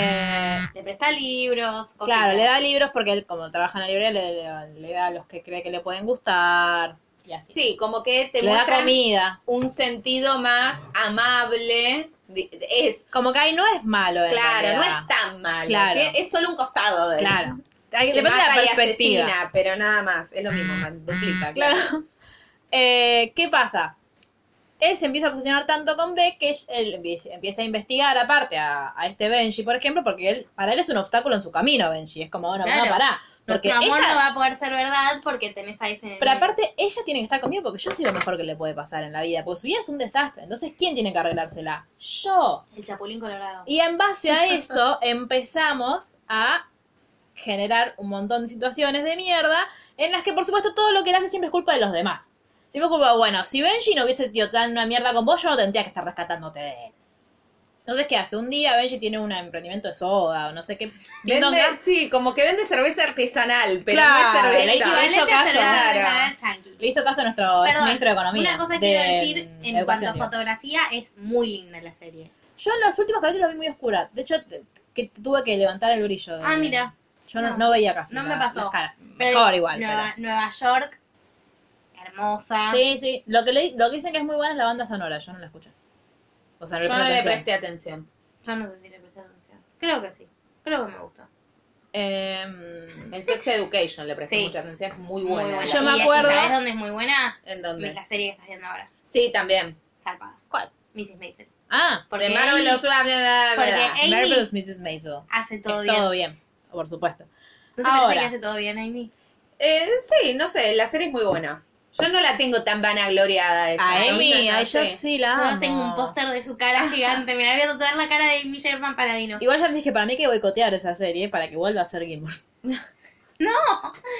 [SPEAKER 3] Le presta libros, cositas.
[SPEAKER 1] claro, le da libros porque él, como trabaja en la librería, le, le- le da a los que cree que le pueden gustar y así.
[SPEAKER 2] Sí, como que te
[SPEAKER 1] le da
[SPEAKER 2] muestran
[SPEAKER 1] comida.
[SPEAKER 2] un sentido más amable. de- de- Es,
[SPEAKER 1] Como que ahí no es malo, en
[SPEAKER 2] claro, no
[SPEAKER 1] realidad.
[SPEAKER 2] es tan malo.
[SPEAKER 1] Claro.
[SPEAKER 2] Tie- Es solo un costado de él.
[SPEAKER 1] Claro. Hay-
[SPEAKER 2] Que
[SPEAKER 1] depende de la
[SPEAKER 2] mata y
[SPEAKER 1] perspectiva.
[SPEAKER 2] asesina, pero nada más. Es lo mismo, man- duplica.
[SPEAKER 1] Claro. Eh, ¿Qué pasa? Él se empieza a obsesionar tanto con Beck que él empieza empieza a investigar aparte a, a este Benji, por ejemplo, porque él, para él es un obstáculo en su camino, Benji. Es como, bueno,
[SPEAKER 3] Claro.
[SPEAKER 1] no, pará. Porque
[SPEAKER 3] Nuestro amor
[SPEAKER 1] ella,
[SPEAKER 3] no va a poder ser verdad porque tenés a ese enemigo.
[SPEAKER 1] Pero aparte, ella tiene que estar conmigo porque yo soy lo mejor que le puede pasar en la vida, porque su vida es un desastre. Entonces, ¿quién tiene que arreglársela? Yo.
[SPEAKER 3] El chapulín colorado.
[SPEAKER 1] Y en base a eso empezamos a generar un montón de situaciones de mierda en las que, por supuesto, todo lo que él hace siempre es culpa de los demás. Siempre es culpa, bueno, si Benji no hubiese sido tan una mierda con vos, yo no tendría que estar rescatándote de él. Entonces, ¿qué hace? Un día Benji tiene un emprendimiento de soda o no sé qué.
[SPEAKER 2] Vende,
[SPEAKER 1] Mindonga.
[SPEAKER 2] sí, como que vende cerveza artesanal, pero
[SPEAKER 1] Claro,
[SPEAKER 2] no es
[SPEAKER 1] le
[SPEAKER 2] cerveza.
[SPEAKER 1] hizo- le hizo
[SPEAKER 3] Equivalente a
[SPEAKER 1] caso.
[SPEAKER 3] cerveza
[SPEAKER 2] Claro.
[SPEAKER 3] artesanal yankee.
[SPEAKER 1] Le hizo caso a nuestro
[SPEAKER 3] Perdón,
[SPEAKER 1] ministro de Economía.
[SPEAKER 3] Una cosa
[SPEAKER 1] de,
[SPEAKER 3] quiero decir
[SPEAKER 1] mm,
[SPEAKER 3] en cuanto a
[SPEAKER 1] Educación, digo.
[SPEAKER 3] fotografía, es muy linda la serie.
[SPEAKER 1] Yo en los últimos capítulos la vi muy oscura. De hecho, te- que tuve que levantar el brillo. de-
[SPEAKER 3] Ah, mira.
[SPEAKER 1] Yo no,
[SPEAKER 3] No.
[SPEAKER 1] no veía casi.
[SPEAKER 3] No
[SPEAKER 1] la-
[SPEAKER 3] me pasó.
[SPEAKER 1] las caras.
[SPEAKER 3] Pero
[SPEAKER 1] Mejor
[SPEAKER 3] digo,
[SPEAKER 1] igual.
[SPEAKER 3] Nueva, Nueva York, hermosa.
[SPEAKER 1] pero- Sí, sí. Lo que, le, lo que dicen que es muy buena es la banda sonora. Yo no la escuché. O sea, no,
[SPEAKER 2] Yo no le
[SPEAKER 1] atención.
[SPEAKER 2] presté atención.
[SPEAKER 3] Yo no sé si le presté atención. Creo que sí. Creo que me gustó.
[SPEAKER 1] Em,
[SPEAKER 2] En Sex Education le presté
[SPEAKER 3] Sí.
[SPEAKER 2] mucha atención, es muy buena.
[SPEAKER 3] Muy buena.
[SPEAKER 1] Yo me
[SPEAKER 3] Y,
[SPEAKER 1] acuerdo-
[SPEAKER 3] ¿Sabes dónde es muy buena?
[SPEAKER 2] ¿En
[SPEAKER 3] Es
[SPEAKER 2] dónde?
[SPEAKER 3] la serie que estás viendo ahora.
[SPEAKER 2] Sí, también.
[SPEAKER 3] Zarpada.
[SPEAKER 1] ¿Cuál?
[SPEAKER 3] Mrs. Maisel.
[SPEAKER 1] Ah,
[SPEAKER 3] Porque
[SPEAKER 2] de Marvelous,
[SPEAKER 3] Amy
[SPEAKER 2] bla, bla, bla, bla,
[SPEAKER 3] porque
[SPEAKER 2] bla.
[SPEAKER 3] Amy-
[SPEAKER 1] Marvelous Mrs. Maisel.
[SPEAKER 3] hace
[SPEAKER 1] Es todo
[SPEAKER 3] todo
[SPEAKER 1] bien.
[SPEAKER 3] bien.
[SPEAKER 1] Por supuesto.
[SPEAKER 3] ¿No te parece
[SPEAKER 1] Ahora.
[SPEAKER 3] que hace todo bien, Amy?
[SPEAKER 2] Eh, sí, no sé, la serie es muy buena. Yo no la tengo tan vanagloriada. esa,
[SPEAKER 1] A
[SPEAKER 2] ¿no?
[SPEAKER 1] Ah, Amy,
[SPEAKER 2] No
[SPEAKER 1] a ella
[SPEAKER 2] sé.
[SPEAKER 1] sí la
[SPEAKER 3] Yo
[SPEAKER 1] amo.
[SPEAKER 3] tengo un póster de su cara gigante. Mira, voy a tatuar la cara de Michelle Van Paladino.
[SPEAKER 1] Igual ya les dije, para mí hay que boicotear esa serie para que vuelva a ser Gilmore.
[SPEAKER 3] ¡No!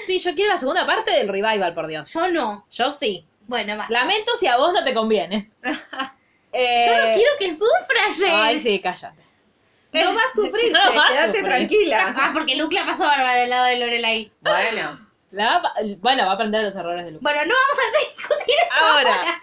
[SPEAKER 1] Sí, yo quiero la segunda parte del revival, por Dios.
[SPEAKER 3] Yo no.
[SPEAKER 1] Yo sí.
[SPEAKER 3] Bueno, va.
[SPEAKER 1] Lamento si a vos no te conviene. Eh,
[SPEAKER 3] Yo no quiero que sufra, Jess.
[SPEAKER 1] Ay, sí, cállate.
[SPEAKER 2] No va a sufrir,
[SPEAKER 1] No
[SPEAKER 2] che,
[SPEAKER 1] va a
[SPEAKER 2] quédate
[SPEAKER 1] sufrir.
[SPEAKER 3] Ah,
[SPEAKER 2] tranquila.
[SPEAKER 3] porque Luke la pasó bárbaro al lado de Lorelai.
[SPEAKER 2] Bueno,
[SPEAKER 1] La va- bueno, va a aprender los errores de Lucas.
[SPEAKER 3] Bueno, no vamos a discutir
[SPEAKER 1] Ahora,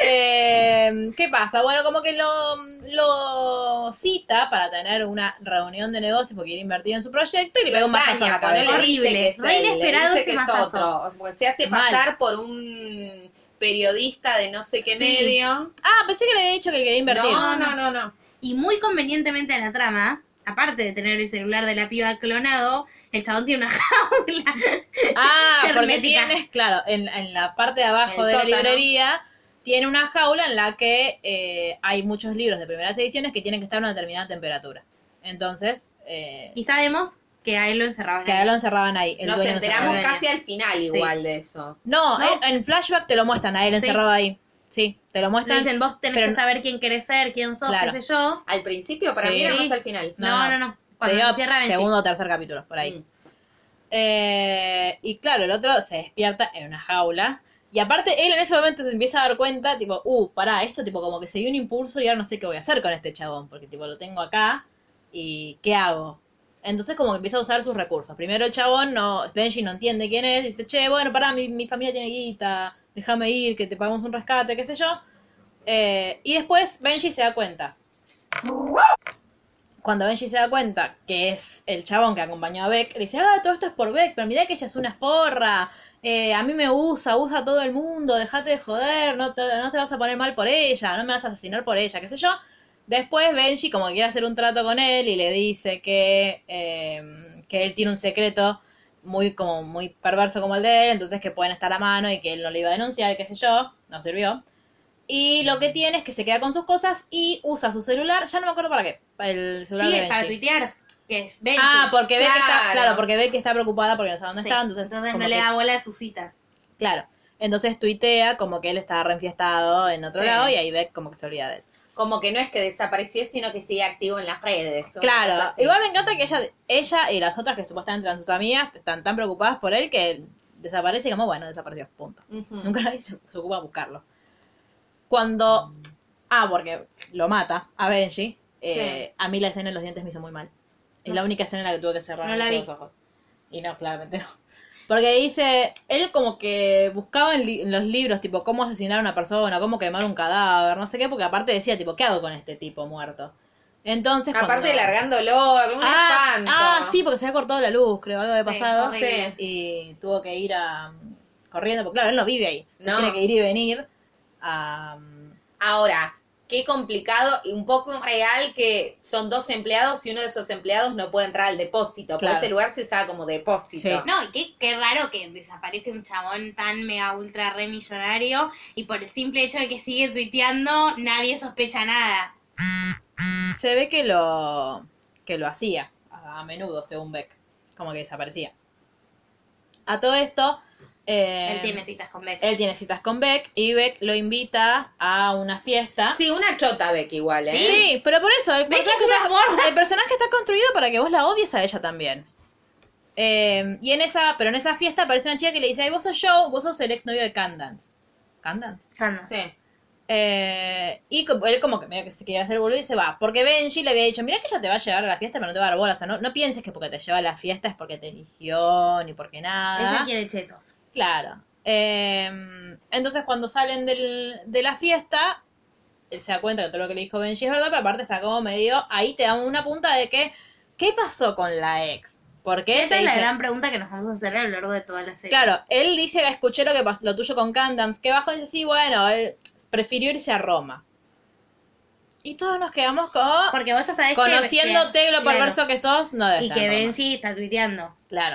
[SPEAKER 1] eh, ¿qué pasa? Bueno, como que lo, lo cita para tener una reunión de negocios porque quiere invertir en su proyecto y le pega un mazazo en la
[SPEAKER 2] Cuando
[SPEAKER 1] cabeza.
[SPEAKER 2] le dice
[SPEAKER 3] Horrible,
[SPEAKER 2] que es
[SPEAKER 3] re
[SPEAKER 2] él, le
[SPEAKER 3] inesperado
[SPEAKER 2] dice
[SPEAKER 3] ese
[SPEAKER 2] que es
[SPEAKER 3] mazazo.
[SPEAKER 2] otro. O sea, porque se hace
[SPEAKER 1] Mal.
[SPEAKER 2] pasar por un periodista de no sé qué
[SPEAKER 3] Sí.
[SPEAKER 2] medio.
[SPEAKER 1] Ah, pensé que le había dicho que quería invertir.
[SPEAKER 2] No, no, no, no.
[SPEAKER 3] Y muy convenientemente a la trama, aparte de tener el celular de la piba clonado, el chabón tiene una jaula.
[SPEAKER 1] Ah, porque
[SPEAKER 3] Hermética.
[SPEAKER 1] tienes, claro, en, en la parte de abajo
[SPEAKER 2] El
[SPEAKER 1] de la
[SPEAKER 2] sótano.
[SPEAKER 1] librería tiene una jaula en la que eh, hay muchos libros de primeras ediciones que tienen que estar a una determinada temperatura. Entonces, eh,
[SPEAKER 3] Y sabemos que a él lo encerraban.
[SPEAKER 1] que a él lo encerraban ahí. el
[SPEAKER 2] Nos
[SPEAKER 1] dueño lo encerraba
[SPEAKER 2] enteramos
[SPEAKER 1] ahí.
[SPEAKER 3] Dueño.
[SPEAKER 2] casi al final igual de eso.
[SPEAKER 1] No,
[SPEAKER 3] ¿No?
[SPEAKER 1] En, en flashback te lo muestran a él encerrado ahí. Sí, te lo
[SPEAKER 3] Le
[SPEAKER 1] muestran.
[SPEAKER 3] dicen, vos tenés
[SPEAKER 1] pero
[SPEAKER 3] que
[SPEAKER 1] no-
[SPEAKER 3] saber quién querés ser, quién sos,
[SPEAKER 1] Claro.
[SPEAKER 3] qué sé yo.
[SPEAKER 2] Al principio, para
[SPEAKER 1] Sí.
[SPEAKER 2] mí era más
[SPEAKER 3] Sí.
[SPEAKER 2] al final.
[SPEAKER 1] No,
[SPEAKER 3] No, no, no.
[SPEAKER 1] te
[SPEAKER 3] Cuando
[SPEAKER 1] digo,
[SPEAKER 3] encierra a Benji.
[SPEAKER 1] segundo o tercer capítulo, por ahí.
[SPEAKER 2] Mm.
[SPEAKER 1] Eh, y claro, el otro se despierta en una jaula. Y aparte, él en ese momento se empieza a dar cuenta, tipo, uh, pará, esto tipo como que se dio un impulso y ahora no sé qué voy a hacer con este chabón, porque tipo lo tengo acá y ¿qué hago? Entonces como que empieza a usar sus recursos. Primero el chabón, no, Benji no entiende quién es, dice, che, bueno, pará, mi, mi familia tiene guita, déjame ir, que te pagamos un rescate, qué sé yo. Eh, y después Benji se da cuenta. Cuando Benji se da cuenta que es el chabón que acompañó a Beck, le dice, ah, todo esto es por Beck, pero mirá que ella es una forra, eh, a mí me usa, usa a todo el mundo, dejate de joder, no te, no te vas a poner mal por ella, no me vas a asesinar por ella, qué sé yo. Después Benji como que quiere hacer un trato con él y le dice que, eh, que él tiene un secreto muy como muy perverso como el de él, entonces que pueden estar a mano y que él no le iba a denunciar, qué sé yo, no sirvió. Y lo que tiene es que se queda con sus cosas y usa su celular, ya no me acuerdo para qué, el celular
[SPEAKER 3] Sí,
[SPEAKER 1] de
[SPEAKER 3] es para
[SPEAKER 1] Benji.
[SPEAKER 3] tuitear. Que es Benji.
[SPEAKER 1] Ah, porque ve que está,
[SPEAKER 2] claro.
[SPEAKER 1] claro, porque ve que está preocupada porque no sabe dónde
[SPEAKER 3] Sí.
[SPEAKER 1] está, entonces, como
[SPEAKER 3] no le
[SPEAKER 1] que-
[SPEAKER 3] da bola a sus citas.
[SPEAKER 1] Claro. Entonces tuitea como que él estaba reenfiestado en otro
[SPEAKER 2] Sí.
[SPEAKER 1] lado y ahí Beck como que se olvida de él.
[SPEAKER 2] Como que no es que desapareció, sino que sigue activo en las redes. una cosa
[SPEAKER 1] Claro,
[SPEAKER 2] así.
[SPEAKER 1] igual me encanta que ella, ella y las otras que supuestamente eran sus amigas están tan preocupadas por él que desaparece y como, bueno, desapareció, punto.
[SPEAKER 2] Ujú.
[SPEAKER 1] Nunca nadie se, se ocupa a buscarlo. Cuando, ah, porque lo mata a Benji, eh, a mí la escena en los dientes me hizo muy mal. Es
[SPEAKER 3] No
[SPEAKER 1] la
[SPEAKER 3] sé.
[SPEAKER 1] única escena en la que tuve que cerrar
[SPEAKER 3] No la
[SPEAKER 1] mucho
[SPEAKER 3] vi.
[SPEAKER 1] los ojos. Y no, claramente no. Porque dice, él como que buscaba en, li- en los libros, tipo, cómo asesinar a una persona, cómo cremar un cadáver, no sé qué, porque aparte decía, tipo, ¿qué hago con este tipo muerto? Entonces,
[SPEAKER 2] Aparte
[SPEAKER 1] cuando-
[SPEAKER 2] largando olor, un
[SPEAKER 1] ah,
[SPEAKER 2] espanto.
[SPEAKER 1] ah, sí, porque se había cortado la luz, creo, algo de pasado.
[SPEAKER 3] horrible.
[SPEAKER 1] Y tuvo que ir a, mm, corriendo, porque claro, él no vive ahí. Entonces
[SPEAKER 2] No.
[SPEAKER 1] Tiene que ir y venir a... mm,
[SPEAKER 2] Ahora, qué complicado y un poco real que son dos empleados y uno de esos empleados no puede entrar al depósito. Por
[SPEAKER 1] Claro.
[SPEAKER 2] ese lugar se usaba como depósito.
[SPEAKER 1] Sí.
[SPEAKER 3] No, y qué, qué raro que desaparece un chabón tan mega ultra re millonario y por el simple hecho de que sigue tuiteando nadie sospecha nada.
[SPEAKER 1] Se ve que lo, que lo hacía a, a menudo, según Beck. Como que desaparecía. A todo esto... eh,
[SPEAKER 3] Él tiene citas con Beck.
[SPEAKER 1] él tiene citas con Beck y Beck lo invita a una fiesta.
[SPEAKER 2] Sí, una chota Beck igual, ¿eh?
[SPEAKER 1] Sí, pero por eso, el
[SPEAKER 3] Becky
[SPEAKER 1] personaje,
[SPEAKER 3] es una
[SPEAKER 1] está, el personaje está construido para que vos la odies a ella también. Eh, y en esa, pero en esa fiesta aparece una chica que le dice, ay, vos sos Joe, vos sos el exnovio de Candance. Candance.
[SPEAKER 3] Anda.
[SPEAKER 2] Sí.
[SPEAKER 1] Eh, y co- él como que medio que se quiere hacer boludo y se va. Porque Benji le había dicho, mira que ella te va a llevar a la fiesta, pero no te va a dar bolas. O sea, no, no pienses que porque te lleva a la fiesta es porque te eligió, ni porque nada.
[SPEAKER 3] Ella quiere chetos.
[SPEAKER 1] Claro. Eh, entonces cuando salen del- de la fiesta, él se da cuenta que todo lo que le dijo Benji es verdad, pero aparte está como medio, ahí te da una punta de que, ¿qué pasó con la ex? Porque él
[SPEAKER 3] Esa
[SPEAKER 1] te
[SPEAKER 3] es la
[SPEAKER 1] dice-
[SPEAKER 3] gran pregunta que nos vamos a hacer a lo largo de toda la serie.
[SPEAKER 1] Claro, él dice, escuché lo que pas- lo tuyo con Candance, que bajo dice, sí, bueno, él prefirió irse a Roma. Y todos nos quedamos con,
[SPEAKER 3] Porque vos ya sabés que-
[SPEAKER 1] conociéndote
[SPEAKER 3] que-
[SPEAKER 1] lo
[SPEAKER 3] claro.
[SPEAKER 1] perverso que sos, no debe
[SPEAKER 3] Y
[SPEAKER 1] estar en
[SPEAKER 3] que
[SPEAKER 1] Roma.
[SPEAKER 3] Benji está tuiteando
[SPEAKER 1] Claro.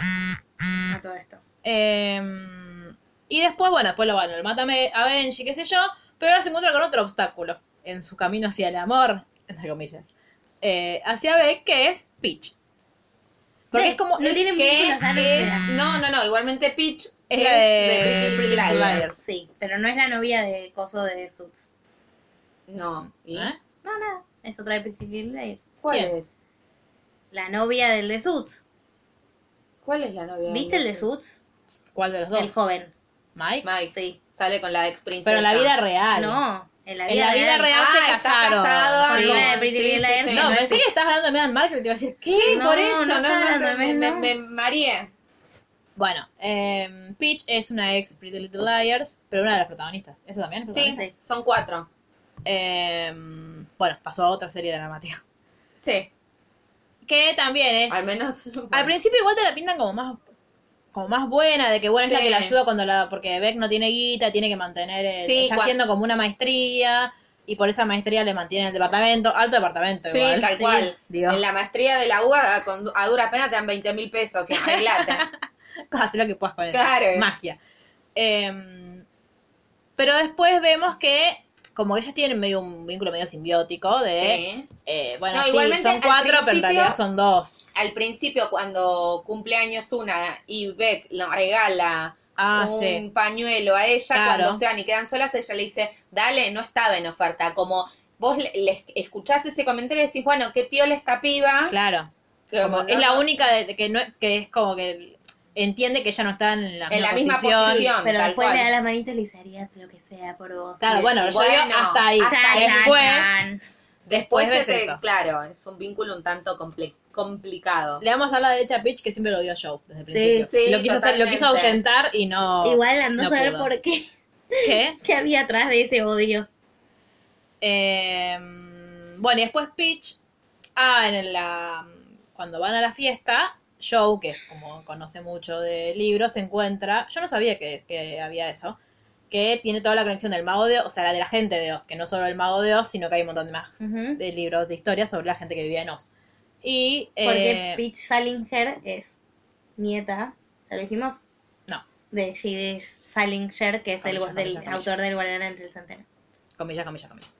[SPEAKER 3] a todo esto.
[SPEAKER 1] Eh, y después, bueno, después lo, bueno, lo mata a Me- a Benji, qué sé yo, pero ahora se encuentra con otro obstáculo en su camino hacia el amor, entre comillas, eh, hacia Beck, que es Peach. Porque
[SPEAKER 3] Sí,
[SPEAKER 1] es como...
[SPEAKER 3] no
[SPEAKER 1] es
[SPEAKER 3] tienen
[SPEAKER 1] que
[SPEAKER 3] vínculos, ¿sabes?
[SPEAKER 1] es-
[SPEAKER 2] No, no, no, igualmente Peach es,
[SPEAKER 1] Es
[SPEAKER 2] de,
[SPEAKER 1] la de
[SPEAKER 2] Pretty Little
[SPEAKER 1] Pretty Little
[SPEAKER 2] Liars.
[SPEAKER 3] Sí, pero no es la novia de Coso de Suits.
[SPEAKER 2] No, ¿y?
[SPEAKER 1] ¿eh?
[SPEAKER 3] No, nada. Es otra de Pretty Little Liars.
[SPEAKER 2] ¿Cuál
[SPEAKER 1] ¿Quién?
[SPEAKER 2] es?
[SPEAKER 3] La novia del de Suits.
[SPEAKER 2] ¿Cuál es la novia?
[SPEAKER 3] ¿Viste el de Suits?
[SPEAKER 1] ¿Cuál de los
[SPEAKER 3] El
[SPEAKER 1] dos?
[SPEAKER 3] joven.
[SPEAKER 1] Mike.
[SPEAKER 2] Mike.
[SPEAKER 3] Sí.
[SPEAKER 2] Sale con la ex princesa.
[SPEAKER 1] Pero en la vida real.
[SPEAKER 3] No, en la
[SPEAKER 1] en la
[SPEAKER 3] vida
[SPEAKER 1] vida
[SPEAKER 3] real.
[SPEAKER 1] real
[SPEAKER 2] Ah,
[SPEAKER 1] se
[SPEAKER 2] está
[SPEAKER 1] casaron.
[SPEAKER 2] casado,
[SPEAKER 3] Con
[SPEAKER 1] Sí.
[SPEAKER 3] una de Pretty
[SPEAKER 2] Sí,
[SPEAKER 3] Little
[SPEAKER 2] sí,
[SPEAKER 3] Liars.
[SPEAKER 2] sí.
[SPEAKER 1] No,
[SPEAKER 3] es
[SPEAKER 1] pensé que estabas hablando de Meghan Markle y te iba a decir, ¿qué?
[SPEAKER 2] Sí,
[SPEAKER 3] No,
[SPEAKER 2] por
[SPEAKER 3] no
[SPEAKER 2] eso, no,
[SPEAKER 3] está
[SPEAKER 2] no,
[SPEAKER 3] hablando de
[SPEAKER 2] me,
[SPEAKER 3] mí,
[SPEAKER 2] me-
[SPEAKER 3] no.
[SPEAKER 2] me mareé.
[SPEAKER 1] Bueno, eh, Peach es una ex Pretty Little Liars, pero una de las protagonistas. ¿Eso también? es
[SPEAKER 2] Sí,
[SPEAKER 1] protagonista?
[SPEAKER 2] son cuatro.
[SPEAKER 1] Eh, bueno, pasó a otra serie dramática.
[SPEAKER 2] Sí,
[SPEAKER 1] Que también es.
[SPEAKER 2] al menos.
[SPEAKER 1] Al principio igual te la pintan como más como más buena, de que bueno es la
[SPEAKER 2] Sí.
[SPEAKER 1] que la ayuda cuando la. Porque Beck no tiene guita, tiene que mantener. el-
[SPEAKER 2] Sí,
[SPEAKER 1] está
[SPEAKER 2] cua-
[SPEAKER 1] haciendo como una maestría. Y por esa maestría le mantiene el departamento. Alto departamento,
[SPEAKER 2] Sí,
[SPEAKER 1] igual.
[SPEAKER 2] tal cual.
[SPEAKER 1] Digo,
[SPEAKER 2] En la maestría de la UBA, a, con- a dura pena te dan 20 mil pesos y arreglate.
[SPEAKER 1] haz lo que puedas con eso.
[SPEAKER 2] Claro.
[SPEAKER 1] Magia. Eh, pero después vemos que. Como que ellas tienen medio un vínculo medio simbiótico de.
[SPEAKER 2] Sí.
[SPEAKER 1] eh, bueno,
[SPEAKER 2] No,
[SPEAKER 1] sí,
[SPEAKER 2] igualmente,
[SPEAKER 1] son
[SPEAKER 2] al
[SPEAKER 1] cuatro, pero en
[SPEAKER 2] principio-
[SPEAKER 1] realidad son dos.
[SPEAKER 2] Al principio, cuando cumple años una y Beck le regala
[SPEAKER 1] Ah,
[SPEAKER 2] un
[SPEAKER 1] sí.
[SPEAKER 2] pañuelo a ella,
[SPEAKER 1] Claro.
[SPEAKER 2] cuando se van y quedan solas, ella le dice, dale, no estaba en oferta. Como vos le, le escuchás ese comentario y decís, bueno, qué piola esta piba.
[SPEAKER 1] Claro.
[SPEAKER 2] que
[SPEAKER 1] Como
[SPEAKER 2] no-
[SPEAKER 1] es la única de- que no que es como que entiende que ella no está en la,
[SPEAKER 2] En
[SPEAKER 1] misma,
[SPEAKER 2] la misma
[SPEAKER 1] posición.
[SPEAKER 2] posición.
[SPEAKER 3] Pero
[SPEAKER 2] tal
[SPEAKER 3] después
[SPEAKER 2] cual.
[SPEAKER 3] le da las manitas y le dice, harías lo que sea por vos.
[SPEAKER 1] Claro,
[SPEAKER 3] Y
[SPEAKER 1] bueno,
[SPEAKER 3] así.
[SPEAKER 1] yo digo
[SPEAKER 2] Bueno,
[SPEAKER 1] hasta ahí.
[SPEAKER 2] hasta
[SPEAKER 3] Chan, chan,
[SPEAKER 1] después
[SPEAKER 3] chan.
[SPEAKER 2] Después,
[SPEAKER 1] Después
[SPEAKER 2] se
[SPEAKER 1] ves
[SPEAKER 2] te-
[SPEAKER 1] eso.
[SPEAKER 2] claro, es un vínculo un tanto comple- complicado.
[SPEAKER 1] le vamos a la derecha a Peach que siempre lo odió a Joe desde el principio.
[SPEAKER 2] sí,
[SPEAKER 1] lo quiso hacer- lo quiso
[SPEAKER 2] totalmente.
[SPEAKER 1] ahuyentar y no
[SPEAKER 3] Igual andó
[SPEAKER 1] no
[SPEAKER 3] a saber
[SPEAKER 1] pudo.
[SPEAKER 3] por qué.
[SPEAKER 1] ¿Qué?
[SPEAKER 3] ¿Qué había atrás de ese odio?
[SPEAKER 1] Eh, bueno, y después Peach ah en la cuando van a la fiesta Joe, que como conoce mucho de libros, se encuentra. Yo no sabía que, que había eso. Que tiene toda la conexión del mago de Oz, o sea, la de la gente de Oz, que no solo el mago de Oz, sino que hay un montón de más
[SPEAKER 3] Ujú.
[SPEAKER 1] de libros de historia sobre la gente que vivía en Oz. Y
[SPEAKER 3] Porque
[SPEAKER 1] eh,
[SPEAKER 3] Peach Salinger es nieta, ya lo dijimos,
[SPEAKER 1] no,
[SPEAKER 3] de J.D. Salinger, que es el,
[SPEAKER 1] Comillas,
[SPEAKER 3] gua- del
[SPEAKER 1] comillas, comillas.
[SPEAKER 3] autor del Guardián entre el Centeno.
[SPEAKER 1] comillas, comillas, comillas.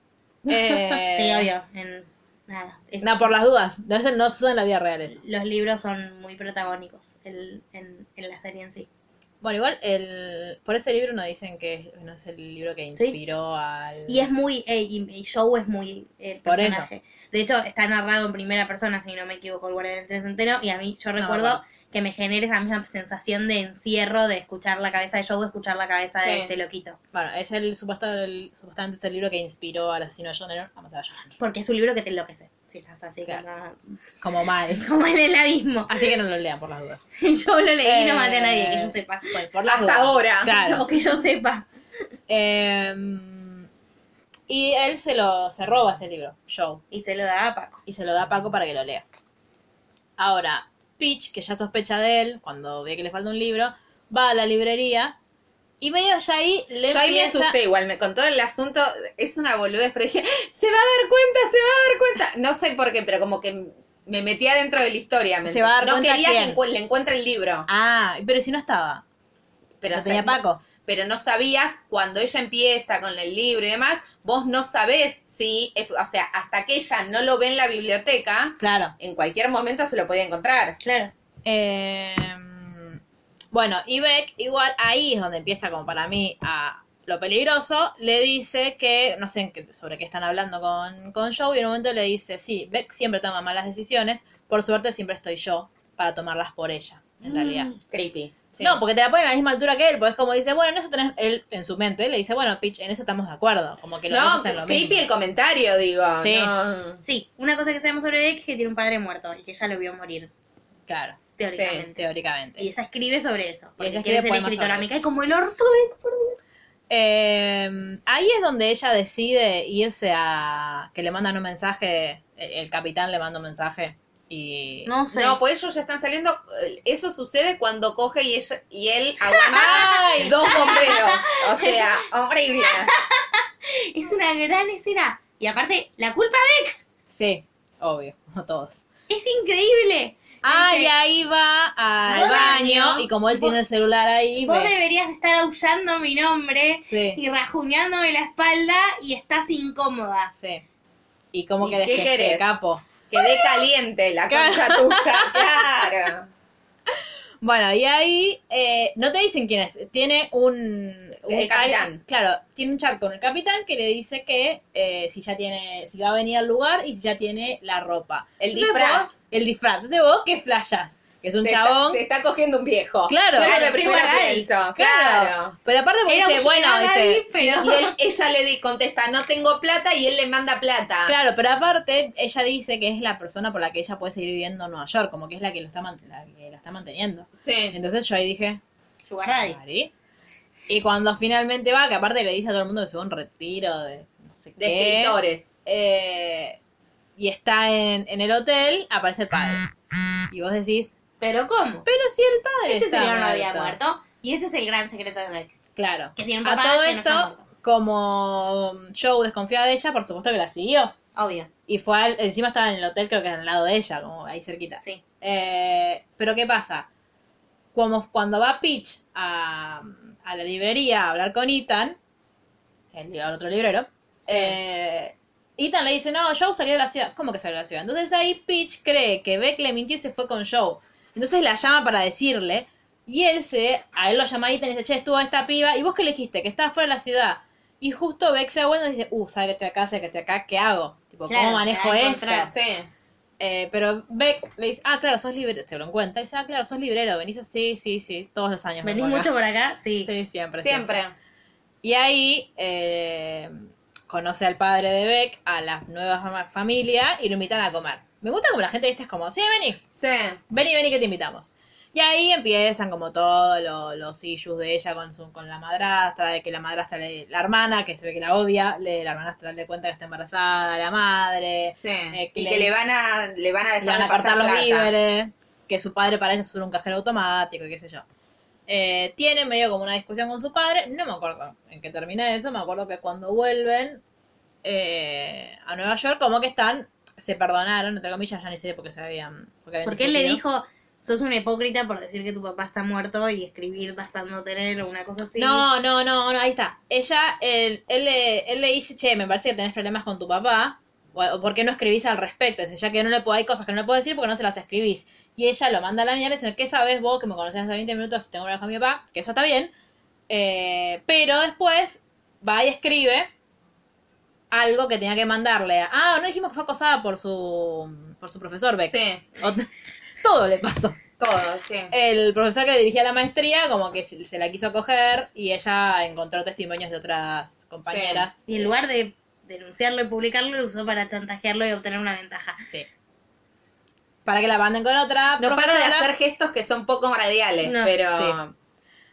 [SPEAKER 1] Eh,
[SPEAKER 3] Sí, obvio, en nada. es-
[SPEAKER 1] No, por las dudas. No se no se usan en la vida real eso.
[SPEAKER 3] Los libros son muy protagónicos el- en, en la serie en sí.
[SPEAKER 1] Bueno, igual el, por ese libro no dicen que no es el libro que inspiró al...
[SPEAKER 3] Y es muy, eh, y, y Joe es muy el
[SPEAKER 1] Por
[SPEAKER 3] personaje. De hecho, está narrado en primera persona, si no me equivoco, el guardián del tren centeno, y a mí yo recuerdo
[SPEAKER 1] bárbaro.
[SPEAKER 3] que me genera esa misma sensación de encierro de escuchar la cabeza de Joe, escuchar la cabeza
[SPEAKER 2] Sí.
[SPEAKER 3] de este loquito.
[SPEAKER 1] Bueno, es el, supuesto, el- supuestamente es el libro que inspiró al asesino de John Lennon a matar a John Lennon.
[SPEAKER 3] Porque es un libro que te enloquece, si estás así
[SPEAKER 1] Claro.
[SPEAKER 3] como,
[SPEAKER 1] Como mal.
[SPEAKER 3] como en el abismo.
[SPEAKER 1] Así que no lo lean por las dudas.
[SPEAKER 3] Yo lo leí y no maté a nadie, que
[SPEAKER 1] Eh,
[SPEAKER 3] yo sepa.
[SPEAKER 1] Bueno, por las
[SPEAKER 2] Hasta
[SPEAKER 1] dudas.
[SPEAKER 2] ahora.
[SPEAKER 1] Claro.
[SPEAKER 3] No, que yo sepa.
[SPEAKER 1] Em, y él se lo se roba ese libro, Joe,
[SPEAKER 3] Y se lo da a Paco.
[SPEAKER 1] y se lo da a Paco para que lo lea. Ahora, Peach, que ya sospecha de él, cuando ve que le falta un libro, va a la librería y medio ya ahí le
[SPEAKER 2] Yo ahí me
[SPEAKER 1] empieza...
[SPEAKER 2] asusté igual, me, con todo el asunto, es una boludez, pero dije, se va a dar cuenta, se va a dar cuenta. No sé por qué, pero como que me metía dentro de la historia. ¿me
[SPEAKER 1] ¿Se va a dar
[SPEAKER 2] entendés?
[SPEAKER 1] cuenta
[SPEAKER 2] No quería
[SPEAKER 1] quién?
[SPEAKER 2] que encu- le encuentre el libro.
[SPEAKER 1] Ah, pero si no estaba,
[SPEAKER 2] pero
[SPEAKER 1] lo tenía
[SPEAKER 2] sabes-
[SPEAKER 1] Paco.
[SPEAKER 2] Pero no sabías, cuando ella empieza con el libro y demás, vos no sabés si, es- o sea, hasta que ella no lo ve en la biblioteca,
[SPEAKER 1] Claro.
[SPEAKER 2] en cualquier momento se lo podía encontrar.
[SPEAKER 3] Claro.
[SPEAKER 1] Em, bueno, y Beck, igual ahí es donde empieza como para mí a lo peligroso, le dice que, no sé en qué- sobre qué están hablando con, con Joe, y en un momento le dice, sí, Beck siempre toma malas decisiones, por suerte siempre estoy yo para tomarlas por ella, en realidad.
[SPEAKER 2] Creepy. Mm, sí.
[SPEAKER 1] No, porque te la ponen a la misma altura que él, pues es como dice, bueno, en eso tenés, él en su mente, le dice, bueno, Peach, en eso estamos de acuerdo, como que lo
[SPEAKER 2] No,
[SPEAKER 1] hacen lo
[SPEAKER 2] creepy el
[SPEAKER 1] mismo.
[SPEAKER 2] comentario, digo.
[SPEAKER 1] Sí.
[SPEAKER 2] no.
[SPEAKER 3] Sí, una cosa que sabemos sobre Beck es que tiene un padre muerto y que ella lo vio morir,
[SPEAKER 1] Claro,
[SPEAKER 3] teóricamente.
[SPEAKER 1] teóricamente.
[SPEAKER 3] Y ella escribe sobre eso. Porque
[SPEAKER 1] ella
[SPEAKER 3] quiere
[SPEAKER 1] escribe
[SPEAKER 3] ser
[SPEAKER 1] poemas
[SPEAKER 3] escritora.
[SPEAKER 1] sobre
[SPEAKER 3] Me
[SPEAKER 1] eso.
[SPEAKER 3] cae como el orto, Beck, por Dios.
[SPEAKER 1] Eh, ahí es donde ella decide irse a... que le mandan un mensaje, el, el capitán le manda un mensaje y...
[SPEAKER 3] No sé.
[SPEAKER 2] No, pues ellos ya están saliendo. eh, Eso sucede cuando coge y, ella, y él aguanta
[SPEAKER 1] ¡Ay!
[SPEAKER 2] dos bomberos. O sea, horrible.
[SPEAKER 3] pues, Es una gran escena. Y aparte, la culpa de Beck
[SPEAKER 1] Sí, obvio, como todos.
[SPEAKER 3] es increíble.
[SPEAKER 1] Ah, y
[SPEAKER 3] Dice,
[SPEAKER 1] ahí va al
[SPEAKER 3] Vos-
[SPEAKER 1] baño y como él tiene el celular ahí,
[SPEAKER 3] Vos
[SPEAKER 1] ve.
[SPEAKER 3] deberías estar aullando mi nombre
[SPEAKER 1] Sí.
[SPEAKER 3] y rajuñándome la espalda y estás incómoda.
[SPEAKER 1] Sí. Y como
[SPEAKER 2] ¿Y
[SPEAKER 1] que
[SPEAKER 2] qué
[SPEAKER 1] desqueste el
[SPEAKER 2] querés?
[SPEAKER 1] capo.
[SPEAKER 2] Quedé caliente la concha tuya, claro.
[SPEAKER 1] Bueno, y ahí eh, no te dicen quién es. Tiene un. un-
[SPEAKER 2] El capitán.
[SPEAKER 1] alguien- claro, tiene un chat con el capitán que le dice que eh, si ya tiene. si va a venir al lugar y si ya tiene la ropa.
[SPEAKER 2] El
[SPEAKER 1] Entonces
[SPEAKER 2] disfraz.
[SPEAKER 1] vos- el disfraz. Entonces vos, ¿qué flashás? Que es un
[SPEAKER 2] se
[SPEAKER 1] chabón.
[SPEAKER 2] Está, se está cogiendo un viejo.
[SPEAKER 1] Claro.
[SPEAKER 2] Yo era
[SPEAKER 1] Claro,
[SPEAKER 2] lo primero
[SPEAKER 3] yo era
[SPEAKER 2] que
[SPEAKER 3] gay.
[SPEAKER 2] hizo. Claro.
[SPEAKER 1] Pero aparte porque
[SPEAKER 3] Era
[SPEAKER 1] dice,
[SPEAKER 3] un
[SPEAKER 1] bueno,
[SPEAKER 3] general
[SPEAKER 1] dice.
[SPEAKER 3] ahí,
[SPEAKER 1] si no-
[SPEAKER 2] Y él- ella le di- contesta, no tengo plata, y él le manda plata.
[SPEAKER 1] Claro, pero aparte, ella dice que es la persona por la que ella puede seguir viviendo en Nueva York, como que es la que, lo está, man- la, que la está manteniendo.
[SPEAKER 2] Sí.
[SPEAKER 1] Entonces yo ahí dije,
[SPEAKER 3] Sugar Daddy.
[SPEAKER 1] Mari. Y cuando finalmente va, que aparte le dice a todo el mundo que se va a un retiro de no sé
[SPEAKER 2] De
[SPEAKER 1] qué.
[SPEAKER 2] escritores.
[SPEAKER 1] eh, y está en, en el hotel, aparece el padre. Y vos decís,
[SPEAKER 3] ¿Pero cómo?
[SPEAKER 1] pero si el padre
[SPEAKER 3] este
[SPEAKER 1] está
[SPEAKER 3] señor no había
[SPEAKER 1] muerto.
[SPEAKER 3] muerto. Y ese es el gran secreto de Beck.
[SPEAKER 1] Claro.
[SPEAKER 3] Que tiene un
[SPEAKER 1] a
[SPEAKER 3] papá
[SPEAKER 1] todo
[SPEAKER 3] que no está
[SPEAKER 1] esto,
[SPEAKER 3] muerto.
[SPEAKER 1] como Joe desconfía de ella, por supuesto que la siguió.
[SPEAKER 3] Obvio.
[SPEAKER 1] Y fue al- encima estaba en el hotel, creo que al lado de ella, como ahí cerquita.
[SPEAKER 3] Sí.
[SPEAKER 1] Eh, pero ¿qué pasa? Como cuando va Peach a, a la librería a hablar con Ethan, el, li- el otro librero, eh, Ethan le dice, no, Joe salió de la ciudad. ¿Cómo que salió de la ciudad? Entonces ahí Peach cree que Beck le mintió y se fue con Joe. Entonces la llama para decirle, y él se, a él lo llama Ethan y dice, che, estuvo esta piba, y vos qué le dijiste, que estaba fuera de la ciudad. Y justo Beck se da vuelta y dice, uh, sabe que estoy acá, sabe que estoy acá, ¿qué hago? Tipo,
[SPEAKER 3] Claro,
[SPEAKER 1] ¿cómo manejo
[SPEAKER 3] para
[SPEAKER 1] esto?
[SPEAKER 3] encontrar-
[SPEAKER 2] Sí.
[SPEAKER 1] Eh, pero Beck le dice, ah, claro, sos librero, se lo encuentra, y dice, ah, claro, sos librero, venís así, sí, sí, todos los años.
[SPEAKER 3] ¿Venís
[SPEAKER 1] vengo acá".
[SPEAKER 3] mucho por acá? Sí.
[SPEAKER 1] Sí, siempre, siempre.
[SPEAKER 2] Siempre.
[SPEAKER 1] Y ahí eh, conoce al padre de Beck, a la nueva fama- familia, y lo invitan a comer. Me gusta como la gente, viste, es como, sí, vení,
[SPEAKER 2] Sí.
[SPEAKER 1] vení, vení que te invitamos. Y ahí empiezan como todos lo- los issues de ella con, su, con la madrastra, de que la madrastra, le- la hermana, que se ve que la odia, le, la madrastra le cuenta que está embarazada, la madre,
[SPEAKER 2] Sí.
[SPEAKER 1] Eh, que
[SPEAKER 2] y
[SPEAKER 1] le
[SPEAKER 2] que le
[SPEAKER 1] dice-
[SPEAKER 2] van a, le van a dejar
[SPEAKER 1] le van a
[SPEAKER 2] de pasar
[SPEAKER 1] cortar los
[SPEAKER 2] plata.
[SPEAKER 1] víveres, que su padre para ella es solo un cajero automático y qué sé yo. Eh, tiene medio como una discusión con su padre, no me acuerdo en qué termina eso, me acuerdo que cuando vuelven eh, a Nueva York, como que están, se perdonaron, entre comillas, ya ni sé por qué se habían... Porque, habían
[SPEAKER 3] Porque él le
[SPEAKER 1] discutido.
[SPEAKER 3] dijo, sos un hipócrita por decir que tu papá está muerto y escribir basándote en él o una cosa así.
[SPEAKER 1] No, no, no, no, ahí está. Ella, él, él, le, él le dice, che, me parece que tenés problemas con tu papá. o, o por qué no escribís al respecto. Dice, ya que no le puedo, hay cosas que no le puedo decir porque no se las escribís. Y ella lo manda a la mierda y dice, ¿qué sabes vos que me conocés hace 20 minutos y tengo una con mi papá? Que eso está bien. Eh, pero después va y escribe algo que tenía que mandarle. a- Ah, no dijimos que fue acosada por su, por su profesor Beck.
[SPEAKER 2] Sí,
[SPEAKER 1] Ot- todo le pasó.
[SPEAKER 2] todo, sí.
[SPEAKER 1] El profesor que le dirigía la maestría como que se se la quiso coger y ella encontró testimonios de otras compañeras.
[SPEAKER 3] Y en lugar de denunciarlo y publicarlo, lo usó para chantajearlo y obtener una ventaja.
[SPEAKER 1] Sí. Para que la manden con otra.
[SPEAKER 2] no paro de
[SPEAKER 1] profesora.
[SPEAKER 2] hacer gestos que son poco radiales,
[SPEAKER 3] No.
[SPEAKER 2] pero...
[SPEAKER 1] Sí.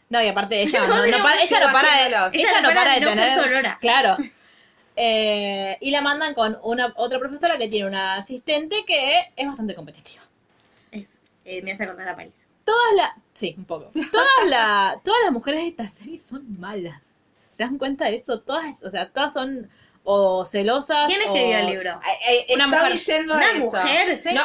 [SPEAKER 1] No, y aparte ella
[SPEAKER 2] No,
[SPEAKER 1] no, no
[SPEAKER 2] no,
[SPEAKER 1] para, ella no
[SPEAKER 2] sigo
[SPEAKER 1] para de,
[SPEAKER 2] haciéndolos.
[SPEAKER 1] ella no para de
[SPEAKER 3] no ser
[SPEAKER 1] tener.
[SPEAKER 3] solora.
[SPEAKER 1] Claro. Eh, y la mandan con una otra profesora que tiene una asistente que es bastante competitiva.
[SPEAKER 3] Es- eh, me hace acordar a París.
[SPEAKER 1] Todas las. Sí, un poco. Todas, la, todas las mujeres de esta serie son malas. ¿Se dan cuenta de eso? Todas, o sea, todas son o celosas.
[SPEAKER 3] ¿Quién
[SPEAKER 1] o-
[SPEAKER 3] escribió el libro?
[SPEAKER 2] Ay, ay,
[SPEAKER 1] Una
[SPEAKER 2] estoy
[SPEAKER 1] mujer.
[SPEAKER 2] leyendo
[SPEAKER 3] ¿Una
[SPEAKER 2] eso.
[SPEAKER 3] mujer?
[SPEAKER 2] No.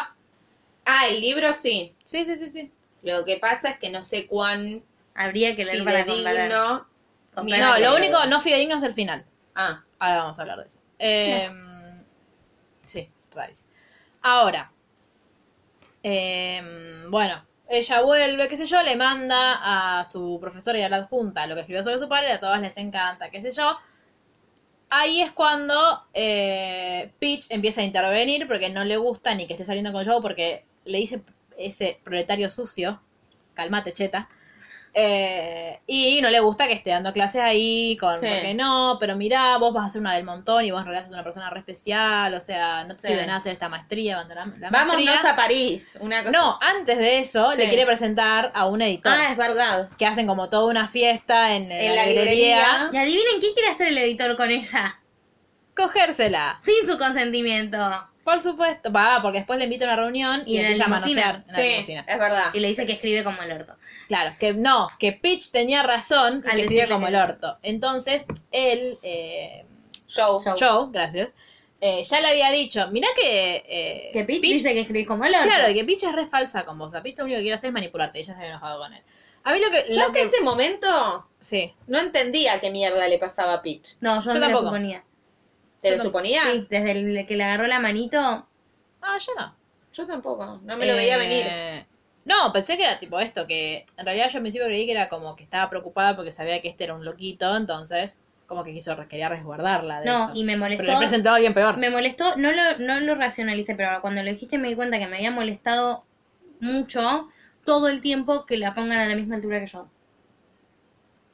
[SPEAKER 2] Ah, el libro sí.
[SPEAKER 1] Sí, sí, sí, sí.
[SPEAKER 2] Lo que pasa es que no sé cuán
[SPEAKER 3] Habría que leer para comparar.
[SPEAKER 2] fidedigno...
[SPEAKER 3] Comparar
[SPEAKER 1] No,
[SPEAKER 3] el
[SPEAKER 1] lo
[SPEAKER 3] libro.
[SPEAKER 1] único no fidedigno es el final.
[SPEAKER 2] Ah,
[SPEAKER 1] Ahora vamos a hablar de eso. Eh, Sí, raíz. Ahora, eh, bueno, ella vuelve, qué sé yo, le manda a su profesora y a la adjunta lo que escribió sobre su padre, a todas les encanta, qué sé yo. Ahí es cuando eh, Peach empieza a intervenir porque no le gusta ni que esté saliendo con Joe porque le dice ese proletario sucio, calmate cheta, eh, y no le gusta que esté dando clases ahí con
[SPEAKER 2] Sí.
[SPEAKER 1] porque no, pero mirá, vos vas a ser una del montón y vos en realidad sos una persona re especial, o sea, no te
[SPEAKER 2] Sí.
[SPEAKER 1] sirve nada hacer esta maestría, abandonar la maestría.
[SPEAKER 2] Vámonos a París. Una cosa.
[SPEAKER 1] No, antes de eso
[SPEAKER 2] Sí.
[SPEAKER 1] le quiere presentar a un editor
[SPEAKER 2] Ah, es verdad.
[SPEAKER 1] que hacen como toda una fiesta en,
[SPEAKER 2] En
[SPEAKER 1] la,
[SPEAKER 2] la
[SPEAKER 1] librería.
[SPEAKER 2] librería.
[SPEAKER 3] Y adivinen qué quiere hacer el editor con ella.
[SPEAKER 1] Cogérsela,
[SPEAKER 3] Sin su consentimiento.
[SPEAKER 1] por supuesto. Va, porque después le invita a una reunión y,
[SPEAKER 3] Y en
[SPEAKER 1] le
[SPEAKER 3] la
[SPEAKER 1] llama a
[SPEAKER 3] limusina.
[SPEAKER 1] manosear en la
[SPEAKER 2] sí,
[SPEAKER 1] limusina.
[SPEAKER 2] es verdad.
[SPEAKER 3] Y le dice que escribe como el orto.
[SPEAKER 1] Claro, que no, que Peach tenía razón y
[SPEAKER 3] Al
[SPEAKER 1] que escribe
[SPEAKER 3] decirle
[SPEAKER 1] como
[SPEAKER 3] que
[SPEAKER 1] el
[SPEAKER 3] no.
[SPEAKER 1] orto. Entonces, él, eh,
[SPEAKER 2] Show.
[SPEAKER 1] Joe, gracias, eh, ya le había dicho, mirá que... eh,
[SPEAKER 3] Que Pete dice que escribe como el orto.
[SPEAKER 1] Claro, que Peach es re falsa con vos. A Peach lo único que quiere hacer es manipularte. Ella se había enojado con él. A mí lo que...
[SPEAKER 2] Yo
[SPEAKER 1] lo
[SPEAKER 2] hasta
[SPEAKER 1] que-
[SPEAKER 2] ese momento
[SPEAKER 1] Sí.
[SPEAKER 2] no entendía qué mierda le pasaba a Peach.
[SPEAKER 3] No, yo,
[SPEAKER 1] Yo
[SPEAKER 3] no me lo
[SPEAKER 1] tampoco.
[SPEAKER 3] suponía.
[SPEAKER 2] ¿Te
[SPEAKER 1] Yo
[SPEAKER 2] lo
[SPEAKER 1] no-
[SPEAKER 2] suponías?
[SPEAKER 3] Sí, desde el que le agarró la manito.
[SPEAKER 1] Ah, yo no.
[SPEAKER 2] Yo tampoco. No me lo veía
[SPEAKER 1] Eh,
[SPEAKER 2] venir.
[SPEAKER 1] No, pensé que era tipo esto, que en realidad yo al principio creí que era como que estaba preocupada porque sabía que este era un loquito, entonces como que quiso quería resguardarla de
[SPEAKER 3] No,
[SPEAKER 1] eso.
[SPEAKER 3] y me molestó.
[SPEAKER 1] Pero le presentó a alguien peor.
[SPEAKER 3] Me molestó, no lo, no lo racionalicé, pero cuando lo dijiste me di cuenta que me había molestado mucho todo el tiempo que la pongan a la misma altura que yo.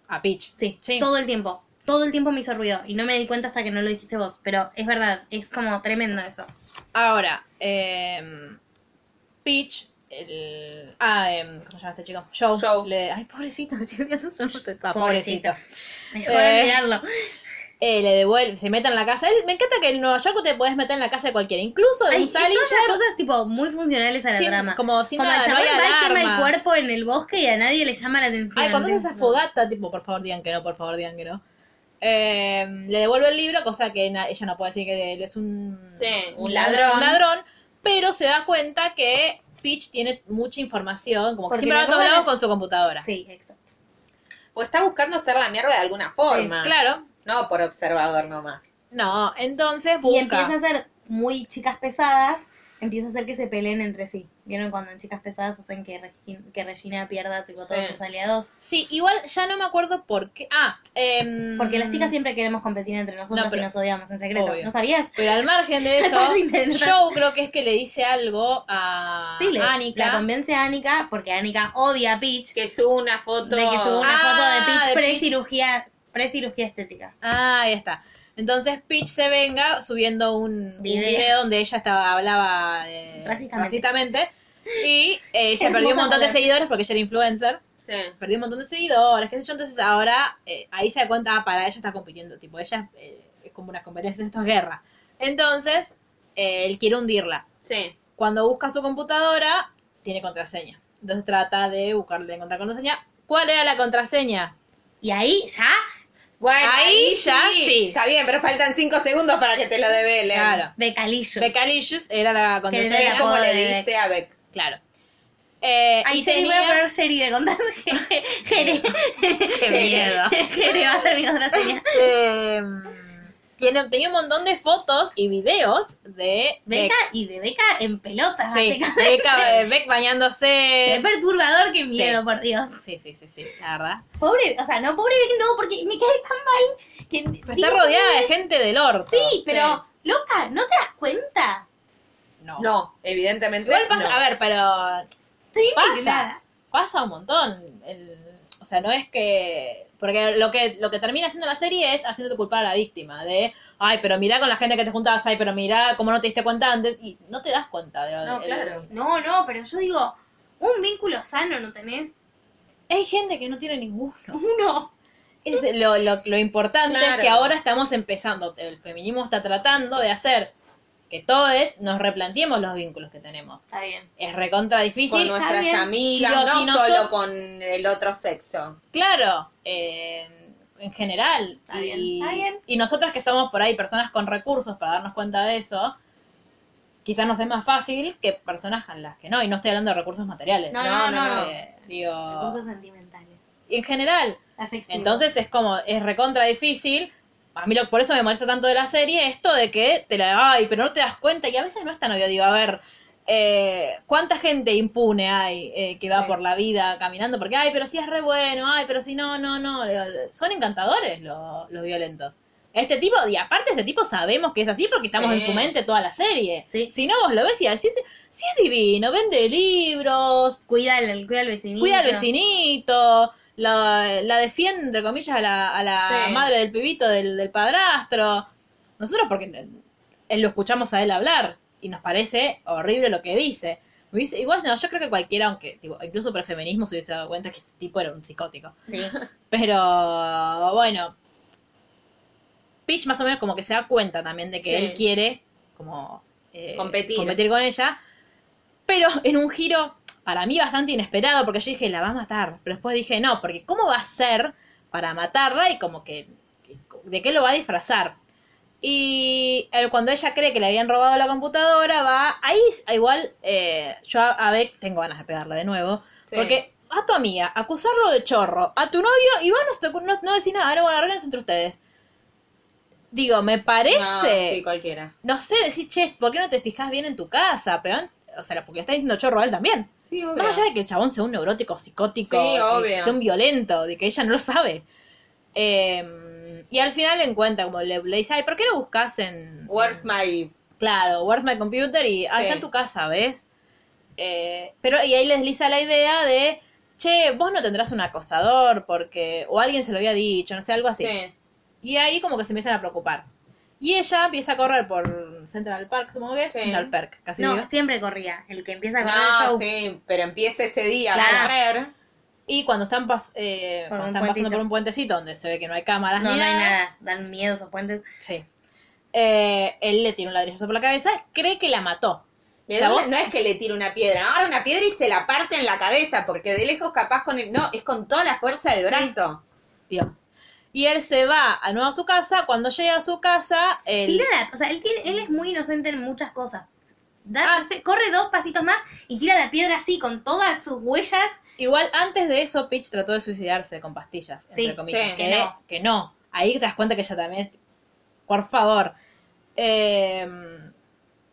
[SPEAKER 1] A Peach.
[SPEAKER 3] Sí,
[SPEAKER 1] Sí.
[SPEAKER 3] todo el tiempo. Todo el tiempo me hizo ruido y no me di cuenta hasta que no lo dijiste vos, pero es verdad, es como tremendo eso.
[SPEAKER 1] Ahora, eh, Peach, el... Ah, em, ¿cómo se llama este chico? Joe.
[SPEAKER 2] Joe.
[SPEAKER 1] le- Ay, pobrecito, me estoy olvidando su nombre. Ah,
[SPEAKER 3] Pobrecito.
[SPEAKER 1] pobrecito.
[SPEAKER 3] Mejor
[SPEAKER 1] Eh.
[SPEAKER 3] olvidarlo.
[SPEAKER 1] Eh, le devuelve, se mete en la casa. Él- me encanta que en Nueva York te podés meter en la casa de cualquiera, incluso de
[SPEAKER 3] Hay
[SPEAKER 1] un Salinger.
[SPEAKER 3] cosas tipo muy funcionales a la
[SPEAKER 1] Sin-
[SPEAKER 3] trama.
[SPEAKER 1] como sin
[SPEAKER 3] el
[SPEAKER 1] nada, no
[SPEAKER 3] chabón
[SPEAKER 1] hay
[SPEAKER 3] va y quema
[SPEAKER 1] alarma.
[SPEAKER 3] el cuerpo en el bosque y a nadie le llama la atención.
[SPEAKER 1] Ay, cuando hace esa
[SPEAKER 3] Tipo,
[SPEAKER 1] fogata, tipo, por favor digan que no, por favor digan que no. Eh, le devuelve el libro, cosa que na- ella no puede decir que él es un,
[SPEAKER 2] Sí, un ladrón.
[SPEAKER 1] un ladrón, pero se da cuenta que Peach tiene mucha información, como que
[SPEAKER 3] Porque
[SPEAKER 1] siempre va a
[SPEAKER 3] le
[SPEAKER 1] todos
[SPEAKER 3] roban
[SPEAKER 1] lados
[SPEAKER 3] el-
[SPEAKER 1] con su computadora.
[SPEAKER 3] Sí, exacto.
[SPEAKER 2] O Pues está buscando hacer la mierda de alguna forma.
[SPEAKER 1] Claro.
[SPEAKER 2] No por observador nomás.
[SPEAKER 1] No, entonces
[SPEAKER 3] Y
[SPEAKER 1] busca.
[SPEAKER 3] empieza a ser muy chicas pesadas, empieza a hacer que se peleen entre sí. ¿Vieron cuando en chicas pesadas hacen que, Regi- que Regina pierda tipo, todos
[SPEAKER 2] Sí.
[SPEAKER 3] sus aliados?
[SPEAKER 1] Sí, igual ya no me acuerdo por qué. Ah, em,
[SPEAKER 3] Porque las chicas siempre queremos competir entre nosotras
[SPEAKER 1] No, pero-
[SPEAKER 3] y nos odiamos en secreto.
[SPEAKER 1] Obvio.
[SPEAKER 3] ¿No sabías?
[SPEAKER 1] Pero al margen de eso,
[SPEAKER 3] Estamos intentando.
[SPEAKER 1] Joe creo que es que le dice algo a
[SPEAKER 3] Sí, le,
[SPEAKER 1] Ah, Annika.
[SPEAKER 3] la convence a Annika porque Annika odia a Peach
[SPEAKER 2] Que sube una foto.
[SPEAKER 3] de que suba una
[SPEAKER 1] Ah,
[SPEAKER 3] foto de
[SPEAKER 1] de
[SPEAKER 3] Peach
[SPEAKER 1] Peach.
[SPEAKER 3] pre-cirugía pre-cirugía estética.
[SPEAKER 1] Ah, ahí está. Entonces Peach se venga subiendo un un video,
[SPEAKER 3] Video.
[SPEAKER 1] donde ella estaba, hablaba eh,
[SPEAKER 3] Racistamente.
[SPEAKER 1] racistamente. Y eh, ella perdió un
[SPEAKER 3] Hermosa
[SPEAKER 1] montón de
[SPEAKER 3] palabra.
[SPEAKER 1] seguidores porque ella era influencer.
[SPEAKER 2] Sí.
[SPEAKER 1] Perdió un montón de seguidores, qué sé yo. Entonces ahora eh, ahí se da cuenta, ah, para ella está compitiendo. Tipo, ella eh, es como una competencia, esto es guerra. Entonces, eh, él quiere hundirla.
[SPEAKER 2] Sí.
[SPEAKER 1] Cuando busca su computadora, tiene contraseña. Entonces trata de buscarle de encontrar contraseña. ¿Cuál era la contraseña?
[SPEAKER 3] Y ahí ya
[SPEAKER 2] Bueno,
[SPEAKER 1] Ahí ya sí.
[SPEAKER 2] Está bien, pero faltan cinco segundos para que te lo develen.
[SPEAKER 1] Claro.
[SPEAKER 3] Becalillo.
[SPEAKER 1] Becalicious era la
[SPEAKER 3] Que le
[SPEAKER 1] contraseña.
[SPEAKER 3] da
[SPEAKER 2] Es como
[SPEAKER 3] Apodo
[SPEAKER 2] le
[SPEAKER 3] de
[SPEAKER 2] dice a Beck.
[SPEAKER 1] Claro. Eh,
[SPEAKER 3] Ahí
[SPEAKER 1] y
[SPEAKER 3] Jerry voy a
[SPEAKER 1] tenía...
[SPEAKER 3] poner Jerry de contar. Jerry.
[SPEAKER 1] ¡Qué miedo!
[SPEAKER 3] Jerry va a ser mi contraseña.
[SPEAKER 1] Eh, tiene, tenía un montón de fotos y videos de
[SPEAKER 3] Beca ah, y de Beca en pelotas,
[SPEAKER 1] Sí,
[SPEAKER 3] básicamente.
[SPEAKER 1] Beca, eh, Beck bañándose.
[SPEAKER 3] Qué perturbador, qué
[SPEAKER 1] Sí.
[SPEAKER 3] miedo, por Dios.
[SPEAKER 1] Sí, sí, sí, sí, la verdad.
[SPEAKER 3] Pobre, o sea, no, pobre Beck no, porque me cae tan mal que...
[SPEAKER 1] Pero
[SPEAKER 3] digo,
[SPEAKER 1] está rodeada de gente del orto.
[SPEAKER 3] Sí, pero, loca, ¿no te das cuenta?
[SPEAKER 1] No.
[SPEAKER 2] No, evidentemente.
[SPEAKER 1] Igual pasa,
[SPEAKER 2] no.
[SPEAKER 1] a ver, pero
[SPEAKER 3] Estoy
[SPEAKER 1] Pasa.
[SPEAKER 3] indignada.
[SPEAKER 1] pasa un montón. El- o sea, no es que. Porque lo que, lo que termina haciendo la serie es haciéndote culpar a la víctima. De, ay, pero mirá con la gente que te juntabas, ay, pero mirá cómo no te diste cuenta antes. Y no te das cuenta. De,
[SPEAKER 2] No,
[SPEAKER 1] el-
[SPEAKER 2] claro.
[SPEAKER 3] No, no, pero yo digo, un vínculo sano no tenés.
[SPEAKER 1] Hay gente que no tiene ninguno.
[SPEAKER 3] Uno.
[SPEAKER 1] Es lo, lo, lo importante
[SPEAKER 2] Claro.
[SPEAKER 1] es que ahora estamos empezando. El feminismo está tratando de hacer que todos nos replanteemos los vínculos que tenemos.
[SPEAKER 3] Está bien.
[SPEAKER 1] Es recontra
[SPEAKER 2] Con
[SPEAKER 1] difícil.
[SPEAKER 2] nuestras
[SPEAKER 3] bien.
[SPEAKER 2] amigas,
[SPEAKER 1] Digo,
[SPEAKER 2] no
[SPEAKER 1] si
[SPEAKER 2] solo
[SPEAKER 1] nosotros-
[SPEAKER 2] con el otro sexo.
[SPEAKER 1] Claro, eh, en general.
[SPEAKER 3] Está
[SPEAKER 1] y,
[SPEAKER 3] bien, está bien.
[SPEAKER 1] y nosotras que somos por ahí personas con recursos para darnos cuenta de eso, quizás nos es más fácil que personas en las que no. Y no estoy hablando de recursos materiales.
[SPEAKER 3] No, no, no.
[SPEAKER 2] no.
[SPEAKER 1] Eh, digo,
[SPEAKER 3] Cosas sentimentales.
[SPEAKER 1] en general.
[SPEAKER 3] Afectivo.
[SPEAKER 1] Entonces es como, es recontra difícil. A mí lo, por eso me molesta tanto de la serie esto de que te la, ay, pero no te das cuenta. Y a veces no es tan obvio. Digo, a ver, eh, ¿cuánta gente impune hay eh, que va por la vida caminando? Porque, ay, pero si es re bueno, ay, pero si no, no, no. Digo, Son encantadores los, los violentos. Este tipo, y aparte este tipo sabemos que es así porque estamos
[SPEAKER 2] Sí.
[SPEAKER 1] en su mente toda la serie.
[SPEAKER 3] Sí.
[SPEAKER 1] Si no, vos lo ves y decís, sí es divino, vende libros,
[SPEAKER 3] Cuida al, cuida al vecinito.
[SPEAKER 1] cuida al vecinito, la, la defiende, entre comillas, a la, a la
[SPEAKER 2] Sí.
[SPEAKER 1] madre del pibito, del, del padrastro. Nosotros porque él lo escuchamos a él hablar y nos parece horrible lo que dice. Me dice- Igual no, yo creo que cualquiera, aunque tipo, incluso por el feminismo se hubiese dado cuenta que este tipo era un psicótico.
[SPEAKER 3] Sí.
[SPEAKER 1] Pero bueno, Peach más o menos como que se da cuenta también de que
[SPEAKER 2] Sí.
[SPEAKER 1] él quiere como eh,
[SPEAKER 2] Competir.
[SPEAKER 1] con ella, pero en un giro para mí bastante inesperado porque yo dije, la va a matar, pero después dije, no, porque ¿cómo va a ser para matarla y como que, ¿de qué lo va a disfrazar? Y él, cuando ella cree que le habían robado la computadora, va, ahí igual eh, yo a, a Beck tengo ganas de pegarla de nuevo,
[SPEAKER 2] Sí.
[SPEAKER 1] porque a tu amiga, acusarlo de chorro, a tu novio, y vos no, se te ocu- no, no decís nada, ahora bueno, arreglense entre ustedes. Digo, me parece,
[SPEAKER 2] No, sí, cualquiera.
[SPEAKER 1] no sé, decir, che, ¿por qué no te fijas bien en tu casa? Pero, an- o sea, porque le está diciendo chorro a él también.
[SPEAKER 2] Sí, obvio.
[SPEAKER 1] Más allá de que el chabón sea un neurótico, psicótico,
[SPEAKER 2] Sí,
[SPEAKER 1] que
[SPEAKER 2] obvio.
[SPEAKER 1] sea un violento, de que ella no lo sabe. Eh, y al final le encuentra, como le, le dice, ay, ¿por qué no buscas en...
[SPEAKER 2] Where's
[SPEAKER 1] en-
[SPEAKER 2] my...
[SPEAKER 1] Claro, where's my computer? Y ah,
[SPEAKER 2] Sí.
[SPEAKER 1] está en tu casa, ¿ves? Eh, pero y ahí les desliza la idea de, che, vos no tendrás un acosador porque, o alguien se lo había dicho, no sé, algo así.
[SPEAKER 2] Sí.
[SPEAKER 1] Y ahí como que se empiezan a preocupar. Y ella empieza a correr por Central Park, supongo que es
[SPEAKER 2] Sí.
[SPEAKER 1] Central Park, casi
[SPEAKER 3] no,
[SPEAKER 1] digo.
[SPEAKER 3] siempre corría. El que empieza con
[SPEAKER 1] Ah,
[SPEAKER 3] el
[SPEAKER 2] No,
[SPEAKER 3] show.
[SPEAKER 2] sí, pero empieza ese día
[SPEAKER 3] Claro.
[SPEAKER 2] a correr.
[SPEAKER 1] Y cuando están, pas- eh,
[SPEAKER 3] Por
[SPEAKER 1] cuando
[SPEAKER 3] un
[SPEAKER 1] están pasando
[SPEAKER 3] puentito.
[SPEAKER 1] por un puentecito donde se ve que no hay cámaras
[SPEAKER 3] No,
[SPEAKER 1] ni
[SPEAKER 3] no hay
[SPEAKER 1] nada,
[SPEAKER 3] nada. Dan miedo esos puentes.
[SPEAKER 1] Sí. Eh, él le tira un ladrillo por la cabeza, cree que la mató.
[SPEAKER 2] Le da
[SPEAKER 1] Chabón.
[SPEAKER 2] una- no es que le tire una piedra, agarra una piedra y se la parte en la cabeza, porque de lejos capaz con el... No, es con toda la fuerza del brazo.
[SPEAKER 1] Dios. Y él se va a nuevo a su casa. Cuando llega a su casa, él-
[SPEAKER 3] Tira la, o sea, él, tiene, él es muy inocente en muchas cosas. Da-
[SPEAKER 1] Ah.
[SPEAKER 3] se- corre dos pasitos más y tira la piedra así, con todas sus huellas.
[SPEAKER 1] igual antes de eso, Peach trató de suicidarse con pastillas,
[SPEAKER 3] Sí,
[SPEAKER 1] entre comillas. que,
[SPEAKER 2] sí,
[SPEAKER 3] que
[SPEAKER 1] que
[SPEAKER 3] no.
[SPEAKER 1] no. Ahí te das cuenta que ella también. Por favor. Eh,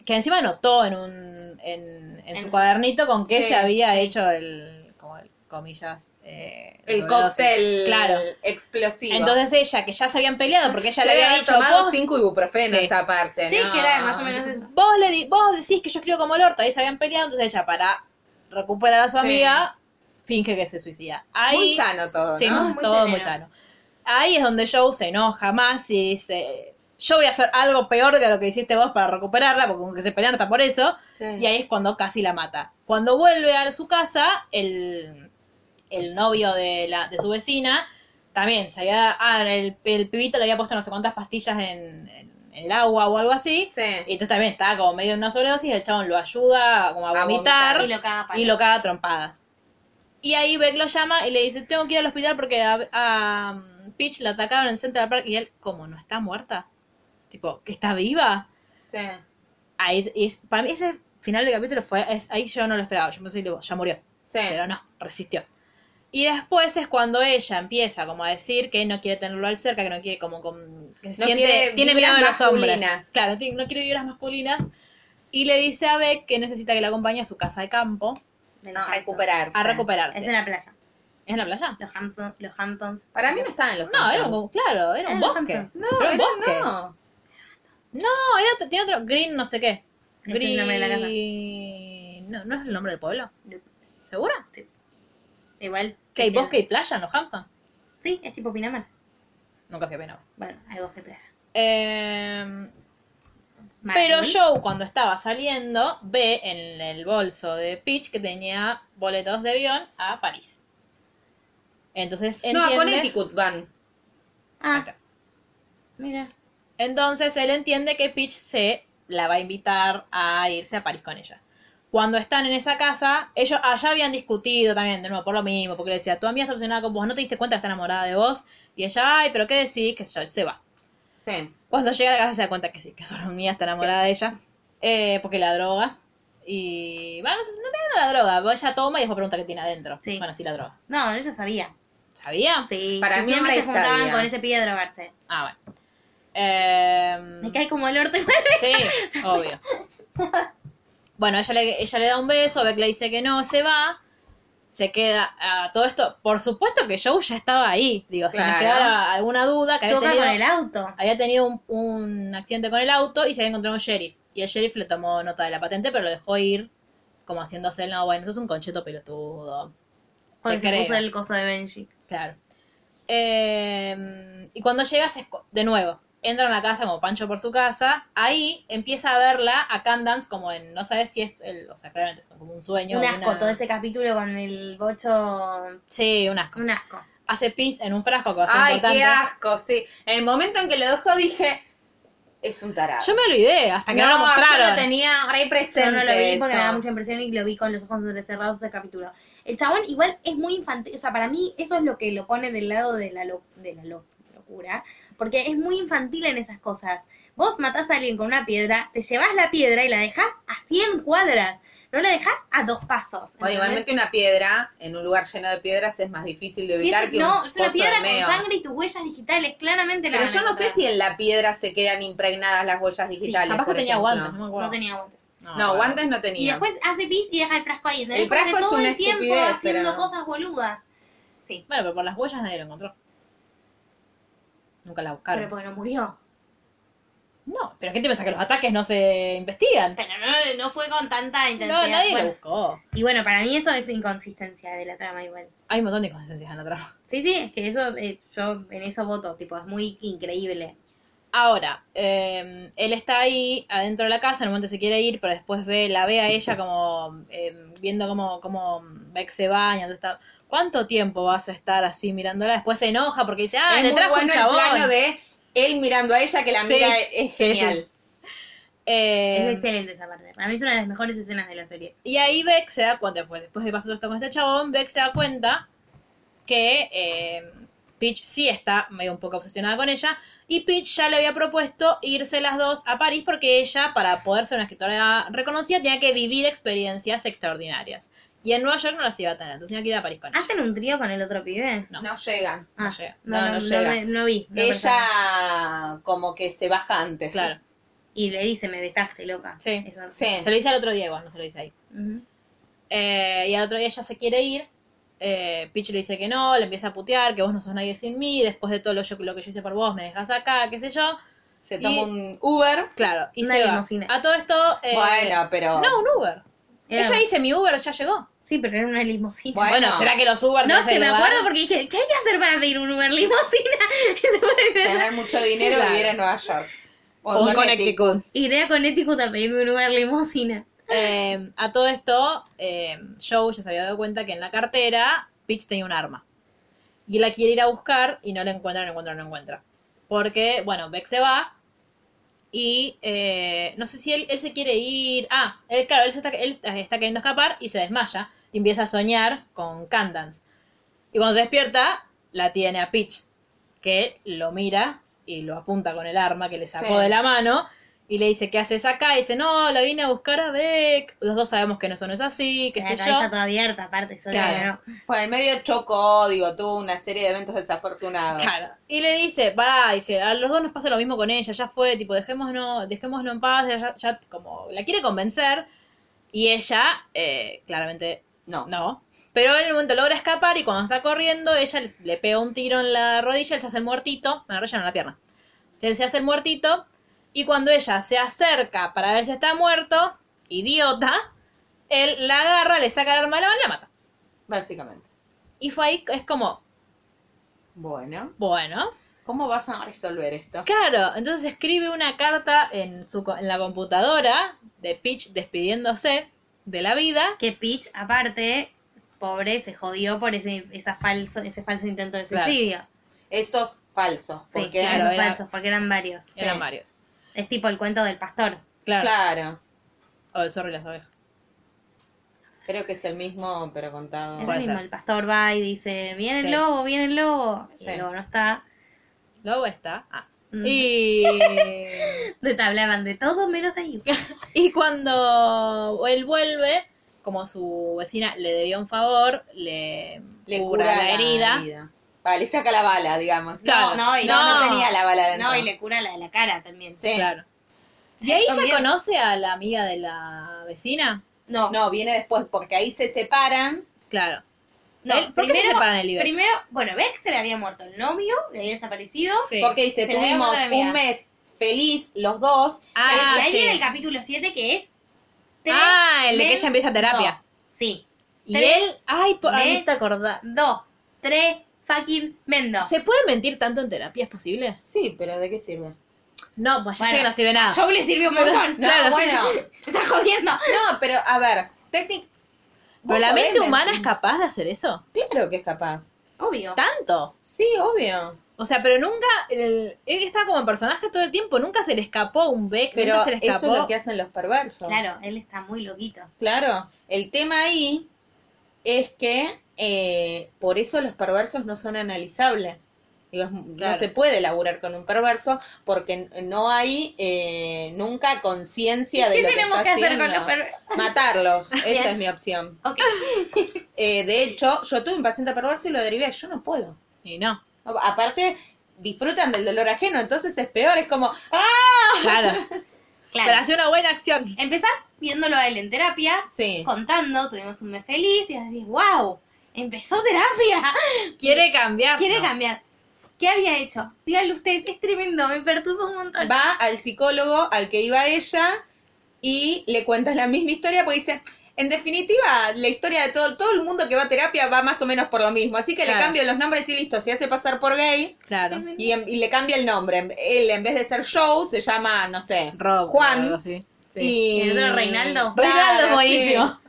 [SPEAKER 1] que encima anotó en un en, en
[SPEAKER 3] En-
[SPEAKER 1] su cuadernito con qué
[SPEAKER 2] Sí,
[SPEAKER 1] se había hecho el, como el- comillas, eh,
[SPEAKER 2] El
[SPEAKER 1] sobredosis.
[SPEAKER 2] cóctel
[SPEAKER 1] Claro.
[SPEAKER 2] explosivo.
[SPEAKER 1] Entonces ella, que ya se habían peleado porque ella
[SPEAKER 2] Se
[SPEAKER 1] le había
[SPEAKER 2] habían
[SPEAKER 1] dicho
[SPEAKER 2] tomado
[SPEAKER 1] "Vos-
[SPEAKER 2] cinco ibuprofenos
[SPEAKER 1] Sí.
[SPEAKER 2] esa parte,
[SPEAKER 3] Sí,
[SPEAKER 2] Este, no.
[SPEAKER 3] que era más o menos eso.
[SPEAKER 1] vos le di- vos decís que yo escribo como el orto, ahí se habían peleado, entonces ella para recuperar a su
[SPEAKER 2] Sí.
[SPEAKER 1] amiga finge que se suicida. Ahí,
[SPEAKER 2] Muy sano todo,
[SPEAKER 1] Sí,
[SPEAKER 2] Ah, ¿no?
[SPEAKER 3] Muy
[SPEAKER 1] todo
[SPEAKER 3] sereno.
[SPEAKER 1] muy sano. Ahí es donde Joe se enoja más y dice, yo voy a hacer algo peor que lo que hiciste vos para recuperarla, porque como que se pelean hasta por eso, y ahí es cuando casi la mata. Cuando vuelve a su casa, el, el novio de, la, de su vecina también se había, ah, el, el pibito le había puesto no sé cuántas pastillas en, en- en el agua o algo así.
[SPEAKER 2] Sí.
[SPEAKER 1] Y entonces también estaba como medio en una sobredosis, el chabón lo ayuda como a,
[SPEAKER 2] A
[SPEAKER 1] vomitar,
[SPEAKER 2] vomitar.
[SPEAKER 3] Y lo caga a palos.
[SPEAKER 1] y lo caga a trompadas. Y ahí Beck lo llama y le dice, tengo que ir al hospital porque a, a mm, Peach la atacaron en Central Park y él, ¿cómo? ¿No está muerta? Tipo, ¿que está viva?
[SPEAKER 2] Sí.
[SPEAKER 1] Ahí, y es- para mí ese final del capítulo fue, es- ahí yo no lo esperaba, yo pensé, tipo, ya murió,
[SPEAKER 2] Sí.
[SPEAKER 1] pero no, resistió. Y después es cuando ella empieza como a decir que no quiere tenerlo al cerca, que no quiere como con- que siente-
[SPEAKER 2] quiere
[SPEAKER 1] tiene miedo
[SPEAKER 2] vibras
[SPEAKER 1] de los hombres.
[SPEAKER 2] masculinas.
[SPEAKER 1] Claro, ti- no quiere vibras masculinas. Y le dice a Beck que necesita que la acompañe a su casa de campo
[SPEAKER 3] de los
[SPEAKER 2] No, a
[SPEAKER 3] Hamptons.
[SPEAKER 2] recuperarse.
[SPEAKER 1] a recuperarse.
[SPEAKER 3] Es en la playa.
[SPEAKER 1] ¿Es en la playa?
[SPEAKER 3] Los Hamptons. Los Hamptons.
[SPEAKER 2] Para mí no estaba en los
[SPEAKER 1] No, era
[SPEAKER 2] Hamptons.
[SPEAKER 1] un, claro, era un
[SPEAKER 3] Era
[SPEAKER 1] bosque.
[SPEAKER 3] Hamptons.
[SPEAKER 2] No,
[SPEAKER 1] era un
[SPEAKER 2] era-
[SPEAKER 1] bosque.
[SPEAKER 2] no.
[SPEAKER 1] No, era otro- tiene otro, Green no sé qué.
[SPEAKER 3] Es el nombre de la casa.
[SPEAKER 1] Green... No, ¿No es el nombre del pueblo?
[SPEAKER 3] No.
[SPEAKER 1] ¿Segura?
[SPEAKER 3] Igual.
[SPEAKER 1] ¿Que hay
[SPEAKER 3] queda-
[SPEAKER 1] bosque y playa en los Hamptons?
[SPEAKER 3] Sí, es tipo Pinamar.
[SPEAKER 1] Nunca fui a Penama.
[SPEAKER 3] Bueno, hay bosque y playa.
[SPEAKER 1] Eh,
[SPEAKER 3] Mar
[SPEAKER 1] Pero
[SPEAKER 3] azul.
[SPEAKER 1] Joe, cuando estaba saliendo, ve en el bolso de Peach que tenía boletos de avión a París. Entonces
[SPEAKER 2] No, a
[SPEAKER 1] entiende.
[SPEAKER 2] Connecticut van.
[SPEAKER 3] Ah, mira.
[SPEAKER 1] Entonces él entiende que Peach se la va a invitar a irse a París con ella. Cuando están en esa casa, ellos allá habían discutido también, de nuevo, por lo mismo, porque le decía, tu amiga está obsesionada con vos, no te diste cuenta que está enamorada de vos, y ella, ay, pero ¿qué decís? Que yo, se va.
[SPEAKER 2] Sí.
[SPEAKER 1] Cuando llega a la casa se da cuenta que sí, que su amiga está enamorada de ella, eh, porque la droga. Y. Bueno, no, no, no la droga, vos ella toma y después pregunta qué tiene adentro.
[SPEAKER 3] Sí.
[SPEAKER 1] Bueno, sí, la droga.
[SPEAKER 3] No, yo ya sabía.
[SPEAKER 1] ¿Sabía?
[SPEAKER 3] Sí.
[SPEAKER 2] Para
[SPEAKER 3] que
[SPEAKER 2] mí
[SPEAKER 3] siempre
[SPEAKER 2] Emre
[SPEAKER 3] se juntaban
[SPEAKER 2] sabía.
[SPEAKER 3] con ese pibe a drogarse.
[SPEAKER 1] Ah, bueno. Em,
[SPEAKER 3] Me cae como el orto.
[SPEAKER 1] Sí, obvio. Bueno, ella le, ella le da un beso, Beck le dice que no, se va, se queda a todo esto. Por supuesto que Joe ya estaba ahí, digo, si nos
[SPEAKER 2] Claro.
[SPEAKER 1] quedaba alguna duda, que había
[SPEAKER 3] Choca
[SPEAKER 1] tenido,
[SPEAKER 3] con el auto.
[SPEAKER 1] había tenido un, un accidente con el auto y se había encontrado un sheriff. Y el sheriff le tomó nota de la patente, pero lo dejó ir como haciéndose el no, bueno, eso es un concheto pelotudo.
[SPEAKER 3] Porque
[SPEAKER 1] Te
[SPEAKER 3] se
[SPEAKER 1] creo.
[SPEAKER 3] puso el coso de Benji.
[SPEAKER 1] Claro. Eh, y cuando llegas, de nuevo, entra en la casa como Pancho por su casa. Ahí empieza a verla a Candance como en, no sabes si es, el, o sea, claramente es como un sueño.
[SPEAKER 3] un
[SPEAKER 1] o
[SPEAKER 3] asco
[SPEAKER 1] una-
[SPEAKER 3] todo ese capítulo con el bocho.
[SPEAKER 1] Sí, un asco.
[SPEAKER 3] Un asco.
[SPEAKER 1] Hace pis en un frasco que va a ser
[SPEAKER 2] Ay,
[SPEAKER 1] importante.
[SPEAKER 2] qué asco, sí. En el momento en que lo dejó dije, es un tarado.
[SPEAKER 1] Yo me olvidé hasta que no, lo mostraron.
[SPEAKER 2] yo lo tenía re
[SPEAKER 3] Yo
[SPEAKER 2] presente
[SPEAKER 3] no lo vi porque me
[SPEAKER 2] eso.
[SPEAKER 3] da mucha impresión y lo vi con los ojos cerrados ese capítulo. El chabón igual es muy infantil, o sea, para mí eso es lo que lo pone del lado de la, lo- de la lo- locura, porque es muy infantil en esas cosas. Vos matás a alguien con una piedra, te llevas la piedra y la dejás a 100 cuadras, no la dejás a dos pasos.
[SPEAKER 2] Bueno,
[SPEAKER 3] ¿entendés?
[SPEAKER 2] igualmente una piedra, en un lugar lleno de piedras es más difícil de
[SPEAKER 3] Si
[SPEAKER 2] ubicar
[SPEAKER 3] es-
[SPEAKER 2] que
[SPEAKER 3] no,
[SPEAKER 2] un
[SPEAKER 3] es una
[SPEAKER 2] pozo de
[SPEAKER 3] piedra con
[SPEAKER 2] meo.
[SPEAKER 3] sangre y tus huellas digitales, claramente la
[SPEAKER 2] Pero
[SPEAKER 3] van a
[SPEAKER 2] yo no sé
[SPEAKER 3] encontrar.
[SPEAKER 2] si en la piedra se quedan impregnadas las huellas digitales.
[SPEAKER 1] Capaz que
[SPEAKER 2] por
[SPEAKER 1] tenía
[SPEAKER 2] ejemplo.
[SPEAKER 1] guantes, no me acuerdo.
[SPEAKER 3] No tenía guantes.
[SPEAKER 2] No,
[SPEAKER 1] bueno.
[SPEAKER 2] guantes no tenía.
[SPEAKER 3] Y después hace pis y deja el frasco ahí. ¿entendés?
[SPEAKER 2] El
[SPEAKER 3] Porque
[SPEAKER 2] frasco es
[SPEAKER 3] todo
[SPEAKER 2] una
[SPEAKER 3] el tiempo
[SPEAKER 2] estupidez,
[SPEAKER 3] haciendo
[SPEAKER 2] pero no.
[SPEAKER 3] cosas boludas. Sí,
[SPEAKER 1] Bueno, pero por las huellas nadie lo encontró. Nunca la buscaron.
[SPEAKER 3] pero porque no murió.
[SPEAKER 1] No, pero ¿qué te pensás? Que los ataques no se investigan.
[SPEAKER 3] Pero no, no fue con tanta intensidad.
[SPEAKER 1] No, nadie
[SPEAKER 3] Bueno,
[SPEAKER 1] lo buscó.
[SPEAKER 3] Y bueno, para mí eso es inconsistencia de la trama igual.
[SPEAKER 1] Hay un montón de inconsistencias en la trama.
[SPEAKER 3] Sí, sí, es que eso, eh, yo en eso voto, tipo, es muy increíble.
[SPEAKER 1] Ahora, eh, él está ahí adentro de la casa, en un momento se quiere ir, pero después ve, la ve a ella como eh, viendo cómo, cómo Beck se baña. entonces está- ¿Cuánto tiempo vas a estar así mirándola? Después se enoja porque dice, ah,
[SPEAKER 2] es
[SPEAKER 1] le
[SPEAKER 2] muy
[SPEAKER 1] trajo
[SPEAKER 2] bueno
[SPEAKER 1] un
[SPEAKER 2] el
[SPEAKER 1] chabón.
[SPEAKER 2] plano de él mirando a ella que la
[SPEAKER 1] Sí,
[SPEAKER 2] mira es
[SPEAKER 1] sí,
[SPEAKER 2] genial.
[SPEAKER 1] Eh,
[SPEAKER 3] es excelente esa parte. Para mí es una de las mejores escenas de la serie.
[SPEAKER 1] Y ahí Beck se da cuenta, pues después de pasar todo esto con este chabón, Beck se da cuenta que eh, Peach sí está medio un poco obsesionada con ella. Y Peach ya le había propuesto irse las dos a París porque ella, para poder ser una escritora reconocida, tenía que vivir experiencias extraordinarias. Y en Nueva York no las iba a tener, entonces tenía que ir a París con ella.
[SPEAKER 3] ¿Hacen un trío con el otro pibe?
[SPEAKER 1] No.
[SPEAKER 2] llega.
[SPEAKER 1] No llega.
[SPEAKER 2] No, no llega.
[SPEAKER 3] me- no vi. no percibí.
[SPEAKER 2] Ella como que se baja antes.
[SPEAKER 1] Claro.
[SPEAKER 3] Y le dice, me besaste, loca.
[SPEAKER 1] Sí.
[SPEAKER 3] Eso-
[SPEAKER 2] Sí.
[SPEAKER 1] Se lo dice al otro Diego, no se lo dice ahí.
[SPEAKER 3] Ujú.
[SPEAKER 1] Eh, y al otro día ella se quiere ir. Eh, Peach le dice que no, le empieza a putear, que vos no sos nadie sin mí, después de todo lo, yo- lo que yo hice por vos, me dejas acá, qué sé yo.
[SPEAKER 2] Se toma
[SPEAKER 1] Y-
[SPEAKER 2] un Uber.
[SPEAKER 1] Claro, y
[SPEAKER 3] Una
[SPEAKER 1] se va.
[SPEAKER 3] limusina.
[SPEAKER 1] A todo esto. eh,
[SPEAKER 2] bueno, pero.
[SPEAKER 1] No, un Uber.
[SPEAKER 3] Era-
[SPEAKER 1] Ella dice: Mi Uber ya llegó.
[SPEAKER 3] Sí, pero era una limusina.
[SPEAKER 2] Bueno.
[SPEAKER 1] ¿será que los Uber
[SPEAKER 3] No, es
[SPEAKER 1] se
[SPEAKER 3] que me
[SPEAKER 1] lugar?
[SPEAKER 3] acuerdo porque dije, ¿qué hay que hacer para pedir un Uber limusina? Y se fue a
[SPEAKER 2] Tener mucho dinero y
[SPEAKER 1] Claro.
[SPEAKER 2] vivir en Nueva York.
[SPEAKER 1] O en Connecticut.
[SPEAKER 3] Iré a Connecticut a pedirme un Uber limusina.
[SPEAKER 1] Eh, a todo esto, eh, Joe ya se había dado cuenta que en la cartera Peach tenía un arma. Y él la quiere ir a buscar y no la encuentra, no encuentra, no encuentra. Porque, bueno, Beck se va y eh, no sé si él, él se quiere ir. Ah, él, claro, él, se está, él está queriendo escapar y se desmaya y empieza a soñar con Candance. Y cuando se despierta, la tiene a Peach, que lo mira y lo apunta con el arma que le sacó
[SPEAKER 2] Sí.
[SPEAKER 1] de la mano y le dice, ¿qué haces acá? Y dice, no, la vine a buscar a Beck. Los dos sabemos que no, eso no es así, qué
[SPEAKER 3] la
[SPEAKER 1] sé
[SPEAKER 3] cabeza
[SPEAKER 1] yo.
[SPEAKER 3] toda abierta, aparte. solo
[SPEAKER 1] Claro.
[SPEAKER 3] que
[SPEAKER 2] Bueno, el medio chocó, digo, tuvo una serie de eventos desafortunados.
[SPEAKER 1] Claro. Y le dice, pará, dice, a los dos nos pasa lo mismo con ella, ya fue, tipo, dejémonos, dejémoslo en paz, ya, ya como la quiere convencer. Y ella, eh, claramente,
[SPEAKER 2] No.
[SPEAKER 1] no. Pero en el momento logra escapar y cuando está corriendo, ella le, le pega un tiro en la rodilla, él se hace el muertito, en la rodilla no en la pierna. Él se hace el muertito y cuando ella se acerca para ver si está muerto, idiota, él la agarra, le saca el arma de la mano y la mata.
[SPEAKER 2] Básicamente.
[SPEAKER 1] Y fue ahí, es como,
[SPEAKER 2] Bueno,
[SPEAKER 1] bueno,
[SPEAKER 2] ¿cómo vas a resolver esto?
[SPEAKER 1] Claro, entonces escribe una carta en, su, co- en la computadora de Peach despidiéndose de la vida.
[SPEAKER 3] no. Que Peach, aparte, pobre, se jodió por ese, esa falso, ese falso intento de
[SPEAKER 1] Claro.
[SPEAKER 3] suicidio.
[SPEAKER 2] Eso es falso.
[SPEAKER 3] Sí,
[SPEAKER 2] Porque,
[SPEAKER 3] claro,
[SPEAKER 1] Claro,
[SPEAKER 3] esos
[SPEAKER 1] era-
[SPEAKER 3] falsos, porque eran varios.
[SPEAKER 2] Sí.
[SPEAKER 1] Eran varios.
[SPEAKER 3] Es tipo el cuento del pastor.
[SPEAKER 1] Claro.
[SPEAKER 2] claro,
[SPEAKER 1] O el zorro y las ovejas.
[SPEAKER 2] creo que es el mismo, pero contado.
[SPEAKER 3] Es lo
[SPEAKER 1] Puede
[SPEAKER 3] mismo,
[SPEAKER 1] ser.
[SPEAKER 3] el pastor va y dice, viene
[SPEAKER 1] Sí.
[SPEAKER 3] el lobo, viene el lobo. Y
[SPEAKER 1] Sí.
[SPEAKER 3] el lobo no está.
[SPEAKER 1] Luego está. Ah.
[SPEAKER 3] Mm.
[SPEAKER 1] Y,
[SPEAKER 3] De te hablaban de todo menos de ahí.
[SPEAKER 1] y cuando él vuelve, como su vecina le debía un favor, le,
[SPEAKER 2] Le
[SPEAKER 1] cura, la, herida.
[SPEAKER 2] Vale, saca la bala, digamos.
[SPEAKER 1] Claro.
[SPEAKER 2] No, no, y no,
[SPEAKER 1] No.
[SPEAKER 2] no tenía la bala dentro.
[SPEAKER 3] No, y le cura la de la cara también.
[SPEAKER 2] Sí.
[SPEAKER 1] Claro. Y ahí ya
[SPEAKER 2] También-
[SPEAKER 1] conoce a la amiga de la vecina.
[SPEAKER 3] No,
[SPEAKER 2] No, viene después, porque ahí se separan.
[SPEAKER 1] Claro.
[SPEAKER 3] no,
[SPEAKER 1] Él- ¿Por qué se separan el libro?
[SPEAKER 3] Primero, bueno, Beck se le había muerto el novio, le había desaparecido.
[SPEAKER 1] Sí.
[SPEAKER 2] Porque dice,
[SPEAKER 3] Se la
[SPEAKER 2] tuvimos
[SPEAKER 3] damos a la
[SPEAKER 2] un
[SPEAKER 3] amiga.
[SPEAKER 2] mes feliz los dos.
[SPEAKER 1] Ah,
[SPEAKER 3] y ahí
[SPEAKER 1] sí.
[SPEAKER 3] viene el capítulo 7 que es...
[SPEAKER 1] Ah, el de que
[SPEAKER 3] tremendo.
[SPEAKER 1] ella empieza terapia.
[SPEAKER 3] Sí.
[SPEAKER 1] Y
[SPEAKER 3] Tres
[SPEAKER 1] él, ay, por,
[SPEAKER 3] de-
[SPEAKER 1] ahí está acordar.
[SPEAKER 3] Dos, tres, fucking mendo.
[SPEAKER 1] ¿Se puede mentir tanto en terapia? ¿Es posible?
[SPEAKER 2] Sí, pero ¿de qué sirve?
[SPEAKER 1] No, pues ya
[SPEAKER 3] Bueno,
[SPEAKER 1] sé que no sirve nada.
[SPEAKER 3] Joe le sirvió un Ah. montón.
[SPEAKER 2] No, bueno.
[SPEAKER 3] Te está jodiendo.
[SPEAKER 2] No, pero a ver, técnica.
[SPEAKER 1] Pero la mente humana es capaz de hacer eso.
[SPEAKER 2] Claro que es capaz.
[SPEAKER 3] Obvio.
[SPEAKER 1] Tanto.
[SPEAKER 2] Sí, obvio.
[SPEAKER 1] O sea, pero nunca, el- él estaba como en personaje todo el tiempo, nunca se le escapó un Beck,
[SPEAKER 2] Pero
[SPEAKER 1] nunca este se le escapó.
[SPEAKER 2] eso es lo que hacen los perversos.
[SPEAKER 3] Claro, él está muy loquito.
[SPEAKER 2] Claro. El tema ahí es que eh, por eso los perversos no son analizables. Digo, es-
[SPEAKER 1] Claro.
[SPEAKER 2] No se puede laburar con un perverso porque no hay eh, nunca conciencia de
[SPEAKER 3] ¿Qué
[SPEAKER 2] lo que
[SPEAKER 3] tenemos
[SPEAKER 2] está
[SPEAKER 3] que hacer
[SPEAKER 2] haciendo.
[SPEAKER 3] con los perversos?
[SPEAKER 2] Matarlos, esa es mi opción.
[SPEAKER 3] Ok.
[SPEAKER 2] Eh, de hecho, yo tuve un paciente perverso y lo derivé, yo no puedo.
[SPEAKER 1] Y no.
[SPEAKER 2] Aparte, disfrutan del dolor ajeno, entonces es peor, es como, ¡ah!
[SPEAKER 1] Claro. Pero
[SPEAKER 3] Claro.
[SPEAKER 1] hace una buena acción.
[SPEAKER 3] Empezás viéndolo a él en terapia,
[SPEAKER 2] Sí,
[SPEAKER 3] contando, tuvimos un mes feliz y decís, wow, empezó terapia,
[SPEAKER 1] Quiere cambiar.
[SPEAKER 3] quiere
[SPEAKER 1] No.
[SPEAKER 3] cambiar. ¿Qué había hecho? Díganlo ustedes, es tremendo, me perturba un montón.
[SPEAKER 2] va al psicólogo al que iba ella y le cuentas la misma historia, pues dice, en definitiva, la historia de todo, todo el mundo que va a terapia va más o menos por lo mismo, así que
[SPEAKER 1] Claro.
[SPEAKER 2] le cambio los nombres y listo, se hace pasar por gay
[SPEAKER 1] Claro.
[SPEAKER 2] y, en- y le cambia el nombre. Él, en vez de ser Joe, se llama, no sé,
[SPEAKER 1] Rob. o algo
[SPEAKER 2] Juan.
[SPEAKER 1] así. Sí.
[SPEAKER 2] Y,
[SPEAKER 3] Y el otro Reinaldo.
[SPEAKER 2] Claro,
[SPEAKER 1] Reinaldo es
[SPEAKER 2] sí.
[SPEAKER 1] buenísimo.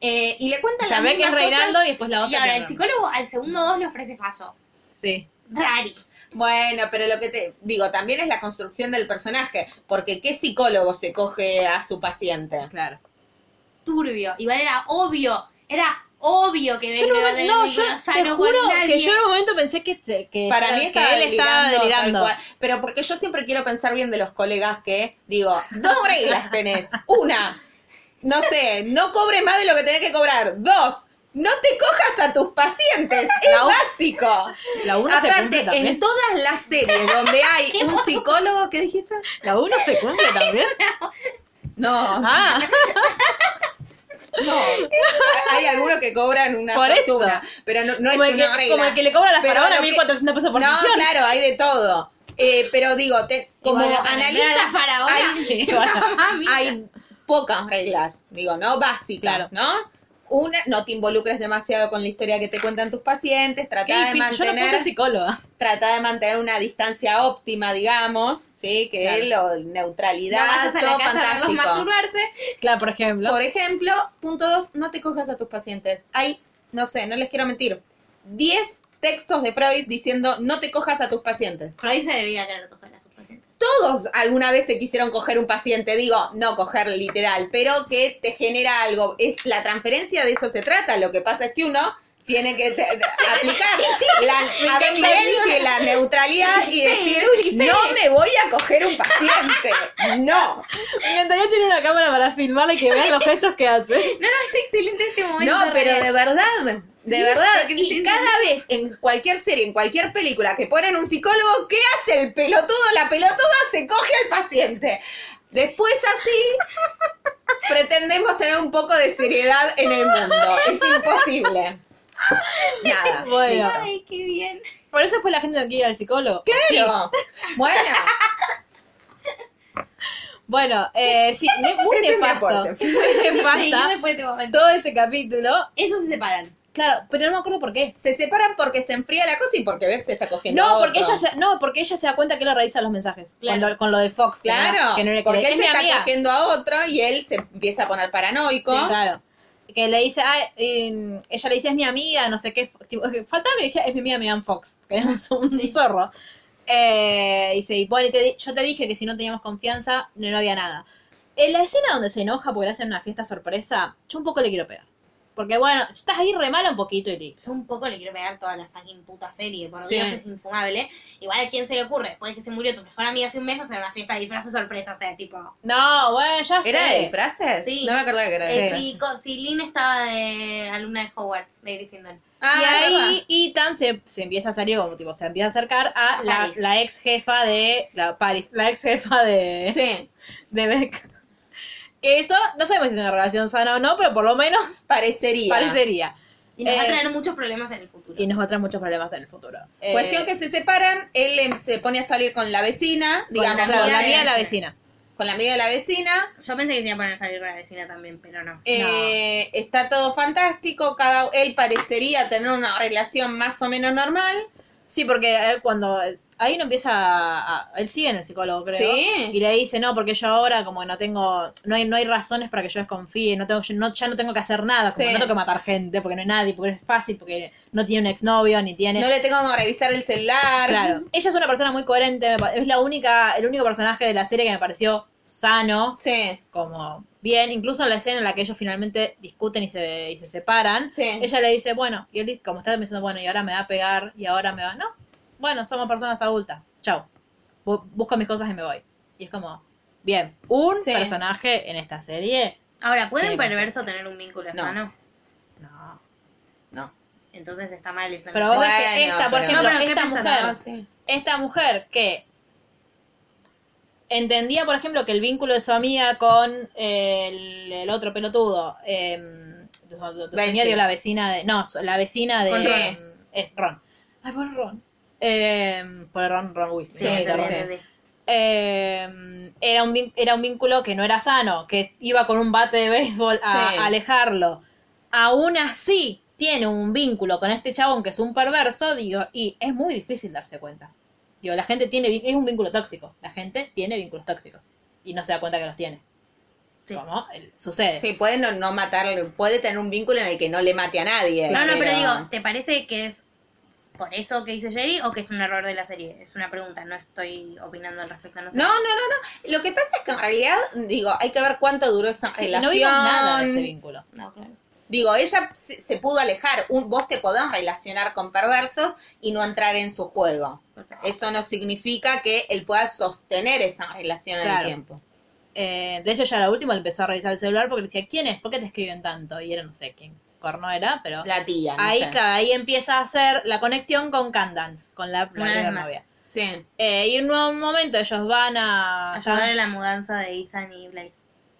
[SPEAKER 2] Eh, y le cuentan la
[SPEAKER 1] Sabés que
[SPEAKER 2] misma
[SPEAKER 1] es Reinaldo y después la otra.
[SPEAKER 3] Y ahora
[SPEAKER 1] que
[SPEAKER 3] el
[SPEAKER 1] es Reinaldo.
[SPEAKER 3] psicólogo al segundo dos le ofrece fallo.
[SPEAKER 1] Sí.
[SPEAKER 3] Rari.
[SPEAKER 2] Bueno, pero lo que te digo también es la construcción del personaje, porque ¿qué psicólogo se coge a su paciente?
[SPEAKER 1] Claro.
[SPEAKER 3] Turbio. Igual era obvio. Era obvio que
[SPEAKER 1] Yo en un
[SPEAKER 3] no,
[SPEAKER 1] momento- no, yo te juro que yo en un momento pensé que, se- que,
[SPEAKER 2] Eh, Para mí
[SPEAKER 1] que
[SPEAKER 2] estaba
[SPEAKER 1] él estaba
[SPEAKER 2] delirando,
[SPEAKER 1] delirando.
[SPEAKER 2] tal cual. pero porque yo siempre quiero pensar bien de los colegas que digo, dos reglas tenés, una, no sé, no cobres más de lo que tenés que cobrar, dos, no te cojas a tus pacientes, es
[SPEAKER 1] La u-
[SPEAKER 2] básico.
[SPEAKER 1] La 1 se cumple
[SPEAKER 2] Aparte,
[SPEAKER 1] también.
[SPEAKER 2] en todas las series donde hay un psicólogo, ¿qué dijiste?
[SPEAKER 1] La 1 se cumple también.
[SPEAKER 2] No,
[SPEAKER 1] Ah,
[SPEAKER 2] No, hay algunos que cobran una
[SPEAKER 1] Por
[SPEAKER 2] fortuna, pero no, no es
[SPEAKER 1] como, el
[SPEAKER 2] una
[SPEAKER 1] que,
[SPEAKER 2] regla.
[SPEAKER 1] como el que le cobra a la
[SPEAKER 2] Pero
[SPEAKER 1] faraona
[SPEAKER 2] lo que-
[SPEAKER 1] 1400 pesos por
[SPEAKER 2] No,
[SPEAKER 1] sesión.
[SPEAKER 2] claro, hay de todo. Eh, pero digo, te- como
[SPEAKER 3] Igual, para ver a
[SPEAKER 2] analista
[SPEAKER 3] la faraona.
[SPEAKER 2] hay,
[SPEAKER 1] Sí, bueno.
[SPEAKER 3] Mami.
[SPEAKER 2] hay pocas reglas, digo, ¿no? Básicas,
[SPEAKER 1] Claro.
[SPEAKER 2] ¿no? Una, no te involucres demasiado con la historia que te cuentan tus pacientes,
[SPEAKER 1] Qué
[SPEAKER 2] trata de
[SPEAKER 1] difícil, Yo no
[SPEAKER 2] mantener,
[SPEAKER 1] puse psicóloga.
[SPEAKER 2] trata de mantener una distancia óptima, digamos, sí, que lo-
[SPEAKER 3] no
[SPEAKER 2] neutralidad,
[SPEAKER 3] vayas a la
[SPEAKER 2] todo
[SPEAKER 3] casa a verlos
[SPEAKER 2] fantástico.
[SPEAKER 3] masturbarse.
[SPEAKER 1] Claro, por ejemplo.
[SPEAKER 2] Por ejemplo, punto dos, no te cojas a tus pacientes. Hay, no sé, no les quiero mentir, 10 textos de Freud diciendo no te cojas a tus pacientes.
[SPEAKER 3] Freud se debía querer coger a sus pacientes.
[SPEAKER 2] Todos alguna vez se quisieron coger un paciente, digo, no coger literal, pero que te genera algo. Es la transferencia de eso se trata. Lo que pasa es que uno tiene que te- aplicar la abstinencia y la neutralidad y decir, no me voy a coger un paciente. No,
[SPEAKER 1] Me encantaría tener una cámara para filmarle y que vean los gestos que hace.
[SPEAKER 3] No, no, es excelente este momento.
[SPEAKER 2] no, pero de verdad, de verdad.
[SPEAKER 3] porque
[SPEAKER 2] Y cada vez en cualquier serie, en cualquier película que ponen un psicólogo, ¿qué hace el pelotudo? La pelotuda se coge al paciente. Después así pretendemos tener un poco de seriedad en el mundo. Es imposible. Nada.
[SPEAKER 1] Bueno.
[SPEAKER 2] listo.
[SPEAKER 3] Ay, qué bien.
[SPEAKER 1] Por eso después la gente no quiere ir al psicólogo.
[SPEAKER 2] Claro. Bueno,
[SPEAKER 1] Bueno, eh, sí, ne- muy
[SPEAKER 2] Ese es mi
[SPEAKER 1] nefasto.
[SPEAKER 2] aporte.
[SPEAKER 1] Muy
[SPEAKER 3] Sí, yo
[SPEAKER 1] nefasta
[SPEAKER 3] después de este momento.
[SPEAKER 1] todo ese capítulo.
[SPEAKER 3] Ellos se separan.
[SPEAKER 1] Claro, pero no me acuerdo por qué.
[SPEAKER 2] se separan porque se enfría la cosa y porque Beck se está cogiendo. a
[SPEAKER 1] No,
[SPEAKER 2] otro.
[SPEAKER 1] porque ella se, no, porque ella se da cuenta que él revisa los mensajes.
[SPEAKER 3] Claro.
[SPEAKER 1] Cuando- con lo de Fox, que
[SPEAKER 2] Claro,
[SPEAKER 1] no- que no le
[SPEAKER 2] porque
[SPEAKER 1] que
[SPEAKER 2] él
[SPEAKER 1] es
[SPEAKER 2] se
[SPEAKER 1] mi
[SPEAKER 2] está
[SPEAKER 1] amiga.
[SPEAKER 2] cogiendo a otro y él se empieza a poner paranoico.
[SPEAKER 1] Sí, claro. Que le dice, ah, eh, ella le dice, es mi amiga, no sé qué. Tipo, falta que le dije, es mi amiga Megan Fox, que era un, un zorro. Eh, dice, y bueno, y te di- yo te dije que si no teníamos confianza, no, no había nada. En la escena donde se enoja porque le hacen una fiesta sorpresa, yo un poco le quiero pegar. Porque bueno, estás ahí re mala un poquito y listo.
[SPEAKER 3] Yo un poco le quiero pegar toda la fucking puta serie, por
[SPEAKER 1] Sí.
[SPEAKER 3] Dios es infumable. Igual a quién se le ocurre, después de que se murió tu mejor amiga hace un mes, hacer una fiesta de disfraces sorpresa, o sea, tipo.
[SPEAKER 1] No, bueno, ya
[SPEAKER 2] ¿Era
[SPEAKER 1] sé.
[SPEAKER 2] de disfraces?
[SPEAKER 3] Sí.
[SPEAKER 2] No me acordaba que era de
[SPEAKER 1] Sí.
[SPEAKER 3] Eh,
[SPEAKER 2] disfraces.
[SPEAKER 3] si, co- si Lynn estaba de alumna de Hogwarts, de Gryffindor.
[SPEAKER 2] Ah,
[SPEAKER 1] y
[SPEAKER 2] ¿verdad?
[SPEAKER 1] ahí Ethan se, se empieza a salir como tipo, se empieza a acercar a
[SPEAKER 3] A
[SPEAKER 1] la,
[SPEAKER 3] Paris.
[SPEAKER 1] la ex jefa de. La Paris, la ex jefa de.
[SPEAKER 2] Sí,
[SPEAKER 1] de Beck. Que eso, no sabemos si es una relación sana o no, pero por lo menos
[SPEAKER 2] parecería.
[SPEAKER 1] parecería.
[SPEAKER 3] Y nos va a
[SPEAKER 1] Eh,
[SPEAKER 3] traer muchos problemas en el futuro.
[SPEAKER 1] Y nos va a traer muchos problemas en el futuro. Eh,
[SPEAKER 2] Cuestión que se separan, él em, se pone a salir con la vecina,
[SPEAKER 1] con la-
[SPEAKER 2] digamos,
[SPEAKER 1] claro, la mía
[SPEAKER 2] de-
[SPEAKER 1] de la vecina.
[SPEAKER 2] con la amiga de la vecina.
[SPEAKER 3] Yo pensé que se iba a poner a salir con la vecina también, pero no.
[SPEAKER 2] Eh, Está todo fantástico, cada él parecería tener una relación más o menos normal.
[SPEAKER 1] Sí, porque él cuando. Ahí no empieza a, a- Él sigue en el psicólogo, creo.
[SPEAKER 2] Sí.
[SPEAKER 1] Y le dice, no, porque yo ahora como no tengo. No hay, no hay razones para que yo desconfíe. No tengo, yo no, ya no tengo que hacer nada. Como
[SPEAKER 2] Sí.
[SPEAKER 1] no tengo que matar gente, porque no hay nadie, porque es fácil, porque no tiene un exnovio, ni tiene.
[SPEAKER 2] No le tengo que revisar el celular.
[SPEAKER 1] Claro. Ella es una persona muy coherente. me pa- Es la única, el único personaje de la serie que me pareció sano.
[SPEAKER 2] Sí,
[SPEAKER 1] como bien, incluso en la escena en la que ellos finalmente discuten y se, y se separan,
[SPEAKER 2] sí.
[SPEAKER 1] ella le dice, bueno, y él dice- como está pensando, bueno, y ahora me va a pegar, y ahora me va, no, bueno, somos personas adultas, chao, Bu- busco mis cosas y me voy. Y es como, bien, un
[SPEAKER 2] Sí.
[SPEAKER 1] personaje en esta serie,
[SPEAKER 3] Ahora, ¿puede
[SPEAKER 1] Tiene
[SPEAKER 3] un
[SPEAKER 1] que
[SPEAKER 3] perverso tener un vínculo
[SPEAKER 2] No.
[SPEAKER 3] hermano?
[SPEAKER 1] no.
[SPEAKER 3] Entonces está mal. esta
[SPEAKER 1] Pero
[SPEAKER 3] mensaje.
[SPEAKER 1] vos ves que esta, por
[SPEAKER 2] pero-
[SPEAKER 1] ejemplo,
[SPEAKER 3] No, pero ¿qué
[SPEAKER 1] esta
[SPEAKER 3] pensás?
[SPEAKER 1] mujer,
[SPEAKER 2] Ah, sí.
[SPEAKER 1] esta mujer que entendía, por ejemplo, que el vínculo de su amiga con el, el otro pelotudo, eh, tu- tu- tu
[SPEAKER 2] Benji.
[SPEAKER 1] señor y la vecina de. No, su- la vecina de.
[SPEAKER 3] Con Ron.
[SPEAKER 1] eh, eh, Ron. Ay, por Ron. Eh, por Ron, Ron Weasley.
[SPEAKER 3] Sí,
[SPEAKER 1] no,
[SPEAKER 2] sí,
[SPEAKER 1] Ron.
[SPEAKER 3] entendí,
[SPEAKER 2] sí.
[SPEAKER 3] entendí.
[SPEAKER 1] Eh, era, un, vin- era un vínculo que no era sano, que iba con un bate de béisbol a,
[SPEAKER 2] Sí.
[SPEAKER 1] a alejarlo. Aún así, tiene un vínculo con este chabón que es un perverso, digo, y es muy difícil darse cuenta. Digo, la gente tiene, vi- es un vínculo tóxico. La gente tiene vínculos tóxicos y no se da cuenta que los tiene.
[SPEAKER 3] Sí.
[SPEAKER 1] Como el- sucede.
[SPEAKER 2] Sí, puede no, no matarle, puede tener un vínculo en el que no le mate a nadie.
[SPEAKER 3] No, no, pero digo, ¿te parece que es por eso que dice Jerry o que es un error de la serie? Es una pregunta, no estoy opinando al respecto. No, sé.
[SPEAKER 2] No, no, no, no. Lo que pasa es que en realidad, digo, hay que ver cuánto duró esa
[SPEAKER 1] Sí, y
[SPEAKER 2] relación.
[SPEAKER 1] no vimos nada de ese vínculo.
[SPEAKER 3] No, claro.
[SPEAKER 2] Digo, ella se, se pudo alejar. Un, vos te podés relacionar con perversos y no entrar en su juego. Eso no significa que él pueda sostener esa relación en
[SPEAKER 1] Claro.
[SPEAKER 2] el tiempo.
[SPEAKER 1] Eh, de hecho, ya la última empezó a revisar el celular porque le decía, ¿quién es? ¿Por qué te escriben tanto? Y era no sé quién corno era, pero...
[SPEAKER 2] La tía, no
[SPEAKER 1] Ahí,
[SPEAKER 2] sé.
[SPEAKER 1] claro, ahí empieza a hacer la conexión con Candance, con la, la
[SPEAKER 3] Una vez
[SPEAKER 1] primera
[SPEAKER 3] más.
[SPEAKER 1] novia.
[SPEAKER 2] Sí.
[SPEAKER 1] Eh, y en un nuevo momento ellos van a...
[SPEAKER 3] Ayudar en la mudanza de Ethan y Blaze.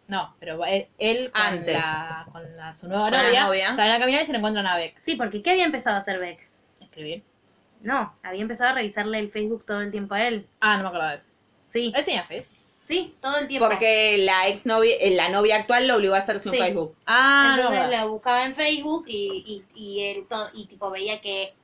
[SPEAKER 1] No, pero él, él con,
[SPEAKER 2] Antes.
[SPEAKER 1] la- con la- su nueva
[SPEAKER 2] Con la
[SPEAKER 1] novia,
[SPEAKER 2] novia.
[SPEAKER 1] salen a caminar y se le encuentran a Beck.
[SPEAKER 3] Sí, porque ¿qué había empezado a hacer Beck?
[SPEAKER 1] Escribir.
[SPEAKER 3] No, había empezado a revisarle el Facebook todo el tiempo a él.
[SPEAKER 1] Ah, no me acuerdo de eso.
[SPEAKER 3] Sí,
[SPEAKER 1] Él tenía Face.
[SPEAKER 3] sí, todo el
[SPEAKER 1] pues.
[SPEAKER 3] tiempo.
[SPEAKER 2] Porque la ex novia, la novia actual lo obligó a hacerse un
[SPEAKER 3] Sí.
[SPEAKER 2] Facebook.
[SPEAKER 1] Ah, no me
[SPEAKER 3] Entonces
[SPEAKER 1] acuerdo.
[SPEAKER 3] lo buscaba en Facebook y, y, y él to- y tipo veía que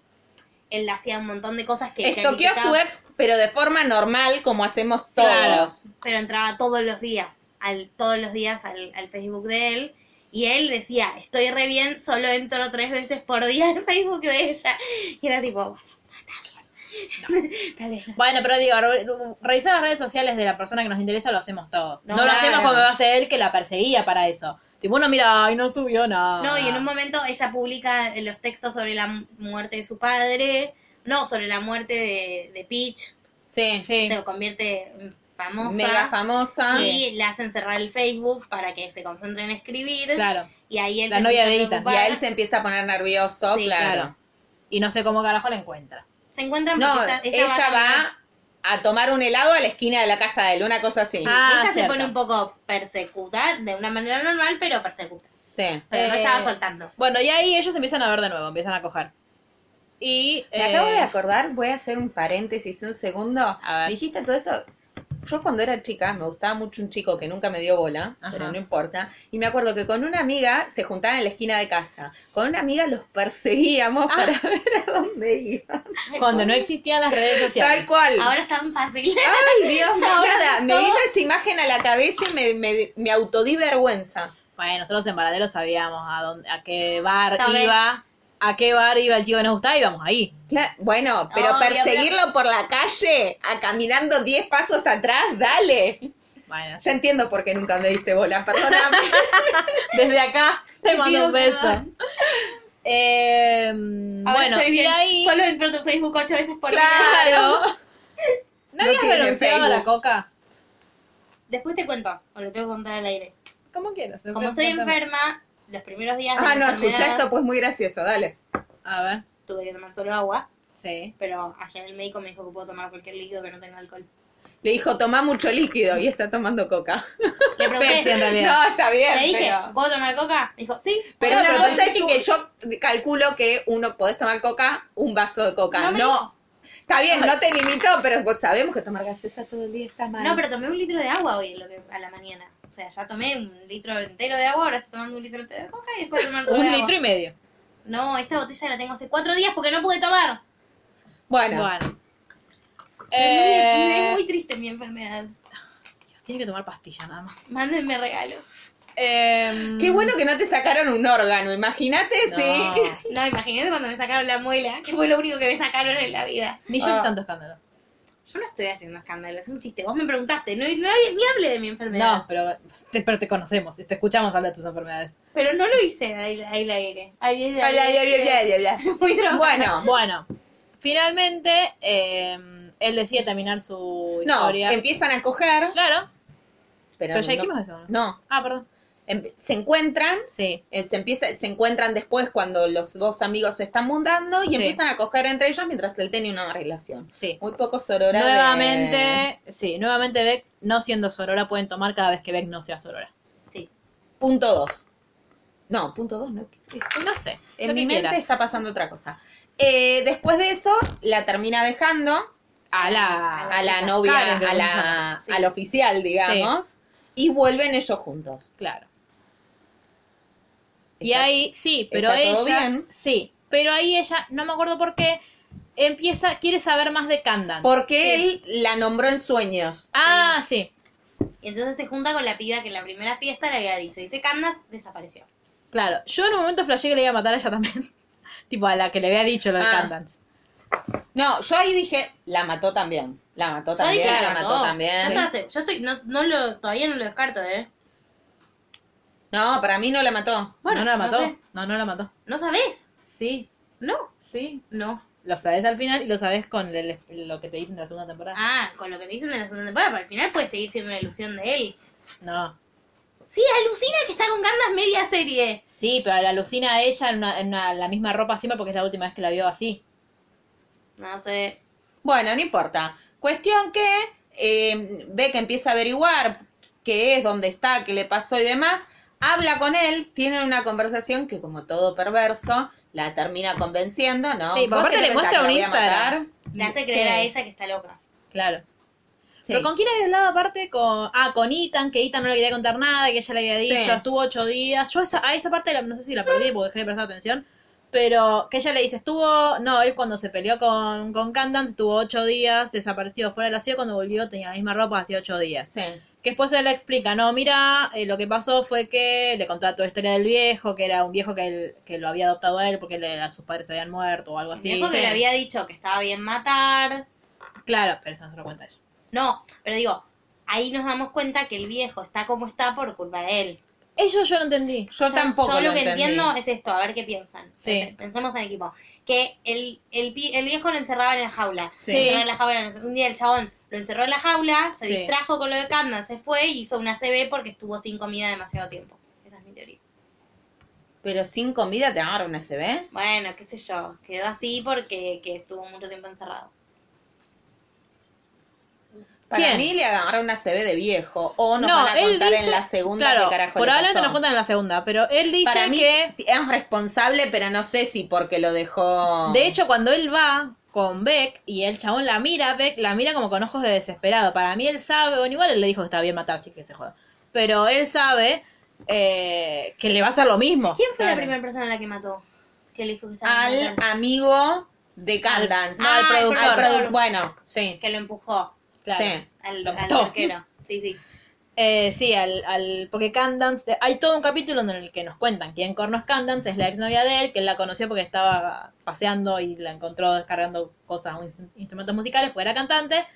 [SPEAKER 3] él hacía un montón de cosas que...
[SPEAKER 2] Estoqueó a su
[SPEAKER 3] web
[SPEAKER 2] ex, pero de forma normal, como hacemos todos.
[SPEAKER 3] Claro. pero entraba todos los días, al, todos los días al, al Facebook de él. Y él decía, estoy re bien, solo entro tres veces por día al Facebook de ella. Y era tipo, bueno, está bien. Tal vez no.
[SPEAKER 1] Bueno, pero digo, re- revisar las redes sociales de la persona que nos interesa lo hacemos todos.
[SPEAKER 2] No,
[SPEAKER 1] No, lo
[SPEAKER 2] claro.
[SPEAKER 1] hacemos como lo hace él que la perseguía para eso. Tipo, uno mira, ay, no subió nada.
[SPEAKER 3] No, y en un momento ella publica los textos sobre la mu- muerte de su padre, no, sobre la muerte de, de Peach,
[SPEAKER 1] Sí, sí.
[SPEAKER 3] se convierte en famosa.
[SPEAKER 2] Mega famosa.
[SPEAKER 3] Y la hacen cerrar el Facebook para que se concentre en escribir.
[SPEAKER 1] Claro.
[SPEAKER 3] Y ahí él
[SPEAKER 1] La
[SPEAKER 3] se
[SPEAKER 1] novia
[SPEAKER 3] empieza
[SPEAKER 1] de
[SPEAKER 3] a
[SPEAKER 1] Ethan.
[SPEAKER 2] Y
[SPEAKER 3] preocupar.
[SPEAKER 2] a él se empieza a poner nervioso,
[SPEAKER 3] Sí,
[SPEAKER 2] claro.
[SPEAKER 1] claro. Y no sé cómo carajo la encuentra.
[SPEAKER 3] Se encuentran
[SPEAKER 2] No,
[SPEAKER 3] porque
[SPEAKER 2] ella,
[SPEAKER 3] también-
[SPEAKER 2] va, a tomar un helado a la esquina de la casa de él, una cosa así.
[SPEAKER 1] Ah,
[SPEAKER 3] ella se
[SPEAKER 1] cierto.
[SPEAKER 3] pone un poco persecutada, de una manera normal, pero persecuta.
[SPEAKER 2] Sí.
[SPEAKER 3] Pero no
[SPEAKER 1] Eh,
[SPEAKER 3] estaba soltando.
[SPEAKER 1] Bueno, y ahí ellos empiezan a ver de nuevo, empiezan a coger. Y.
[SPEAKER 2] Me
[SPEAKER 1] eh,
[SPEAKER 2] acabo de acordar, voy a hacer un paréntesis un segundo.
[SPEAKER 1] A ver.
[SPEAKER 2] Dijiste todo eso. Yo cuando era chica me gustaba mucho un chico que nunca me dio bola,
[SPEAKER 1] Ajá.
[SPEAKER 2] pero no importa. Y me acuerdo que con una amiga se juntaban en la esquina de casa. Con una amiga los perseguíamos para ver a dónde iban.
[SPEAKER 1] Cuando Ah, no existían las redes sociales.
[SPEAKER 2] Tal cual.
[SPEAKER 3] Ahora es tan fácil.
[SPEAKER 2] Ay, Dios, no,
[SPEAKER 3] Ahora
[SPEAKER 2] nada. Me
[SPEAKER 3] todo-
[SPEAKER 2] vino esa imagen a la cabeza y me, me, me autodí vergüenza.
[SPEAKER 1] Bueno, nosotros en Varadero sabíamos a dónde, a qué bar
[SPEAKER 3] Tal vez.
[SPEAKER 1] iba, a qué bar iba el chico que nos gustaba, íbamos ahí.
[SPEAKER 2] Cla- Bueno, pero
[SPEAKER 3] Obvio,
[SPEAKER 2] perseguirlo por la calle, a caminando 10 pasos atrás, dale.
[SPEAKER 1] Bueno,
[SPEAKER 2] Ya entiendo por qué nunca me diste bola, perdóname.
[SPEAKER 1] desde acá te mando un beso. Eh,
[SPEAKER 3] Ahora
[SPEAKER 1] bueno,
[SPEAKER 3] estoy
[SPEAKER 1] y
[SPEAKER 3] bien.
[SPEAKER 1] ahí.
[SPEAKER 3] Solo entro tu Facebook ocho veces por día.
[SPEAKER 1] Claro. ¿No
[SPEAKER 2] No
[SPEAKER 1] habías
[SPEAKER 2] tiene
[SPEAKER 1] renunciado a la
[SPEAKER 2] Facebook.
[SPEAKER 1] coca?
[SPEAKER 3] Después te cuento, o lo tengo que contar al aire.
[SPEAKER 1] ¿Cómo quieras?
[SPEAKER 3] Como estoy enferma, los primeros días de
[SPEAKER 2] ah,
[SPEAKER 3] mi
[SPEAKER 2] no,
[SPEAKER 3] enfermedad,
[SPEAKER 2] escuchá esto, pues muy gracioso, dale.
[SPEAKER 1] A ver,
[SPEAKER 3] tuve que tomar solo agua,
[SPEAKER 1] sí.
[SPEAKER 3] pero ayer el médico me dijo que puedo tomar cualquier líquido que no tenga alcohol.
[SPEAKER 2] Le dijo, toma mucho líquido y está tomando coca.
[SPEAKER 3] Le
[SPEAKER 1] Pepsi en
[SPEAKER 3] pregunté,
[SPEAKER 1] realidad.
[SPEAKER 2] No, está bien,
[SPEAKER 3] le dije,
[SPEAKER 2] pero...
[SPEAKER 3] ¿puedo tomar coca? Me dijo, sí.
[SPEAKER 2] Pero
[SPEAKER 1] Bueno,
[SPEAKER 2] una
[SPEAKER 1] pero
[SPEAKER 2] cosa
[SPEAKER 1] tenés
[SPEAKER 2] es un-
[SPEAKER 1] que-
[SPEAKER 2] yo calculo que uno podés tomar coca, un vaso de
[SPEAKER 3] No
[SPEAKER 2] coca. No.
[SPEAKER 3] me-
[SPEAKER 2] Está bien, no te limito, pero vos sabemos que tomar gaseosa todo el día está mal.
[SPEAKER 3] No, pero tomé un litro de agua hoy lo que, a la mañana. O sea, ya tomé un litro entero de agua, ahora estoy tomando un litro entero de coca y después tomar
[SPEAKER 1] Un
[SPEAKER 3] de agua.
[SPEAKER 1] litro y medio.
[SPEAKER 3] No, esta botella la tengo hace cuatro días porque no pude tomar.
[SPEAKER 2] Bueno,
[SPEAKER 1] Bueno.
[SPEAKER 3] Es, muy,
[SPEAKER 1] Eh,
[SPEAKER 3] es muy triste mi enfermedad.
[SPEAKER 1] Dios, tiene que tomar pastilla nada más.
[SPEAKER 3] Mándenme regalos.
[SPEAKER 1] Eh,
[SPEAKER 2] qué bueno que no te sacaron un órgano, imagínate
[SPEAKER 1] no.
[SPEAKER 2] si...
[SPEAKER 3] No, imagínate cuando me sacaron la muela, que fue lo único que me sacaron en la vida.
[SPEAKER 1] Ni yo
[SPEAKER 2] Ah.
[SPEAKER 1] hice tanto escándalo.
[SPEAKER 3] Yo no estoy haciendo escándalo, es un chiste. Vos me preguntaste, no, no hay- ni hablé de mi enfermedad.
[SPEAKER 1] No, pero te, pero te conocemos, te escuchamos hablar de tus enfermedades.
[SPEAKER 3] Pero no lo hice ahí ahí la aire. Ahí, ahí,
[SPEAKER 2] Ay, ay, ay, ay, ay, ay, ay.
[SPEAKER 3] Muy drogada.
[SPEAKER 2] Bueno,
[SPEAKER 1] Bueno, finalmente eh, él decide terminar su
[SPEAKER 2] no,
[SPEAKER 1] historia.
[SPEAKER 2] empiezan a coger,
[SPEAKER 1] Claro,
[SPEAKER 2] pero,
[SPEAKER 1] pero ya
[SPEAKER 2] no-
[SPEAKER 1] dijimos eso. ¿no?
[SPEAKER 2] No,
[SPEAKER 1] Ah, perdón.
[SPEAKER 2] em- se encuentran,
[SPEAKER 1] Sí.
[SPEAKER 2] eh, se empieza, se encuentran después cuando los dos amigos se están mundando y
[SPEAKER 1] Sí.
[SPEAKER 2] empiezan a coger entre ellos mientras él tenía una relación.
[SPEAKER 1] Sí.
[SPEAKER 2] Muy poco sorora. de-
[SPEAKER 1] Nuevamente, sí, nuevamente Beck, no siendo Sorora, pueden tomar cada vez que Beck no sea Sorora.
[SPEAKER 2] Punto dos. No, punto dos no.
[SPEAKER 1] No sé,
[SPEAKER 2] En
[SPEAKER 1] lo
[SPEAKER 2] mi
[SPEAKER 1] que
[SPEAKER 2] mente
[SPEAKER 1] quieras.
[SPEAKER 2] está pasando otra cosa. Eh, después de eso, la termina dejando
[SPEAKER 1] A la,
[SPEAKER 2] a la
[SPEAKER 3] chica
[SPEAKER 2] novia,
[SPEAKER 1] Karen, creo
[SPEAKER 2] a
[SPEAKER 1] que se
[SPEAKER 2] la,
[SPEAKER 1] llama.
[SPEAKER 2] al oficial, digamos, y vuelven ellos juntos.
[SPEAKER 1] Claro. Y
[SPEAKER 2] Está-
[SPEAKER 1] ahí, sí, pero
[SPEAKER 2] está
[SPEAKER 1] ella.
[SPEAKER 2] todo bien.
[SPEAKER 1] Sí, pero ahí ella, no me acuerdo por qué, empieza, quiere saber más de Candance.
[SPEAKER 2] Porque él la nombró en sueños.
[SPEAKER 1] Ah, sí.
[SPEAKER 3] Y entonces se junta con la piba que en la primera fiesta le había dicho. Dice, Candas desapareció.
[SPEAKER 1] Claro, yo en un momento flashé que le iba a matar a ella también. tipo, a la que le había dicho lo de
[SPEAKER 2] Ah.
[SPEAKER 1] Candance.
[SPEAKER 2] No, yo ahí dije, la mató también. La mató
[SPEAKER 3] Yo
[SPEAKER 2] también,
[SPEAKER 3] dije, "Ah,
[SPEAKER 2] la
[SPEAKER 3] no,
[SPEAKER 2] mató también.
[SPEAKER 3] Yo, te hace- yo estoy, no, no lo, todavía no lo descarto, ¿eh?
[SPEAKER 2] No, para mí no la mató.
[SPEAKER 1] Bueno, no la
[SPEAKER 3] no
[SPEAKER 1] mató. No,
[SPEAKER 3] sé.
[SPEAKER 1] no, la mató.
[SPEAKER 3] ¿No sabés?
[SPEAKER 1] Sí,
[SPEAKER 3] No,
[SPEAKER 1] sí.
[SPEAKER 3] no.
[SPEAKER 1] Lo sabes al final y lo sabes con el- lo que te dicen de la segunda temporada.
[SPEAKER 3] Ah, con lo que te dicen de la segunda temporada, pero al final puede seguir siendo una ilusión de él.
[SPEAKER 1] No.
[SPEAKER 3] Sí, alucina que está con Candas media serie.
[SPEAKER 1] Sí, pero la alucina a ella en, una- en una- la misma ropa encima porque es la última vez que la vio así.
[SPEAKER 3] No sé.
[SPEAKER 2] Bueno, no importa. Cuestión que eh, ve que empieza a averiguar qué es, dónde está, qué le pasó y demás. Habla con él, tienen una conversación que como todo perverso, la termina convenciendo, ¿no?
[SPEAKER 1] Sí, porque
[SPEAKER 2] ¿Vos
[SPEAKER 1] aparte
[SPEAKER 2] qué te
[SPEAKER 1] le
[SPEAKER 2] pensás,
[SPEAKER 1] muestra
[SPEAKER 2] que la
[SPEAKER 1] un
[SPEAKER 2] voy a matar?
[SPEAKER 1] Instagram.
[SPEAKER 3] Le hace
[SPEAKER 1] Sí.
[SPEAKER 3] creer a ella que está loca.
[SPEAKER 1] Claro.
[SPEAKER 2] Sí.
[SPEAKER 1] ¿Pero con quién había hablado aparte? Con, ah, con Ethan, que Ethan no le quería contar nada, que ella le había
[SPEAKER 2] Sí.
[SPEAKER 1] dicho, estuvo ocho días. Yo esa, a esa parte la- no sé si la perdí porque dejé de prestar atención, pero que ella le dice, estuvo, no, él cuando se peleó con, con Candance estuvo ocho días, desaparecido fuera de la ciudad, cuando volvió tenía la misma ropa hace ocho días.
[SPEAKER 2] Sí.
[SPEAKER 1] Que después él le explica, no, mira, eh, lo que pasó fue que le contaba toda la historia del viejo, que era un viejo que, él- que lo había adoptado a él porque le- a sus padres se habían muerto o algo así.
[SPEAKER 3] Dijo que
[SPEAKER 1] Sí.
[SPEAKER 3] le había dicho que estaba bien matar.
[SPEAKER 1] Claro, pero eso no se lo cuenta ella.
[SPEAKER 3] No, pero digo, ahí nos damos cuenta que el viejo está como está por culpa de él.
[SPEAKER 1] Eso yo no entendí.
[SPEAKER 2] Yo tampoco
[SPEAKER 3] Yo lo, que
[SPEAKER 2] entendí.
[SPEAKER 3] entiendo es esto, a ver qué piensan.
[SPEAKER 1] Sí.
[SPEAKER 3] Pensemos en equipo. Que el, el, pi- el viejo lo encerraba en la jaula.
[SPEAKER 1] Sí.
[SPEAKER 3] Lo encerraba en la jaula. Un día el chabón lo encerró en la jaula, se
[SPEAKER 1] Sí.
[SPEAKER 3] distrajo con lo de Camden, se fue y hizo una CB porque estuvo sin comida demasiado tiempo. Esa es mi teoría.
[SPEAKER 2] Pero sin comida te agarra una CB.
[SPEAKER 3] Bueno, qué sé yo. Quedó así porque que estuvo mucho tiempo encerrado.
[SPEAKER 2] Para
[SPEAKER 1] ¿Quién?
[SPEAKER 2] mí le agarra una CB de viejo. O nos
[SPEAKER 1] no,
[SPEAKER 2] van a
[SPEAKER 1] él
[SPEAKER 2] contar
[SPEAKER 1] dice,
[SPEAKER 2] en la segunda
[SPEAKER 1] claro,
[SPEAKER 2] qué carajo le
[SPEAKER 1] probablemente
[SPEAKER 2] pasó.
[SPEAKER 1] nos cuentan en la segunda, pero él dice
[SPEAKER 2] Para mí
[SPEAKER 1] que
[SPEAKER 2] es responsable, pero no sé si porque lo dejó.
[SPEAKER 1] De hecho, cuando él va con Beck y el chabón la mira, Beck la mira como con ojos de desesperado. Para mí él sabe, bueno, igual él le dijo que está bien matar, así que se joda. Pero él sabe eh, que le va a hacer lo mismo.
[SPEAKER 3] ¿Quién fue
[SPEAKER 1] Claro.
[SPEAKER 3] la primera persona a la que mató? Que le dijo que estaba
[SPEAKER 2] al
[SPEAKER 3] enfermo?
[SPEAKER 2] amigo de Candance.
[SPEAKER 1] al
[SPEAKER 3] Ah, el
[SPEAKER 1] productor.
[SPEAKER 3] productor.
[SPEAKER 2] bueno, sí.
[SPEAKER 3] Que lo empujó
[SPEAKER 1] Claro.
[SPEAKER 2] Sí.
[SPEAKER 3] al,
[SPEAKER 1] Lo
[SPEAKER 3] al
[SPEAKER 1] mató.
[SPEAKER 3] arquero. Sí, sí.
[SPEAKER 1] Eh, sí, al, al, porque Candance, de- hay todo un capítulo en el que nos cuentan quién corno es Candance, es la exnovia de él, que él la conoció porque estaba paseando y la encontró descargando cosas, un instru- instrumentos musicales, fuera cantante.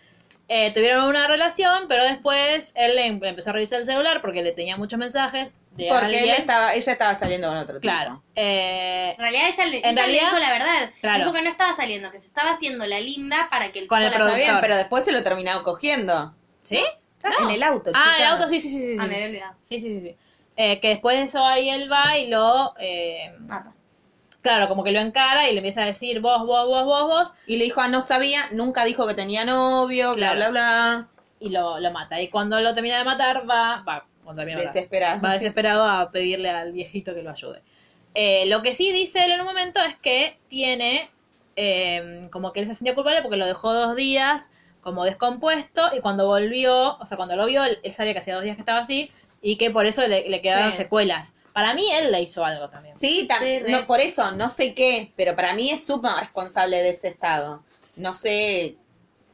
[SPEAKER 1] Eh, tuvieron una relación, pero después él le em- le empezó a revisar el celular porque le tenía muchos mensajes de
[SPEAKER 2] Porque
[SPEAKER 1] alguien.
[SPEAKER 2] él estaba, ella estaba saliendo con otro tipo.
[SPEAKER 1] Claro. Eh,
[SPEAKER 3] En realidad ella, le- ella
[SPEAKER 1] realidad-
[SPEAKER 3] le dijo la verdad.
[SPEAKER 1] Claro.
[SPEAKER 3] Dijo que no estaba saliendo, que se estaba haciendo la linda para que el
[SPEAKER 1] Con
[SPEAKER 3] tipo
[SPEAKER 1] el
[SPEAKER 3] la-
[SPEAKER 2] Está bien,
[SPEAKER 1] Productor.
[SPEAKER 2] pero después se lo terminaba cogiendo.
[SPEAKER 1] ¿Sí?
[SPEAKER 2] En el auto,
[SPEAKER 1] Ah,
[SPEAKER 2] chicas.
[SPEAKER 1] el auto, sí, sí, sí. sí,
[SPEAKER 3] Ah, me
[SPEAKER 1] sí.
[SPEAKER 3] había olvidado.
[SPEAKER 1] Sí, sí, sí, sí. Eh, que después de eso ahí él va y lo... eh,
[SPEAKER 3] Mata.
[SPEAKER 1] claro, como que lo encara y le empieza a decir vos, vos, vos, vos, vos,
[SPEAKER 2] Y le dijo, ah, no sabía, nunca dijo que tenía novio,
[SPEAKER 1] Claro.
[SPEAKER 2] bla, bla,
[SPEAKER 1] y lo, lo mata. Y cuando lo termina de matar va... Va, cuando
[SPEAKER 2] bla.
[SPEAKER 1] termina de matar,
[SPEAKER 2] Desesperado.
[SPEAKER 1] va desesperado a pedirle al viejito que lo ayude. Eh, lo que sí dice él en un momento es que tiene... eh, como que él se sintió culpable porque lo dejó dos días como descompuesto y cuando volvió, o sea, cuando lo vio, él, él sabía que hacía dos días que estaba así y que por eso le, le quedaron
[SPEAKER 2] Sí.
[SPEAKER 1] secuelas. Para mí él le hizo algo también.
[SPEAKER 2] Sí, tam-
[SPEAKER 3] Sí, re.
[SPEAKER 2] no, por eso, no sé qué, pero para mí es súper responsable de ese estado. No sé,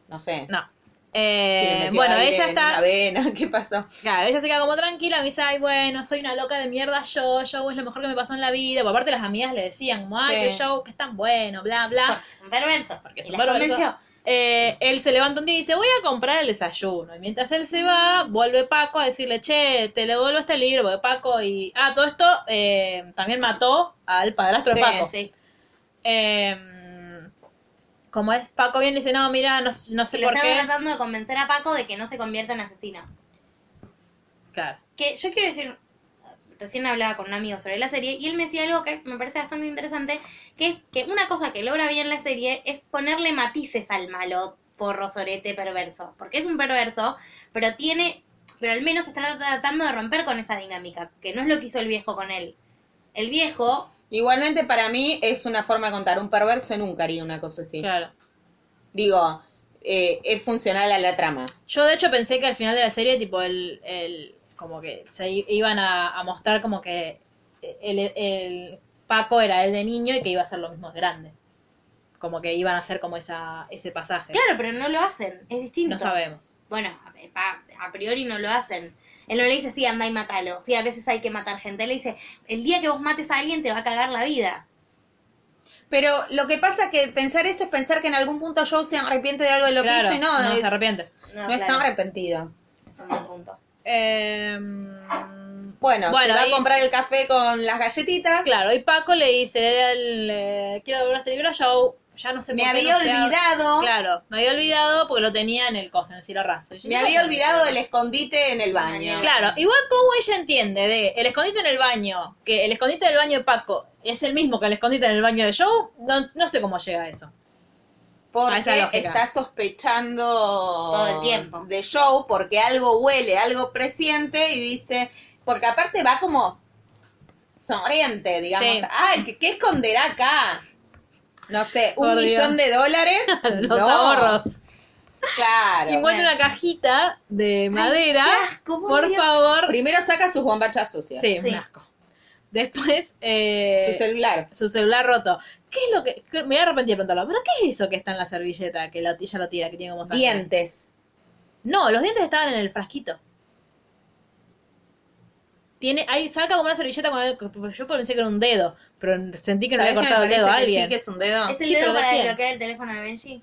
[SPEAKER 2] no sé.
[SPEAKER 1] No.
[SPEAKER 2] si le
[SPEAKER 1] Eh,
[SPEAKER 2] metió
[SPEAKER 1] bueno,
[SPEAKER 2] aire
[SPEAKER 1] ella
[SPEAKER 2] en
[SPEAKER 1] está.
[SPEAKER 2] la vena, ¿qué pasó?
[SPEAKER 1] Claro, ella se queda como tranquila, me dice, ay, bueno, soy una loca de mierda, yo, yo es lo mejor que me pasó en la vida. Porque aparte las amigas le decían, como, ay,
[SPEAKER 2] Sí.
[SPEAKER 1] que yo, que es tan bueno, bla, bla.
[SPEAKER 3] Porque es un perverso.
[SPEAKER 1] Porque es
[SPEAKER 3] Y
[SPEAKER 1] un
[SPEAKER 3] la
[SPEAKER 1] perverso.
[SPEAKER 3] convenció.
[SPEAKER 1] Eh, él se levanta un día y dice, voy a comprar el desayuno. Y mientras él se va, vuelve Paco a decirle, che, te le vuelvo este libro, porque Paco y... Ah, todo esto eh, también mató al padrastro de
[SPEAKER 2] Sí,
[SPEAKER 1] Paco.
[SPEAKER 3] Sí.
[SPEAKER 1] Eh, como es Paco bien, dice, no, mira, no, no sé
[SPEAKER 3] Y lo
[SPEAKER 1] por
[SPEAKER 3] estaba
[SPEAKER 1] qué.
[SPEAKER 3] tratando de convencer a Paco de que no se convierta en asesino.
[SPEAKER 1] Claro.
[SPEAKER 3] Que yo quiero decir, recién hablaba con un amigo sobre la serie y él me decía algo que me parece bastante interesante, que es que una cosa que logra bien la serie es ponerle matices al malo porro, sorete, perverso. Porque es un perverso, pero tiene, pero al menos está tratando de romper con esa dinámica, que no es lo que hizo el viejo con él. El viejo
[SPEAKER 2] Igualmente para mí es una forma de contar, un perverso nunca haría una cosa así.
[SPEAKER 1] Claro.
[SPEAKER 2] Digo, eh, es funcional a la trama.
[SPEAKER 1] Yo de hecho pensé que al final de la serie, tipo, el, el como que se i- iban a, a mostrar como que el, el Paco era él de niño y que iba a ser lo mismo de grande. Como que iban a hacer como esa, ese pasaje.
[SPEAKER 3] Claro, pero no lo hacen, es distinto.
[SPEAKER 1] No sabemos.
[SPEAKER 3] Bueno, a- pa- a priori no lo hacen. Él no le dice, sí, anda y matalo. Sí, a veces hay que matar gente. Él le dice, el día que vos mates a alguien te va a cagar la vida.
[SPEAKER 2] Pero lo que pasa que pensar eso es pensar que en algún punto Joe se arrepiente de algo de lo
[SPEAKER 1] Claro,
[SPEAKER 2] que hizo y no,
[SPEAKER 1] no
[SPEAKER 2] es-
[SPEAKER 1] se arrepiente.
[SPEAKER 2] No,
[SPEAKER 3] No,
[SPEAKER 2] está
[SPEAKER 3] claro.
[SPEAKER 2] arrepentido.
[SPEAKER 3] Es un buen punto.
[SPEAKER 1] Em,
[SPEAKER 2] Bueno, se va
[SPEAKER 1] ahí-
[SPEAKER 2] a comprar el café con las galletitas.
[SPEAKER 1] Claro, y Paco le dice, al, eh, quiero devolver este libro a Joe. Ya no sé
[SPEAKER 2] Me
[SPEAKER 1] por qué
[SPEAKER 2] había
[SPEAKER 1] no se ha-
[SPEAKER 2] olvidado,
[SPEAKER 1] Claro, me había olvidado porque lo tenía en el coso, en el cielo raso. Y yo
[SPEAKER 2] me
[SPEAKER 1] digo,
[SPEAKER 2] había
[SPEAKER 1] bueno,
[SPEAKER 2] olvidado del escondite en el baño.
[SPEAKER 1] Claro, igual como ella entiende de el escondite en el baño, que el escondite del baño de Paco es el mismo que el escondite en el baño de Joe, no, no sé cómo llega a eso.
[SPEAKER 2] Porque
[SPEAKER 1] Ah, esa lógica.
[SPEAKER 2] está sospechando
[SPEAKER 3] el tiempo.
[SPEAKER 2] de Joe porque algo huele, algo presiente y dice, porque aparte va como sonriente, digamos,
[SPEAKER 1] Sí.
[SPEAKER 2] ay, ¿qué, qué esconderá acá? No sé, un
[SPEAKER 1] Por
[SPEAKER 2] millón de dólares.
[SPEAKER 1] Los
[SPEAKER 2] No,
[SPEAKER 1] ahorros.
[SPEAKER 2] Claro.
[SPEAKER 1] Encuentra
[SPEAKER 3] bueno.
[SPEAKER 1] una cajita de madera,
[SPEAKER 3] qué asco, por
[SPEAKER 1] por
[SPEAKER 3] Dios.
[SPEAKER 1] favor.
[SPEAKER 2] Primero saca sus bombachas sucias.
[SPEAKER 1] Sí,
[SPEAKER 3] Sí.
[SPEAKER 1] un asco. Después, eh,
[SPEAKER 2] Su celular.
[SPEAKER 1] su celular roto. ¿Qué es lo que.? que- Me voy a arrepentir de preguntarlo, ¿pero qué es eso que está en la servilleta que la ella lo tira, que tiene como sangre?
[SPEAKER 2] Dientes.
[SPEAKER 1] No, los dientes estaban en el frasquito. tiene, ahí saca como una servilleta con algo que- yo pensé que era un dedo, pero sentí que no había
[SPEAKER 2] ¿Sabés que me
[SPEAKER 1] cortado el dedo a
[SPEAKER 2] parece que
[SPEAKER 1] alguien.
[SPEAKER 2] Sí, que es un dedo. ¡Ah!
[SPEAKER 3] ¿Es el
[SPEAKER 1] Sí,
[SPEAKER 3] dedo
[SPEAKER 1] pero
[SPEAKER 3] para
[SPEAKER 1] recién.
[SPEAKER 3] desbloquear el teléfono de Benji?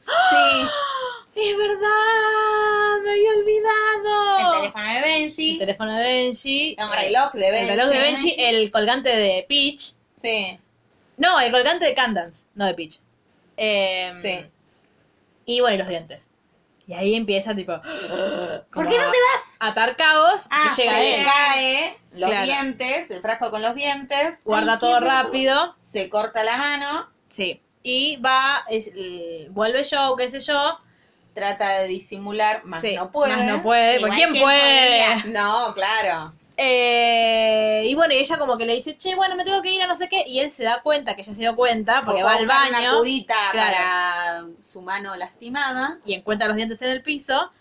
[SPEAKER 2] Sí.
[SPEAKER 1] ¡Es verdad! ¡Me había
[SPEAKER 3] El
[SPEAKER 1] olvidado!
[SPEAKER 3] teléfono de
[SPEAKER 1] ¡Oh! El
[SPEAKER 3] Benji.
[SPEAKER 1] teléfono de Benji.
[SPEAKER 2] El reloj de
[SPEAKER 1] El
[SPEAKER 2] Benji.
[SPEAKER 1] reloj de Benji, eh. el colgante de Peach.
[SPEAKER 2] Sí,
[SPEAKER 1] No, el colgante de Candance, no de Peach. Eh,
[SPEAKER 2] sí.
[SPEAKER 1] Y bueno, y los dientes. Y ahí empieza tipo...
[SPEAKER 3] ¿Por
[SPEAKER 1] como
[SPEAKER 3] qué no
[SPEAKER 1] a-
[SPEAKER 3] te vas?
[SPEAKER 1] Atar cabos
[SPEAKER 3] Ah,
[SPEAKER 1] y llega
[SPEAKER 2] Se le
[SPEAKER 1] él.
[SPEAKER 2] cae los
[SPEAKER 1] Claro.
[SPEAKER 2] dientes, el frasco con los dientes,
[SPEAKER 1] Guarda todo rápido.
[SPEAKER 2] se corta la mano,
[SPEAKER 1] Sí. Y va, es- eh, vuelve yo, qué sé yo.
[SPEAKER 2] trata de disimular, más
[SPEAKER 1] Sí,
[SPEAKER 2] no puede.
[SPEAKER 1] Más no puede.
[SPEAKER 3] Igual
[SPEAKER 1] ¿Quién
[SPEAKER 3] que
[SPEAKER 1] puede?
[SPEAKER 3] podría.
[SPEAKER 2] No, claro.
[SPEAKER 1] Eh, y bueno, y ella como que le dice, che, bueno, me tengo que ir a no sé qué. Y él se da cuenta que ella se dio cuenta porque
[SPEAKER 2] Fue
[SPEAKER 1] va
[SPEAKER 2] a
[SPEAKER 1] al
[SPEAKER 2] buscar Una
[SPEAKER 1] baño
[SPEAKER 2] curita
[SPEAKER 1] Claro.
[SPEAKER 2] para su mano lastimada.
[SPEAKER 1] y encuentra los dientes en el piso.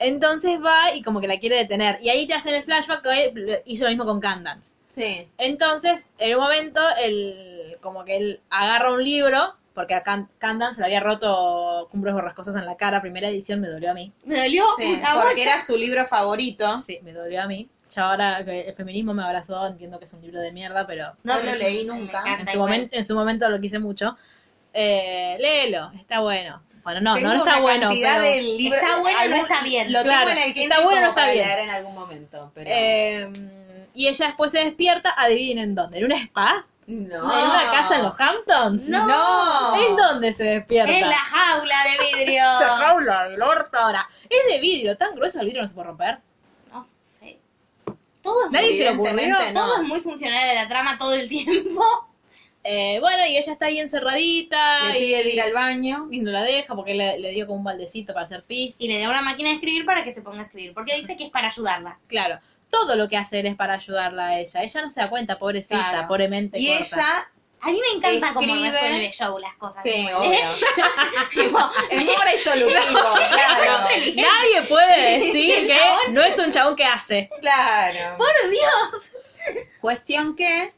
[SPEAKER 1] Entonces va y como que la quiere detener. Y ahí te hacen el flashback que él hizo lo mismo con Candance.
[SPEAKER 2] Sí.
[SPEAKER 1] Entonces, en un momento, él, como que él agarra un libro, porque a Can- Candance le había roto Cumbres Borrascosas en la cara, primera edición, me dolió a mí.
[SPEAKER 3] Me dolió
[SPEAKER 2] Sí,
[SPEAKER 3] una bocha.
[SPEAKER 2] porque era su libro favorito.
[SPEAKER 1] Sí, me dolió a mí. Ya ahora que el feminismo me abrazó, entiendo que es un libro de mierda, pero
[SPEAKER 2] No lo
[SPEAKER 3] pero
[SPEAKER 2] leí
[SPEAKER 3] me- me
[SPEAKER 2] nunca.
[SPEAKER 3] encanta
[SPEAKER 1] en su,
[SPEAKER 3] igual.
[SPEAKER 1] momento, en su momento lo quise mucho. Eh, léelo, está bueno. Bueno, no,
[SPEAKER 2] Tengo
[SPEAKER 1] no está
[SPEAKER 2] una
[SPEAKER 1] bueno.
[SPEAKER 2] cantidad
[SPEAKER 1] pero-
[SPEAKER 2] de libros-
[SPEAKER 3] Está bueno, no
[SPEAKER 2] algún-
[SPEAKER 3] está bien.
[SPEAKER 2] Lo
[SPEAKER 1] Claro,
[SPEAKER 2] tengo en el que
[SPEAKER 1] está bueno, no está bien.
[SPEAKER 2] leer en algún momento, pero
[SPEAKER 1] Eh, y ella después se despierta, adivinen dónde, ¿en un spa?
[SPEAKER 2] no.
[SPEAKER 1] ¿En una casa en los Hamptons?
[SPEAKER 2] No.
[SPEAKER 1] ¿En dónde se despierta?
[SPEAKER 3] En la jaula de vidrio.
[SPEAKER 1] Esta jaula del orto ahora. Es de vidrio, tan grueso el vidrio no se puede romper.
[SPEAKER 3] no sé. Todo es,
[SPEAKER 1] Nadie se lo
[SPEAKER 2] Evidentemente
[SPEAKER 1] ocurrió.
[SPEAKER 3] todo es muy funcional de la trama todo el tiempo.
[SPEAKER 1] Eh, bueno, y ella está ahí encerradita.
[SPEAKER 2] Le
[SPEAKER 1] y-
[SPEAKER 2] pide de ir al baño.
[SPEAKER 1] Y no la deja porque le, le dio como un baldecito para hacer pis.
[SPEAKER 3] Y le da una máquina de escribir para que se ponga a escribir. Porque dice que es para ayudarla.
[SPEAKER 1] Claro, todo lo que hace él es para ayudarla a ella. Ella no se da cuenta, pobrecita,
[SPEAKER 2] Claro.
[SPEAKER 1] pobremente
[SPEAKER 2] Y
[SPEAKER 1] corta.
[SPEAKER 2] ella,
[SPEAKER 3] A mí me encanta cómo
[SPEAKER 2] Escribe.
[SPEAKER 3] resuelve Joe las cosas.
[SPEAKER 2] sí,
[SPEAKER 3] ¿Eh?
[SPEAKER 2] obvio. Tipo, es muy resolutivo, claro.
[SPEAKER 1] Nadie puede decir que no es un chabón que hace.
[SPEAKER 2] Claro.
[SPEAKER 3] ¡Por Dios!
[SPEAKER 2] Cuestión que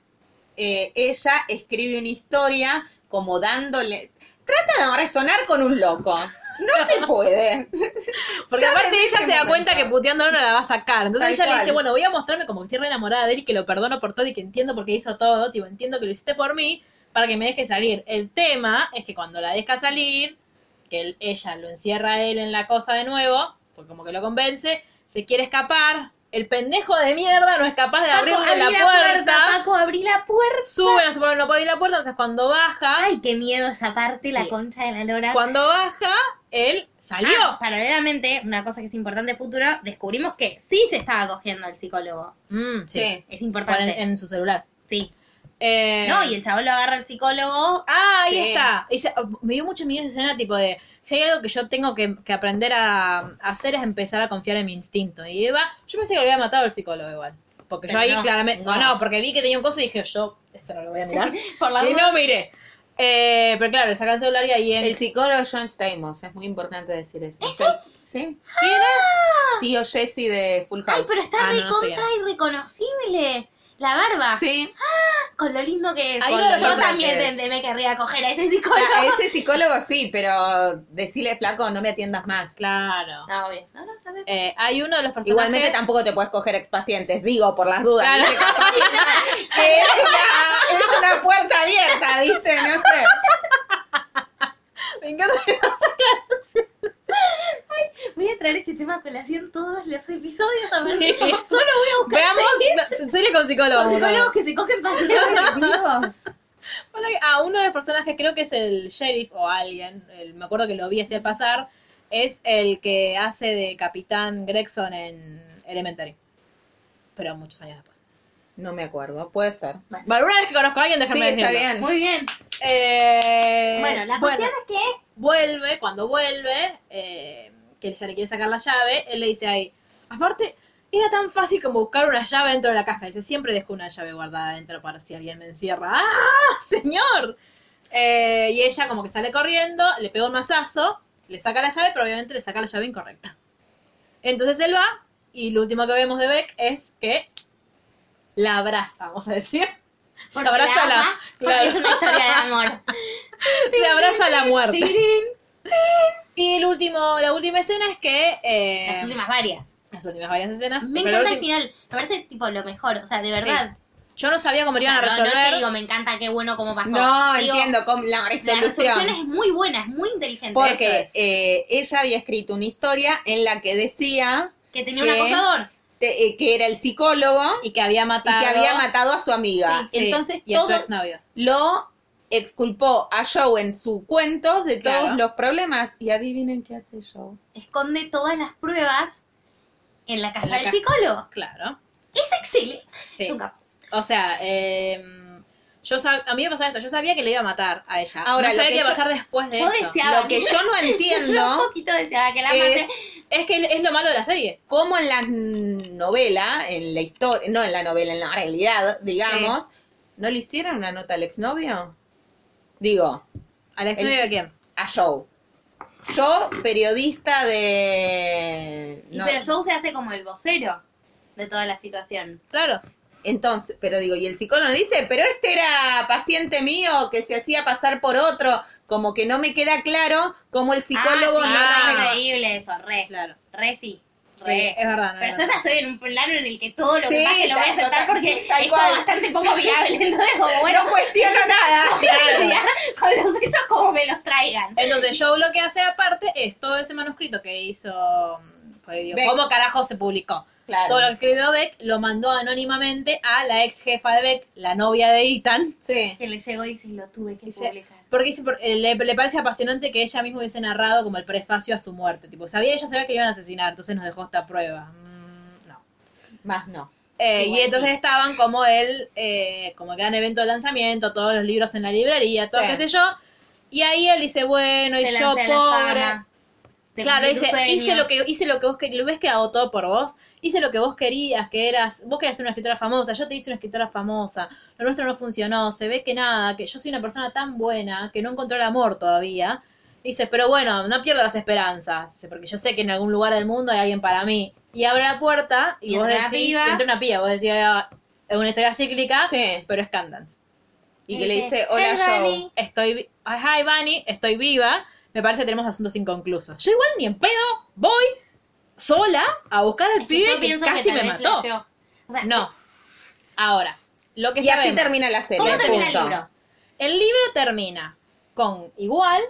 [SPEAKER 2] eh, ella escribe una historia como dándole. Trata de resonar con un loco. No se puede.
[SPEAKER 1] Porque
[SPEAKER 2] Ya
[SPEAKER 1] aparte
[SPEAKER 2] desde
[SPEAKER 1] ella
[SPEAKER 2] ese
[SPEAKER 1] se da
[SPEAKER 2] momento.
[SPEAKER 1] cuenta que puteándolo no la va a sacar. Entonces ella
[SPEAKER 2] Tal
[SPEAKER 1] le
[SPEAKER 2] cual.
[SPEAKER 1] dice, bueno, voy a mostrarme como que estoy re enamorada de él y que lo perdono por todo y que entiendo por qué hizo todo. Tipo, entiendo que lo hiciste por mí para que me deje salir. El tema es que cuando la deja salir, que él- ella lo encierra a él en la cosa de nuevo, pues como que lo convence, se quiere escapar. El pendejo de mierda no es capaz de abrirle la puerta.
[SPEAKER 3] Paco, abrí la puerta.
[SPEAKER 1] Sube, no, se puede- no puede abrir la puerta, entonces cuando baja,
[SPEAKER 3] Ay, qué miedo esa parte, la
[SPEAKER 1] Sí.
[SPEAKER 3] concha de la lora.
[SPEAKER 1] cuando baja, él salió.
[SPEAKER 3] Ah, paralelamente, una cosa que es importante futuro, descubrimos que sí se estaba cogiendo el psicólogo.
[SPEAKER 1] Mm, sí.
[SPEAKER 2] Sí.
[SPEAKER 3] Es
[SPEAKER 1] Por En,
[SPEAKER 3] importante.
[SPEAKER 1] en su celular.
[SPEAKER 3] Sí.
[SPEAKER 1] Eh,
[SPEAKER 3] No, y el chabón lo agarra el psicólogo.
[SPEAKER 1] Ah, ahí
[SPEAKER 2] Sí.
[SPEAKER 1] está. Y se- me dio mucho miedo esa escena, tipo de, si hay algo que yo tengo que, que aprender a, a hacer es empezar a confiar en mi instinto. Y Eva, yo pensé que lo había matado el psicólogo igual. Porque yo
[SPEAKER 3] Pero
[SPEAKER 1] ahí
[SPEAKER 3] no,
[SPEAKER 1] claramente, no.
[SPEAKER 2] no.
[SPEAKER 1] no, porque vi que tenía un coso y dije, yo, esto no lo voy a mirar.
[SPEAKER 3] Por la
[SPEAKER 1] y
[SPEAKER 3] duda.
[SPEAKER 1] no miré. Eh, pero claro, le sacan el celular y ahí en...
[SPEAKER 2] El psicólogo John Stamos, es muy importante decir eso. Sí.
[SPEAKER 1] ¿Quién es?
[SPEAKER 2] Tío Jesse de Full House.
[SPEAKER 3] Ay, pero está
[SPEAKER 1] Ah, no, no
[SPEAKER 3] recontra irreconocible. La barba.
[SPEAKER 2] Sí.
[SPEAKER 3] Con lo lindo que es.
[SPEAKER 1] Ahí
[SPEAKER 3] Con
[SPEAKER 1] no
[SPEAKER 3] lo-
[SPEAKER 1] lo
[SPEAKER 3] yo
[SPEAKER 1] notas.
[SPEAKER 3] también tendré- me querría coger a ese
[SPEAKER 2] O
[SPEAKER 3] psicólogo.
[SPEAKER 2] sea, ese psicólogo sí, pero decirle flaco, no me atiendas más.
[SPEAKER 1] Claro.
[SPEAKER 3] No, bien. No, no, no sé.
[SPEAKER 1] Eh, hay uno de los personajes...
[SPEAKER 2] Igualmente tampoco te puedes coger expacientes, digo, por las dudas.
[SPEAKER 1] Claro.
[SPEAKER 2] ¿viste? Capaz que una- que es, una, es una puerta abierta, ¿viste? No sé.
[SPEAKER 1] Me encanta que-
[SPEAKER 3] Voy a traer este tema a colación todos los episodios. a ver
[SPEAKER 1] Sí.
[SPEAKER 3] cómo- Solo voy a buscar
[SPEAKER 1] Veamos, no, serie con psicólogo. por favor.
[SPEAKER 3] psicólogos que se cogen pacientes.
[SPEAKER 2] Ay, Dios.
[SPEAKER 1] Bueno, a uno de los personajes, creo que es el sheriff o alguien, el- me acuerdo que lo vi hacer pasar, es el que hace de Capitán Gregson en Elementary. Pero muchos años después.
[SPEAKER 2] No me acuerdo, puede ser.
[SPEAKER 1] Bueno, una vez que conozco a alguien,
[SPEAKER 2] Sí,
[SPEAKER 1] déjame
[SPEAKER 2] está
[SPEAKER 1] decirlo.
[SPEAKER 2] bien.
[SPEAKER 3] Muy bien.
[SPEAKER 1] Eh,
[SPEAKER 3] Bueno, la cuestión es que
[SPEAKER 1] vuelve, cuando vuelve, eh, que ella le quiere sacar la llave, él le dice ahí, aparte, era tan fácil como buscar una llave dentro de la caja. Dice, siempre dejo una llave guardada dentro para si alguien me encierra. ¡Ah, señor! Eh, y ella como que sale corriendo, le pega un mazazo, le saca la llave, pero obviamente le saca la llave incorrecta. Entonces él va, y lo último que vemos de Beck es que la abraza, vamos a decir. Se
[SPEAKER 3] Porque
[SPEAKER 1] abraza
[SPEAKER 3] la
[SPEAKER 1] la,
[SPEAKER 3] ama, porque
[SPEAKER 1] claro,
[SPEAKER 3] es una historia de amor.
[SPEAKER 1] se abraza la muerte.
[SPEAKER 3] Tirín.
[SPEAKER 1] Y el último, la última escena es que. eh,
[SPEAKER 3] Las últimas varias.
[SPEAKER 1] las últimas varias escenas.
[SPEAKER 3] Me
[SPEAKER 1] pero la
[SPEAKER 3] encanta el
[SPEAKER 1] última-
[SPEAKER 3] final. Me parece tipo lo mejor. O sea, de verdad.
[SPEAKER 1] Yo no sabía cómo lo iban a
[SPEAKER 3] O sea, no-
[SPEAKER 1] resolver.
[SPEAKER 3] No, es que digo, me encanta, qué bueno cómo pasó.
[SPEAKER 2] No,
[SPEAKER 3] Digo,
[SPEAKER 2] entiendo cómo la
[SPEAKER 3] La resolución es
[SPEAKER 2] resolución.
[SPEAKER 3] muy buena, es muy inteligente. Eso
[SPEAKER 2] Porque
[SPEAKER 3] es.
[SPEAKER 2] eh, ella había escrito una historia en la que decía
[SPEAKER 3] que tenía
[SPEAKER 2] que-
[SPEAKER 3] un acosador.
[SPEAKER 2] te- eh, que era el psicólogo y
[SPEAKER 1] y que había
[SPEAKER 2] que
[SPEAKER 1] matado.
[SPEAKER 2] había matado a su amiga.
[SPEAKER 1] Sí,
[SPEAKER 2] Entonces
[SPEAKER 1] y a su
[SPEAKER 2] todo
[SPEAKER 1] exnovio.
[SPEAKER 2] lo exculpó a Joe en su cuento de todos
[SPEAKER 1] Claro.
[SPEAKER 2] los problemas. Y adivinen qué hace Joe.
[SPEAKER 3] Esconde todas las pruebas en la casa
[SPEAKER 1] En la
[SPEAKER 3] del
[SPEAKER 1] ca-
[SPEAKER 3] psicólogo.
[SPEAKER 1] Claro.
[SPEAKER 3] Es excelente.
[SPEAKER 1] Sí.
[SPEAKER 3] Es un capo.
[SPEAKER 1] O sea, eh, yo sab- a mí me pasaba esto. Yo sabía que le iba a matar a ella.
[SPEAKER 2] Ahora,
[SPEAKER 1] no
[SPEAKER 2] lo
[SPEAKER 1] sabía
[SPEAKER 2] que
[SPEAKER 1] qué iba a
[SPEAKER 2] yo-
[SPEAKER 1] pasar después de
[SPEAKER 3] yo
[SPEAKER 1] eso.
[SPEAKER 3] decía-
[SPEAKER 2] Lo que yo no
[SPEAKER 3] Yo un
[SPEAKER 2] entiendo
[SPEAKER 3] poquito deseaba que la mate.
[SPEAKER 2] es
[SPEAKER 1] Es que es lo malo de la serie.
[SPEAKER 2] cómo en la novela, en la historia, no en la novela, en la realidad, digamos, no le hicieron una nota al exnovio. Digo,
[SPEAKER 1] ¿A la
[SPEAKER 2] El-
[SPEAKER 1] exnovia de quién?
[SPEAKER 2] a Joe. Yo, periodista de...
[SPEAKER 3] Y
[SPEAKER 2] no,
[SPEAKER 3] pero Joe se hace como el vocero de toda la situación.
[SPEAKER 1] Claro.
[SPEAKER 2] Entonces, pero digo, y el psicólogo dice, pero este era paciente mío que se hacía pasar por otro, como que no me queda claro cómo el psicólogo
[SPEAKER 3] ah, sí,
[SPEAKER 2] no
[SPEAKER 3] ah,
[SPEAKER 2] la-
[SPEAKER 3] increíble eso, re.
[SPEAKER 1] Claro.
[SPEAKER 3] Re sí.
[SPEAKER 1] Sí,
[SPEAKER 3] Re.
[SPEAKER 1] es verdad. no,
[SPEAKER 3] pero
[SPEAKER 1] no,
[SPEAKER 3] yo
[SPEAKER 1] no.
[SPEAKER 3] ya estoy en un plano en el que todo lo
[SPEAKER 2] Sí,
[SPEAKER 3] que pase lo voy a
[SPEAKER 2] tal-
[SPEAKER 3] aceptar
[SPEAKER 2] tal-
[SPEAKER 3] porque
[SPEAKER 2] tal
[SPEAKER 3] es
[SPEAKER 2] cual.
[SPEAKER 3] todo bastante poco viable. Entonces, como bueno,
[SPEAKER 2] No cuestiono nada.
[SPEAKER 3] ya, con los hechos como me los traigan.
[SPEAKER 1] Entonces, Joe lo que hace aparte es todo ese manuscrito que hizo. pues, digo,
[SPEAKER 2] Beck.
[SPEAKER 1] ¿Cómo carajo se publicó?
[SPEAKER 2] Claro.
[SPEAKER 1] Todo lo que escribió Beck lo mandó anónimamente a la ex jefa de Beck, la novia de Ethan.
[SPEAKER 2] Sí.
[SPEAKER 3] Que le llegó y dice, lo tuve que
[SPEAKER 1] Dice,
[SPEAKER 3] publicar.
[SPEAKER 1] Porque dice, por- eh, le, le parece apasionante que ella misma hubiese narrado como el prefacio a su muerte. Tipo, sabía ella sabía que le iban a asesinar, entonces nos dejó esta prueba. Mm, no.
[SPEAKER 2] Más no.
[SPEAKER 1] Eh,
[SPEAKER 3] Igual
[SPEAKER 1] y entonces
[SPEAKER 3] sí.
[SPEAKER 1] estaban como el, eh, como el gran evento de lanzamiento, todos los libros en la librería, todo
[SPEAKER 2] Sí.
[SPEAKER 1] qué sé yo. Y ahí él dice, bueno, y
[SPEAKER 3] Te
[SPEAKER 1] yo
[SPEAKER 3] lancé a la
[SPEAKER 1] pobre.
[SPEAKER 3] fama, te
[SPEAKER 1] Claro,
[SPEAKER 3] cumplí tu
[SPEAKER 1] dice,
[SPEAKER 3] sueño.
[SPEAKER 1] hice lo que hice lo que vos querías, ves que hago todo por vos, hice lo que vos querías, que eras, vos querías ser una escritora famosa, yo te hice una escritora famosa, lo nuestro no funcionó, se ve que nada, que yo soy una persona tan buena que no encontró el amor todavía. Dice, pero bueno, no pierdo las esperanzas, dice, porque yo sé que en algún lugar del mundo hay alguien para mí. Y abre la puerta y,
[SPEAKER 3] Y
[SPEAKER 1] vos
[SPEAKER 3] entra la
[SPEAKER 1] decís,
[SPEAKER 3] piba.
[SPEAKER 1] entra una pía, vos decís, "Ah, es una historia cíclica,
[SPEAKER 2] Sí.
[SPEAKER 1] pero es Candance.
[SPEAKER 2] Y que le
[SPEAKER 3] Dice,
[SPEAKER 2] dice, hola
[SPEAKER 3] "Hey,
[SPEAKER 2] Joe.
[SPEAKER 3] Bunny".
[SPEAKER 1] Estoy, vi- hi Bunny, estoy viva. Me parece que tenemos asuntos inconclusos. Yo igual ni en pedo voy sola a buscar al
[SPEAKER 3] Es que
[SPEAKER 1] pibe
[SPEAKER 3] yo
[SPEAKER 1] que
[SPEAKER 3] pienso
[SPEAKER 1] casi
[SPEAKER 3] tal
[SPEAKER 1] me
[SPEAKER 3] vez
[SPEAKER 1] mató.
[SPEAKER 3] flasheó. O sea,
[SPEAKER 1] No. Ahora, lo que
[SPEAKER 2] Y así
[SPEAKER 1] sabemos.
[SPEAKER 2] termina la serie.
[SPEAKER 3] ¿Cómo termina
[SPEAKER 2] punto.
[SPEAKER 3] el libro?
[SPEAKER 1] El libro termina con igual,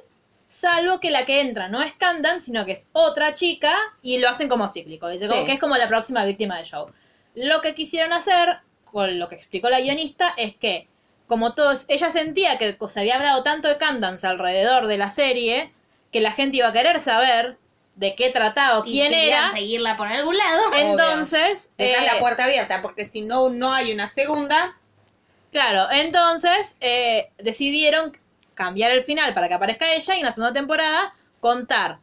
[SPEAKER 1] salvo que la que entra no es Candan, sino que es otra chica y lo hacen como cíclico, dice,
[SPEAKER 2] Sí.
[SPEAKER 1] como que es como la próxima víctima del show. Lo que quisieron hacer, con lo que explicó la guionista, es que como todos, ella sentía que se había hablado tanto de Candance alrededor de la serie, que la gente iba a querer saber de qué trataba o
[SPEAKER 3] Y
[SPEAKER 1] quién
[SPEAKER 3] querían
[SPEAKER 1] era.
[SPEAKER 3] seguirla por algún lado.
[SPEAKER 2] Obvio.
[SPEAKER 1] Entonces,
[SPEAKER 2] Dejás
[SPEAKER 1] eh,
[SPEAKER 2] la puerta abierta, porque si no, no hay una segunda.
[SPEAKER 1] Claro, entonces eh, decidieron cambiar el final para que aparezca ella y en la segunda temporada contar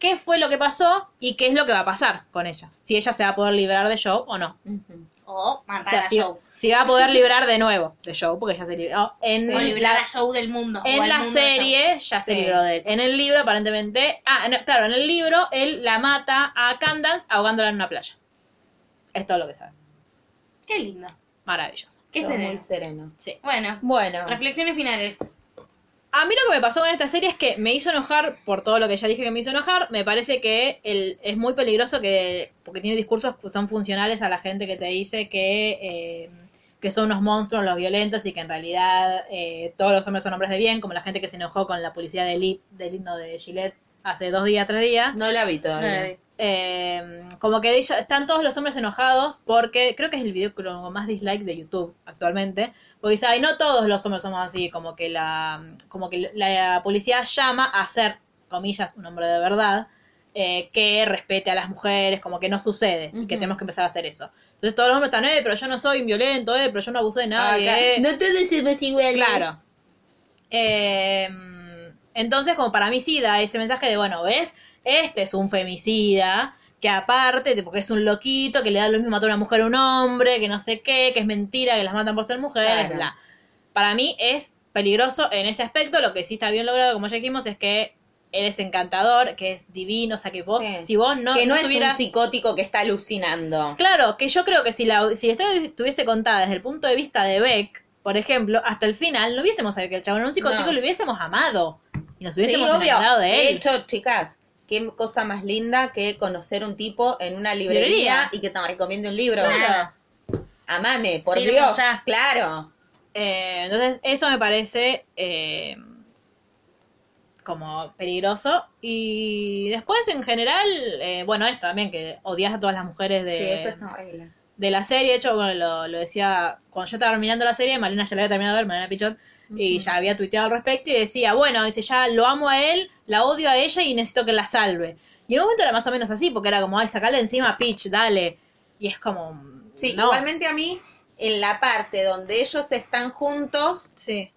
[SPEAKER 1] qué fue lo que pasó y qué es lo que va a pasar con ella. Si ella se va a poder librar de Joe o no.
[SPEAKER 3] O
[SPEAKER 1] O
[SPEAKER 3] matar
[SPEAKER 1] sea,
[SPEAKER 3] a
[SPEAKER 1] si,
[SPEAKER 3] Joe.
[SPEAKER 1] si va a poder librar de nuevo de Joe, porque ella se libró. En
[SPEAKER 2] Sí.
[SPEAKER 3] O librar
[SPEAKER 1] la,
[SPEAKER 3] a Joe del mundo. o
[SPEAKER 1] en
[SPEAKER 3] al
[SPEAKER 1] la
[SPEAKER 3] mundo de Joe.
[SPEAKER 1] serie ya se
[SPEAKER 2] Sí.
[SPEAKER 1] libró de él. En el libro, aparentemente. Ah, no, claro, en el libro él la mata a Candance ahogándola en una playa. Es todo lo que sabemos.
[SPEAKER 3] Qué lindo.
[SPEAKER 1] Maravilloso.
[SPEAKER 3] Qué
[SPEAKER 2] Todo muy
[SPEAKER 3] sereno.
[SPEAKER 2] sereno.
[SPEAKER 1] Sí.
[SPEAKER 3] Bueno,
[SPEAKER 2] Bueno,
[SPEAKER 3] reflexiones finales.
[SPEAKER 1] A mí lo que me pasó con esta serie es que me hizo enojar por todo lo que ya dije que me hizo enojar. Me parece que el, es muy peligroso que porque tiene discursos que son funcionales a la gente que te dice que, eh, que son unos monstruos los violentos y que en realidad eh, todos los hombres son hombres de bien, como la gente que se enojó con la publicidad de Elite, del himno de Gillette hace dos días, tres días.
[SPEAKER 2] no la vi todavía.
[SPEAKER 1] Eh, como que ellos- están todos los hombres enojados porque creo que es el video con más dislike de YouTube actualmente. Porque dice, ay, no todos los hombres somos así, como que la, como que la publicidad llama a ser, comillas, un hombre de verdad, eh, que respete a las mujeres, como que no sucede, y que
[SPEAKER 2] Ujú.
[SPEAKER 1] tenemos que empezar a hacer eso. Entonces todos los hombres están, eh, pero yo no soy violento, eh, pero yo no abusé de nadie.
[SPEAKER 2] Acá-
[SPEAKER 1] eh".
[SPEAKER 2] No todos somos iguales.
[SPEAKER 1] Claro. Eh, entonces, como para mí sí da ese mensaje de, bueno, ¿ves? Este es un femicida, que aparte, tipo, que es un loquito, que le da lo mismo matar a una mujer a un hombre, que no sé qué, que es mentira, que las matan por ser mujeres,
[SPEAKER 2] Claro.
[SPEAKER 1] bla. Para mí es peligroso en ese aspecto, lo que sí está bien logrado, como ya dijimos, es que eres encantador, que es divino, o sea, que vos,
[SPEAKER 2] Sí.
[SPEAKER 1] si vos no,
[SPEAKER 2] que no, es
[SPEAKER 1] tuvieras-
[SPEAKER 2] un psicótico que está alucinando.
[SPEAKER 1] Claro, que yo creo que si la, si la historia estuviese contada desde el punto de vista de Beck, por ejemplo, hasta el final no hubiésemos sabido que el chabón era un psicótico
[SPEAKER 2] No.
[SPEAKER 1] y lo hubiésemos amado. Y nos
[SPEAKER 2] Sí,
[SPEAKER 1] hubiésemos
[SPEAKER 2] obvio.
[SPEAKER 1] enamorado de él.
[SPEAKER 2] hecho, chicas, qué cosa más linda que conocer un tipo en una librería,
[SPEAKER 1] Librería.
[SPEAKER 2] y que te recomiende un libro.
[SPEAKER 3] Claro.
[SPEAKER 2] Amame, por
[SPEAKER 3] Firmo
[SPEAKER 2] Dios,
[SPEAKER 3] ya.
[SPEAKER 2] claro.
[SPEAKER 1] Eh, entonces, eso me parece eh, como peligroso. Y después, en general, eh, bueno, esto también, que odias a todas las mujeres de,
[SPEAKER 2] horrible.
[SPEAKER 1] de la serie. De hecho, bueno, lo, lo decía cuando yo estaba terminando la serie, Malena ya la había terminado de ver, Malena Pichot, y ya había tuiteado al respecto y decía, bueno, dice, ya lo amo a él, la odio a ella y necesito que la salve. Y en un momento era más o menos así, porque era como, ay, sacale encima a Peach, dale. Y es como...
[SPEAKER 2] Sí,
[SPEAKER 1] no.
[SPEAKER 2] igualmente a mí, en la parte donde ellos están juntos
[SPEAKER 1] Sí.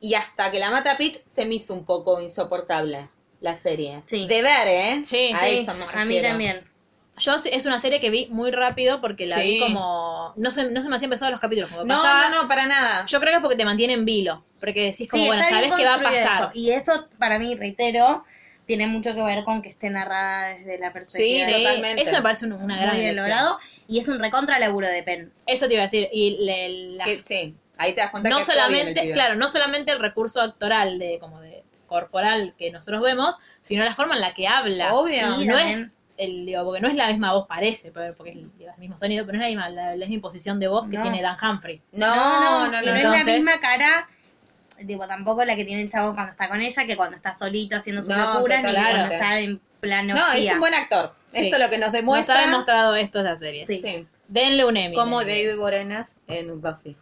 [SPEAKER 2] y hasta que la mata Peach, se me hizo un poco insoportable la serie.
[SPEAKER 3] Sí.
[SPEAKER 2] De ver, ¿eh?
[SPEAKER 1] Sí.
[SPEAKER 2] a
[SPEAKER 3] Sí,
[SPEAKER 2] eso me
[SPEAKER 3] a mí
[SPEAKER 2] refiero.
[SPEAKER 3] también.
[SPEAKER 1] Yo sí- es una serie que vi muy rápido porque la
[SPEAKER 2] Sí.
[SPEAKER 1] vi como... No se, no se me hacían pesados los capítulos. Como
[SPEAKER 2] No,
[SPEAKER 1] pasaba-
[SPEAKER 2] no, no, para nada.
[SPEAKER 1] Yo creo que es porque te mantiene en vilo. Porque decís como,
[SPEAKER 3] Sí,
[SPEAKER 1] bueno,
[SPEAKER 3] está bien
[SPEAKER 1] sabes que va a
[SPEAKER 3] construido
[SPEAKER 1] pasar.
[SPEAKER 3] eso. Y eso, para mí, reitero, tiene mucho que ver con que esté narrada desde la perspectiva
[SPEAKER 1] Sí,
[SPEAKER 2] Sí, totalmente.
[SPEAKER 1] Eso me parece un- una gran
[SPEAKER 3] muy bien
[SPEAKER 1] elección.
[SPEAKER 3] logrado. Y es un recontra laburo de Pen.
[SPEAKER 1] Eso te iba a decir. Y le- la-
[SPEAKER 2] Que- sí, ahí te das cuenta
[SPEAKER 1] no
[SPEAKER 2] que actúa bien el
[SPEAKER 1] solamente,
[SPEAKER 2] pibe.
[SPEAKER 1] claro, no solamente el recurso actoral de como de corporal que nosotros vemos, sino la forma en la que habla.
[SPEAKER 2] Obvio.
[SPEAKER 1] Y
[SPEAKER 3] Y
[SPEAKER 1] no
[SPEAKER 3] también-
[SPEAKER 1] es el, digo, porque no es la misma voz, parece, pero- porque es el, digo, el mismo sonido, pero no es la misma, la, la misma imposición de voz que
[SPEAKER 3] No.
[SPEAKER 1] tiene Dan Humphrey.
[SPEAKER 2] No, no, no,
[SPEAKER 3] y no
[SPEAKER 2] no.
[SPEAKER 3] es la
[SPEAKER 1] Entonces-
[SPEAKER 3] misma cara, digo, tampoco la que tiene el chavo cuando está con ella, que cuando está solito haciendo sus
[SPEAKER 2] No,
[SPEAKER 3] locuras, ni que
[SPEAKER 2] totalmente.
[SPEAKER 3] cuando está en plano.
[SPEAKER 2] No, es un buen actor.
[SPEAKER 1] Sí.
[SPEAKER 2] Esto es lo que nos
[SPEAKER 1] Nos ha
[SPEAKER 2] demuestra.
[SPEAKER 1] demostrado esto esa serie.
[SPEAKER 3] Sí.
[SPEAKER 2] Sí.
[SPEAKER 1] Denle un Emmy.
[SPEAKER 2] Como
[SPEAKER 1] denle.
[SPEAKER 2] David Borenas en Buffy,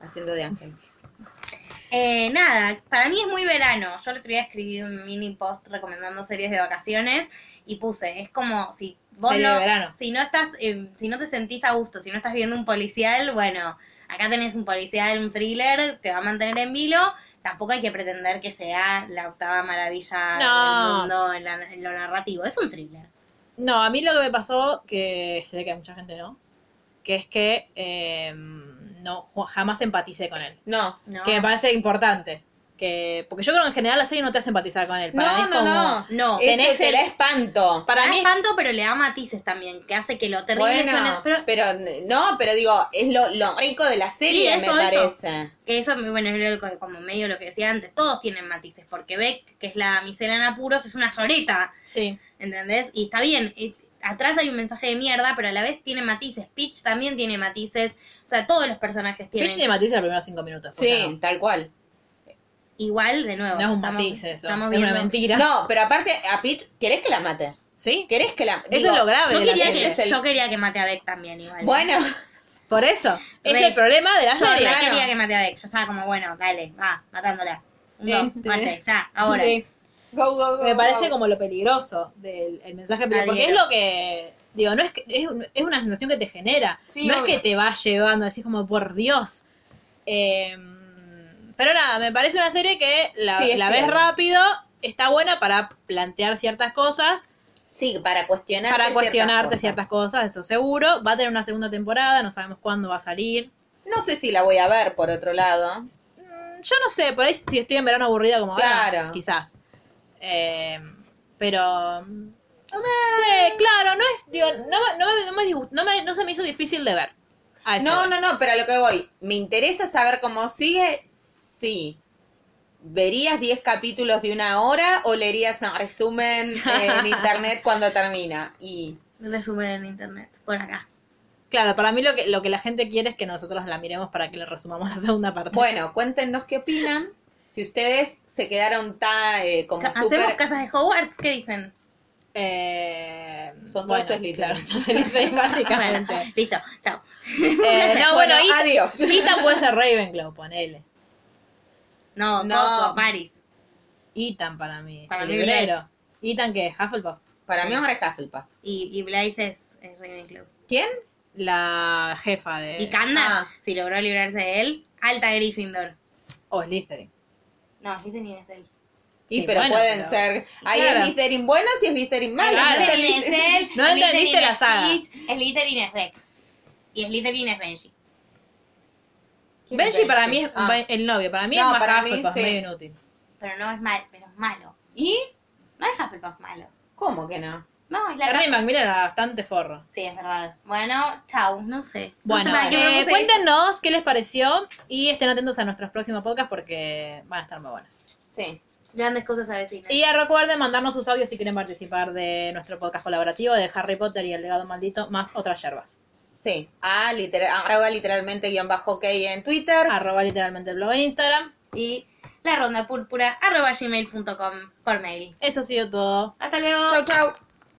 [SPEAKER 2] haciendo de ángel.
[SPEAKER 3] Eh, nada, para mí es muy verano. Yo el otro día escribí un mini post recomendando series de vacaciones y puse, es como si vos
[SPEAKER 1] Serie de
[SPEAKER 3] no,
[SPEAKER 1] verano.
[SPEAKER 3] si no estás, eh, si no te sentís a gusto, si no estás viendo un policial, bueno, acá tenés un policial, un thriller, te va a mantener en vilo. Tampoco hay que pretender que sea la octava maravilla
[SPEAKER 1] No.
[SPEAKER 3] del mundo en, la- en lo narrativo. Es un thriller.
[SPEAKER 1] No, a mí lo que me pasó, que sé que a mucha gente no, que es que eh, no ju- jamás empaticé con él.
[SPEAKER 2] No.
[SPEAKER 3] No.
[SPEAKER 1] Que me parece importante. Que, porque yo creo que en general la serie no te hace empatizar con él. Para mí
[SPEAKER 2] No,
[SPEAKER 1] es
[SPEAKER 2] no,
[SPEAKER 1] como-
[SPEAKER 2] no.
[SPEAKER 3] No,
[SPEAKER 1] tenés
[SPEAKER 2] Eso te
[SPEAKER 1] el-
[SPEAKER 2] da espanto.
[SPEAKER 1] Para
[SPEAKER 3] da
[SPEAKER 1] Eh, mí es-
[SPEAKER 3] espanto, pero le da matices también, que hace que lo terrible suene-
[SPEAKER 2] Bueno,
[SPEAKER 3] pero
[SPEAKER 2] pero, no, pero digo, es lo, lo rico de la serie,
[SPEAKER 3] Sí, eso,
[SPEAKER 2] me
[SPEAKER 3] eso.
[SPEAKER 2] parece.
[SPEAKER 3] Que eso, bueno, es lo que- como medio lo que decía antes, todos tienen matices, porque Beck, que es la misera en apuros, es una lloreta,
[SPEAKER 1] Sí.
[SPEAKER 3] ¿entendés? Y está bien, es- atrás hay un mensaje de mierda, pero a la vez tiene matices. Peach también tiene matices, o sea, todos los personajes tienen.
[SPEAKER 1] Peach le matiza los primeros cinco minutos.
[SPEAKER 2] Sí,
[SPEAKER 1] o sea, no.
[SPEAKER 2] tal cual.
[SPEAKER 3] Igual, de nuevo.
[SPEAKER 1] No es un
[SPEAKER 3] estamos-
[SPEAKER 1] matiz eso.
[SPEAKER 3] Estamos
[SPEAKER 1] es
[SPEAKER 3] viendo.
[SPEAKER 1] una mentira.
[SPEAKER 2] No, pero aparte, a Peach, ¿querés que la mate?
[SPEAKER 1] Sí.
[SPEAKER 2] ¿Querés que la
[SPEAKER 1] Eso es lo grave
[SPEAKER 3] Yo
[SPEAKER 1] de la
[SPEAKER 3] quería,
[SPEAKER 1] serie.
[SPEAKER 3] que,
[SPEAKER 2] es el-
[SPEAKER 3] yo quería que mate a Beck también, igual.
[SPEAKER 2] Bueno,
[SPEAKER 1] Por eso. Es
[SPEAKER 3] Re-
[SPEAKER 1] el problema de la
[SPEAKER 3] yo re
[SPEAKER 1] serie.
[SPEAKER 3] quería que mate a Beck. Yo estaba como, bueno, dale, va, matándola. Un, dos,
[SPEAKER 2] Este.
[SPEAKER 3] mate, ya, ahora.
[SPEAKER 1] Sí. Me parece como lo peligroso del el mensaje. peligroso, Porque es
[SPEAKER 3] Adhiero.
[SPEAKER 1] lo que. Digo, no es, que, es, un- es una sensación que te genera.
[SPEAKER 2] Sí,
[SPEAKER 1] no es
[SPEAKER 2] obvio.
[SPEAKER 1] que te va llevando así como por Dios. Eh, pero nada, me parece una serie que la,
[SPEAKER 2] Sí, es
[SPEAKER 1] la ves
[SPEAKER 2] fiel.
[SPEAKER 1] rápido, está buena para plantear ciertas cosas,
[SPEAKER 2] sí, para cuestionarte
[SPEAKER 1] para
[SPEAKER 2] ciertas
[SPEAKER 1] cuestionarte
[SPEAKER 2] cosas.
[SPEAKER 1] ciertas cosas, eso seguro. Va a tener una segunda temporada, no sabemos cuándo va a salir.
[SPEAKER 2] No sé si la voy a ver, por otro lado.
[SPEAKER 1] Mm, Yo no sé, por ahí si estoy en verano aburrida como ahora,
[SPEAKER 2] Claro.
[SPEAKER 1] quizás. Eh, pero... No
[SPEAKER 2] eh.
[SPEAKER 1] sé, claro, no es... Digo, no, me- no me, no, me disgust- no me- no se me hizo difícil de ver. A eso
[SPEAKER 2] No,
[SPEAKER 1] voy.
[SPEAKER 2] no, no, pero a lo que voy. ¿Me interesa saber cómo sigue? Sí. ¿Verías 10 capítulos de una hora o leerías un resumen eh, en internet cuando termina? Y
[SPEAKER 3] Resumen en internet, por acá.
[SPEAKER 1] Claro, para mí lo que, lo que la gente quiere es que nosotros la miremos para que le resumamos la segunda parte.
[SPEAKER 2] bueno, cuéntenos qué opinan. Si ustedes se quedaron tan eh, como
[SPEAKER 3] Hacemos
[SPEAKER 2] súper...
[SPEAKER 3] casas de Hogwarts, ¿qué dicen?
[SPEAKER 1] Eh,
[SPEAKER 2] Son
[SPEAKER 1] bueno,
[SPEAKER 2] todos slitters.
[SPEAKER 1] Claro, son slitters, básicamente.
[SPEAKER 3] Ah, Listo, chao.
[SPEAKER 1] Eh, no, bueno,
[SPEAKER 2] Bueno,
[SPEAKER 1] Ethan-
[SPEAKER 2] adiós.
[SPEAKER 1] Ethan puede ser Ravenclaw, ponele.
[SPEAKER 3] No,
[SPEAKER 2] No.
[SPEAKER 3] no, Paris.
[SPEAKER 1] Ethan para mí,
[SPEAKER 3] Para
[SPEAKER 1] el
[SPEAKER 3] mí,
[SPEAKER 1] librero. Ethan, ¿qué? ¿Hufflepuff?
[SPEAKER 2] Para mí hombre Hufflepuff.
[SPEAKER 3] Y, y Blaze es, es Ravenclaw.
[SPEAKER 2] ¿Quién?
[SPEAKER 1] La jefa de...
[SPEAKER 3] Y Candace,
[SPEAKER 2] ah.
[SPEAKER 3] si logró librarse de él, alta Gryffindor.
[SPEAKER 1] O Oh, Slytherin.
[SPEAKER 3] No, Slytherin es él.
[SPEAKER 2] Sí,
[SPEAKER 1] Sí,
[SPEAKER 2] pero
[SPEAKER 1] bueno,
[SPEAKER 2] pueden
[SPEAKER 1] pero-
[SPEAKER 2] ser... Hay
[SPEAKER 1] Claro.
[SPEAKER 2] Slytherin buenos y Slytherin malos.
[SPEAKER 1] Claro.
[SPEAKER 2] ¿no?
[SPEAKER 3] Slytherin es él.
[SPEAKER 1] No
[SPEAKER 3] Slytherin
[SPEAKER 1] entendiste la
[SPEAKER 3] es
[SPEAKER 1] saga.
[SPEAKER 3] Peach, Slytherin es Beck. Y Slytherin es Benji.
[SPEAKER 2] ¿Quién es
[SPEAKER 1] Benji para
[SPEAKER 2] Benji?
[SPEAKER 1] mí es
[SPEAKER 2] Ah.
[SPEAKER 1] el novio, para mí
[SPEAKER 2] No,
[SPEAKER 1] es más
[SPEAKER 2] para mí
[SPEAKER 1] Hufflepuff,
[SPEAKER 2] sí.
[SPEAKER 1] medio inútil.
[SPEAKER 3] Pero no es mal, pero es malo.
[SPEAKER 2] ¿Y?
[SPEAKER 3] No es Hufflepuff malos.
[SPEAKER 2] ¿Cómo que no?
[SPEAKER 3] No, es la
[SPEAKER 1] Ernie Macmillan era bastante forro.
[SPEAKER 3] Sí, es verdad. Bueno, chau, no sé. No
[SPEAKER 1] Bueno,
[SPEAKER 3] sé para qué me
[SPEAKER 1] eh,
[SPEAKER 3] puse-
[SPEAKER 1] cuéntenos qué les pareció y estén atentos a nuestros próximos podcasts porque van a estar muy buenos.
[SPEAKER 2] Sí.
[SPEAKER 3] Grandes cosas a vecinas.
[SPEAKER 1] Y eh, recuerden mandarnos sus audios si quieren participar de nuestro podcast colaborativo de Harry Potter y el legado maldito, más otras yerbas.
[SPEAKER 2] Sí, a litera- arroba literalmente guión bajo K en Twitter.
[SPEAKER 1] Arroba literalmente el blog en Instagram.
[SPEAKER 3] Y la ronda púrpura arroba gmail.com por mail.
[SPEAKER 1] Eso ha sido todo.
[SPEAKER 3] Hasta luego.
[SPEAKER 2] Chau, chau.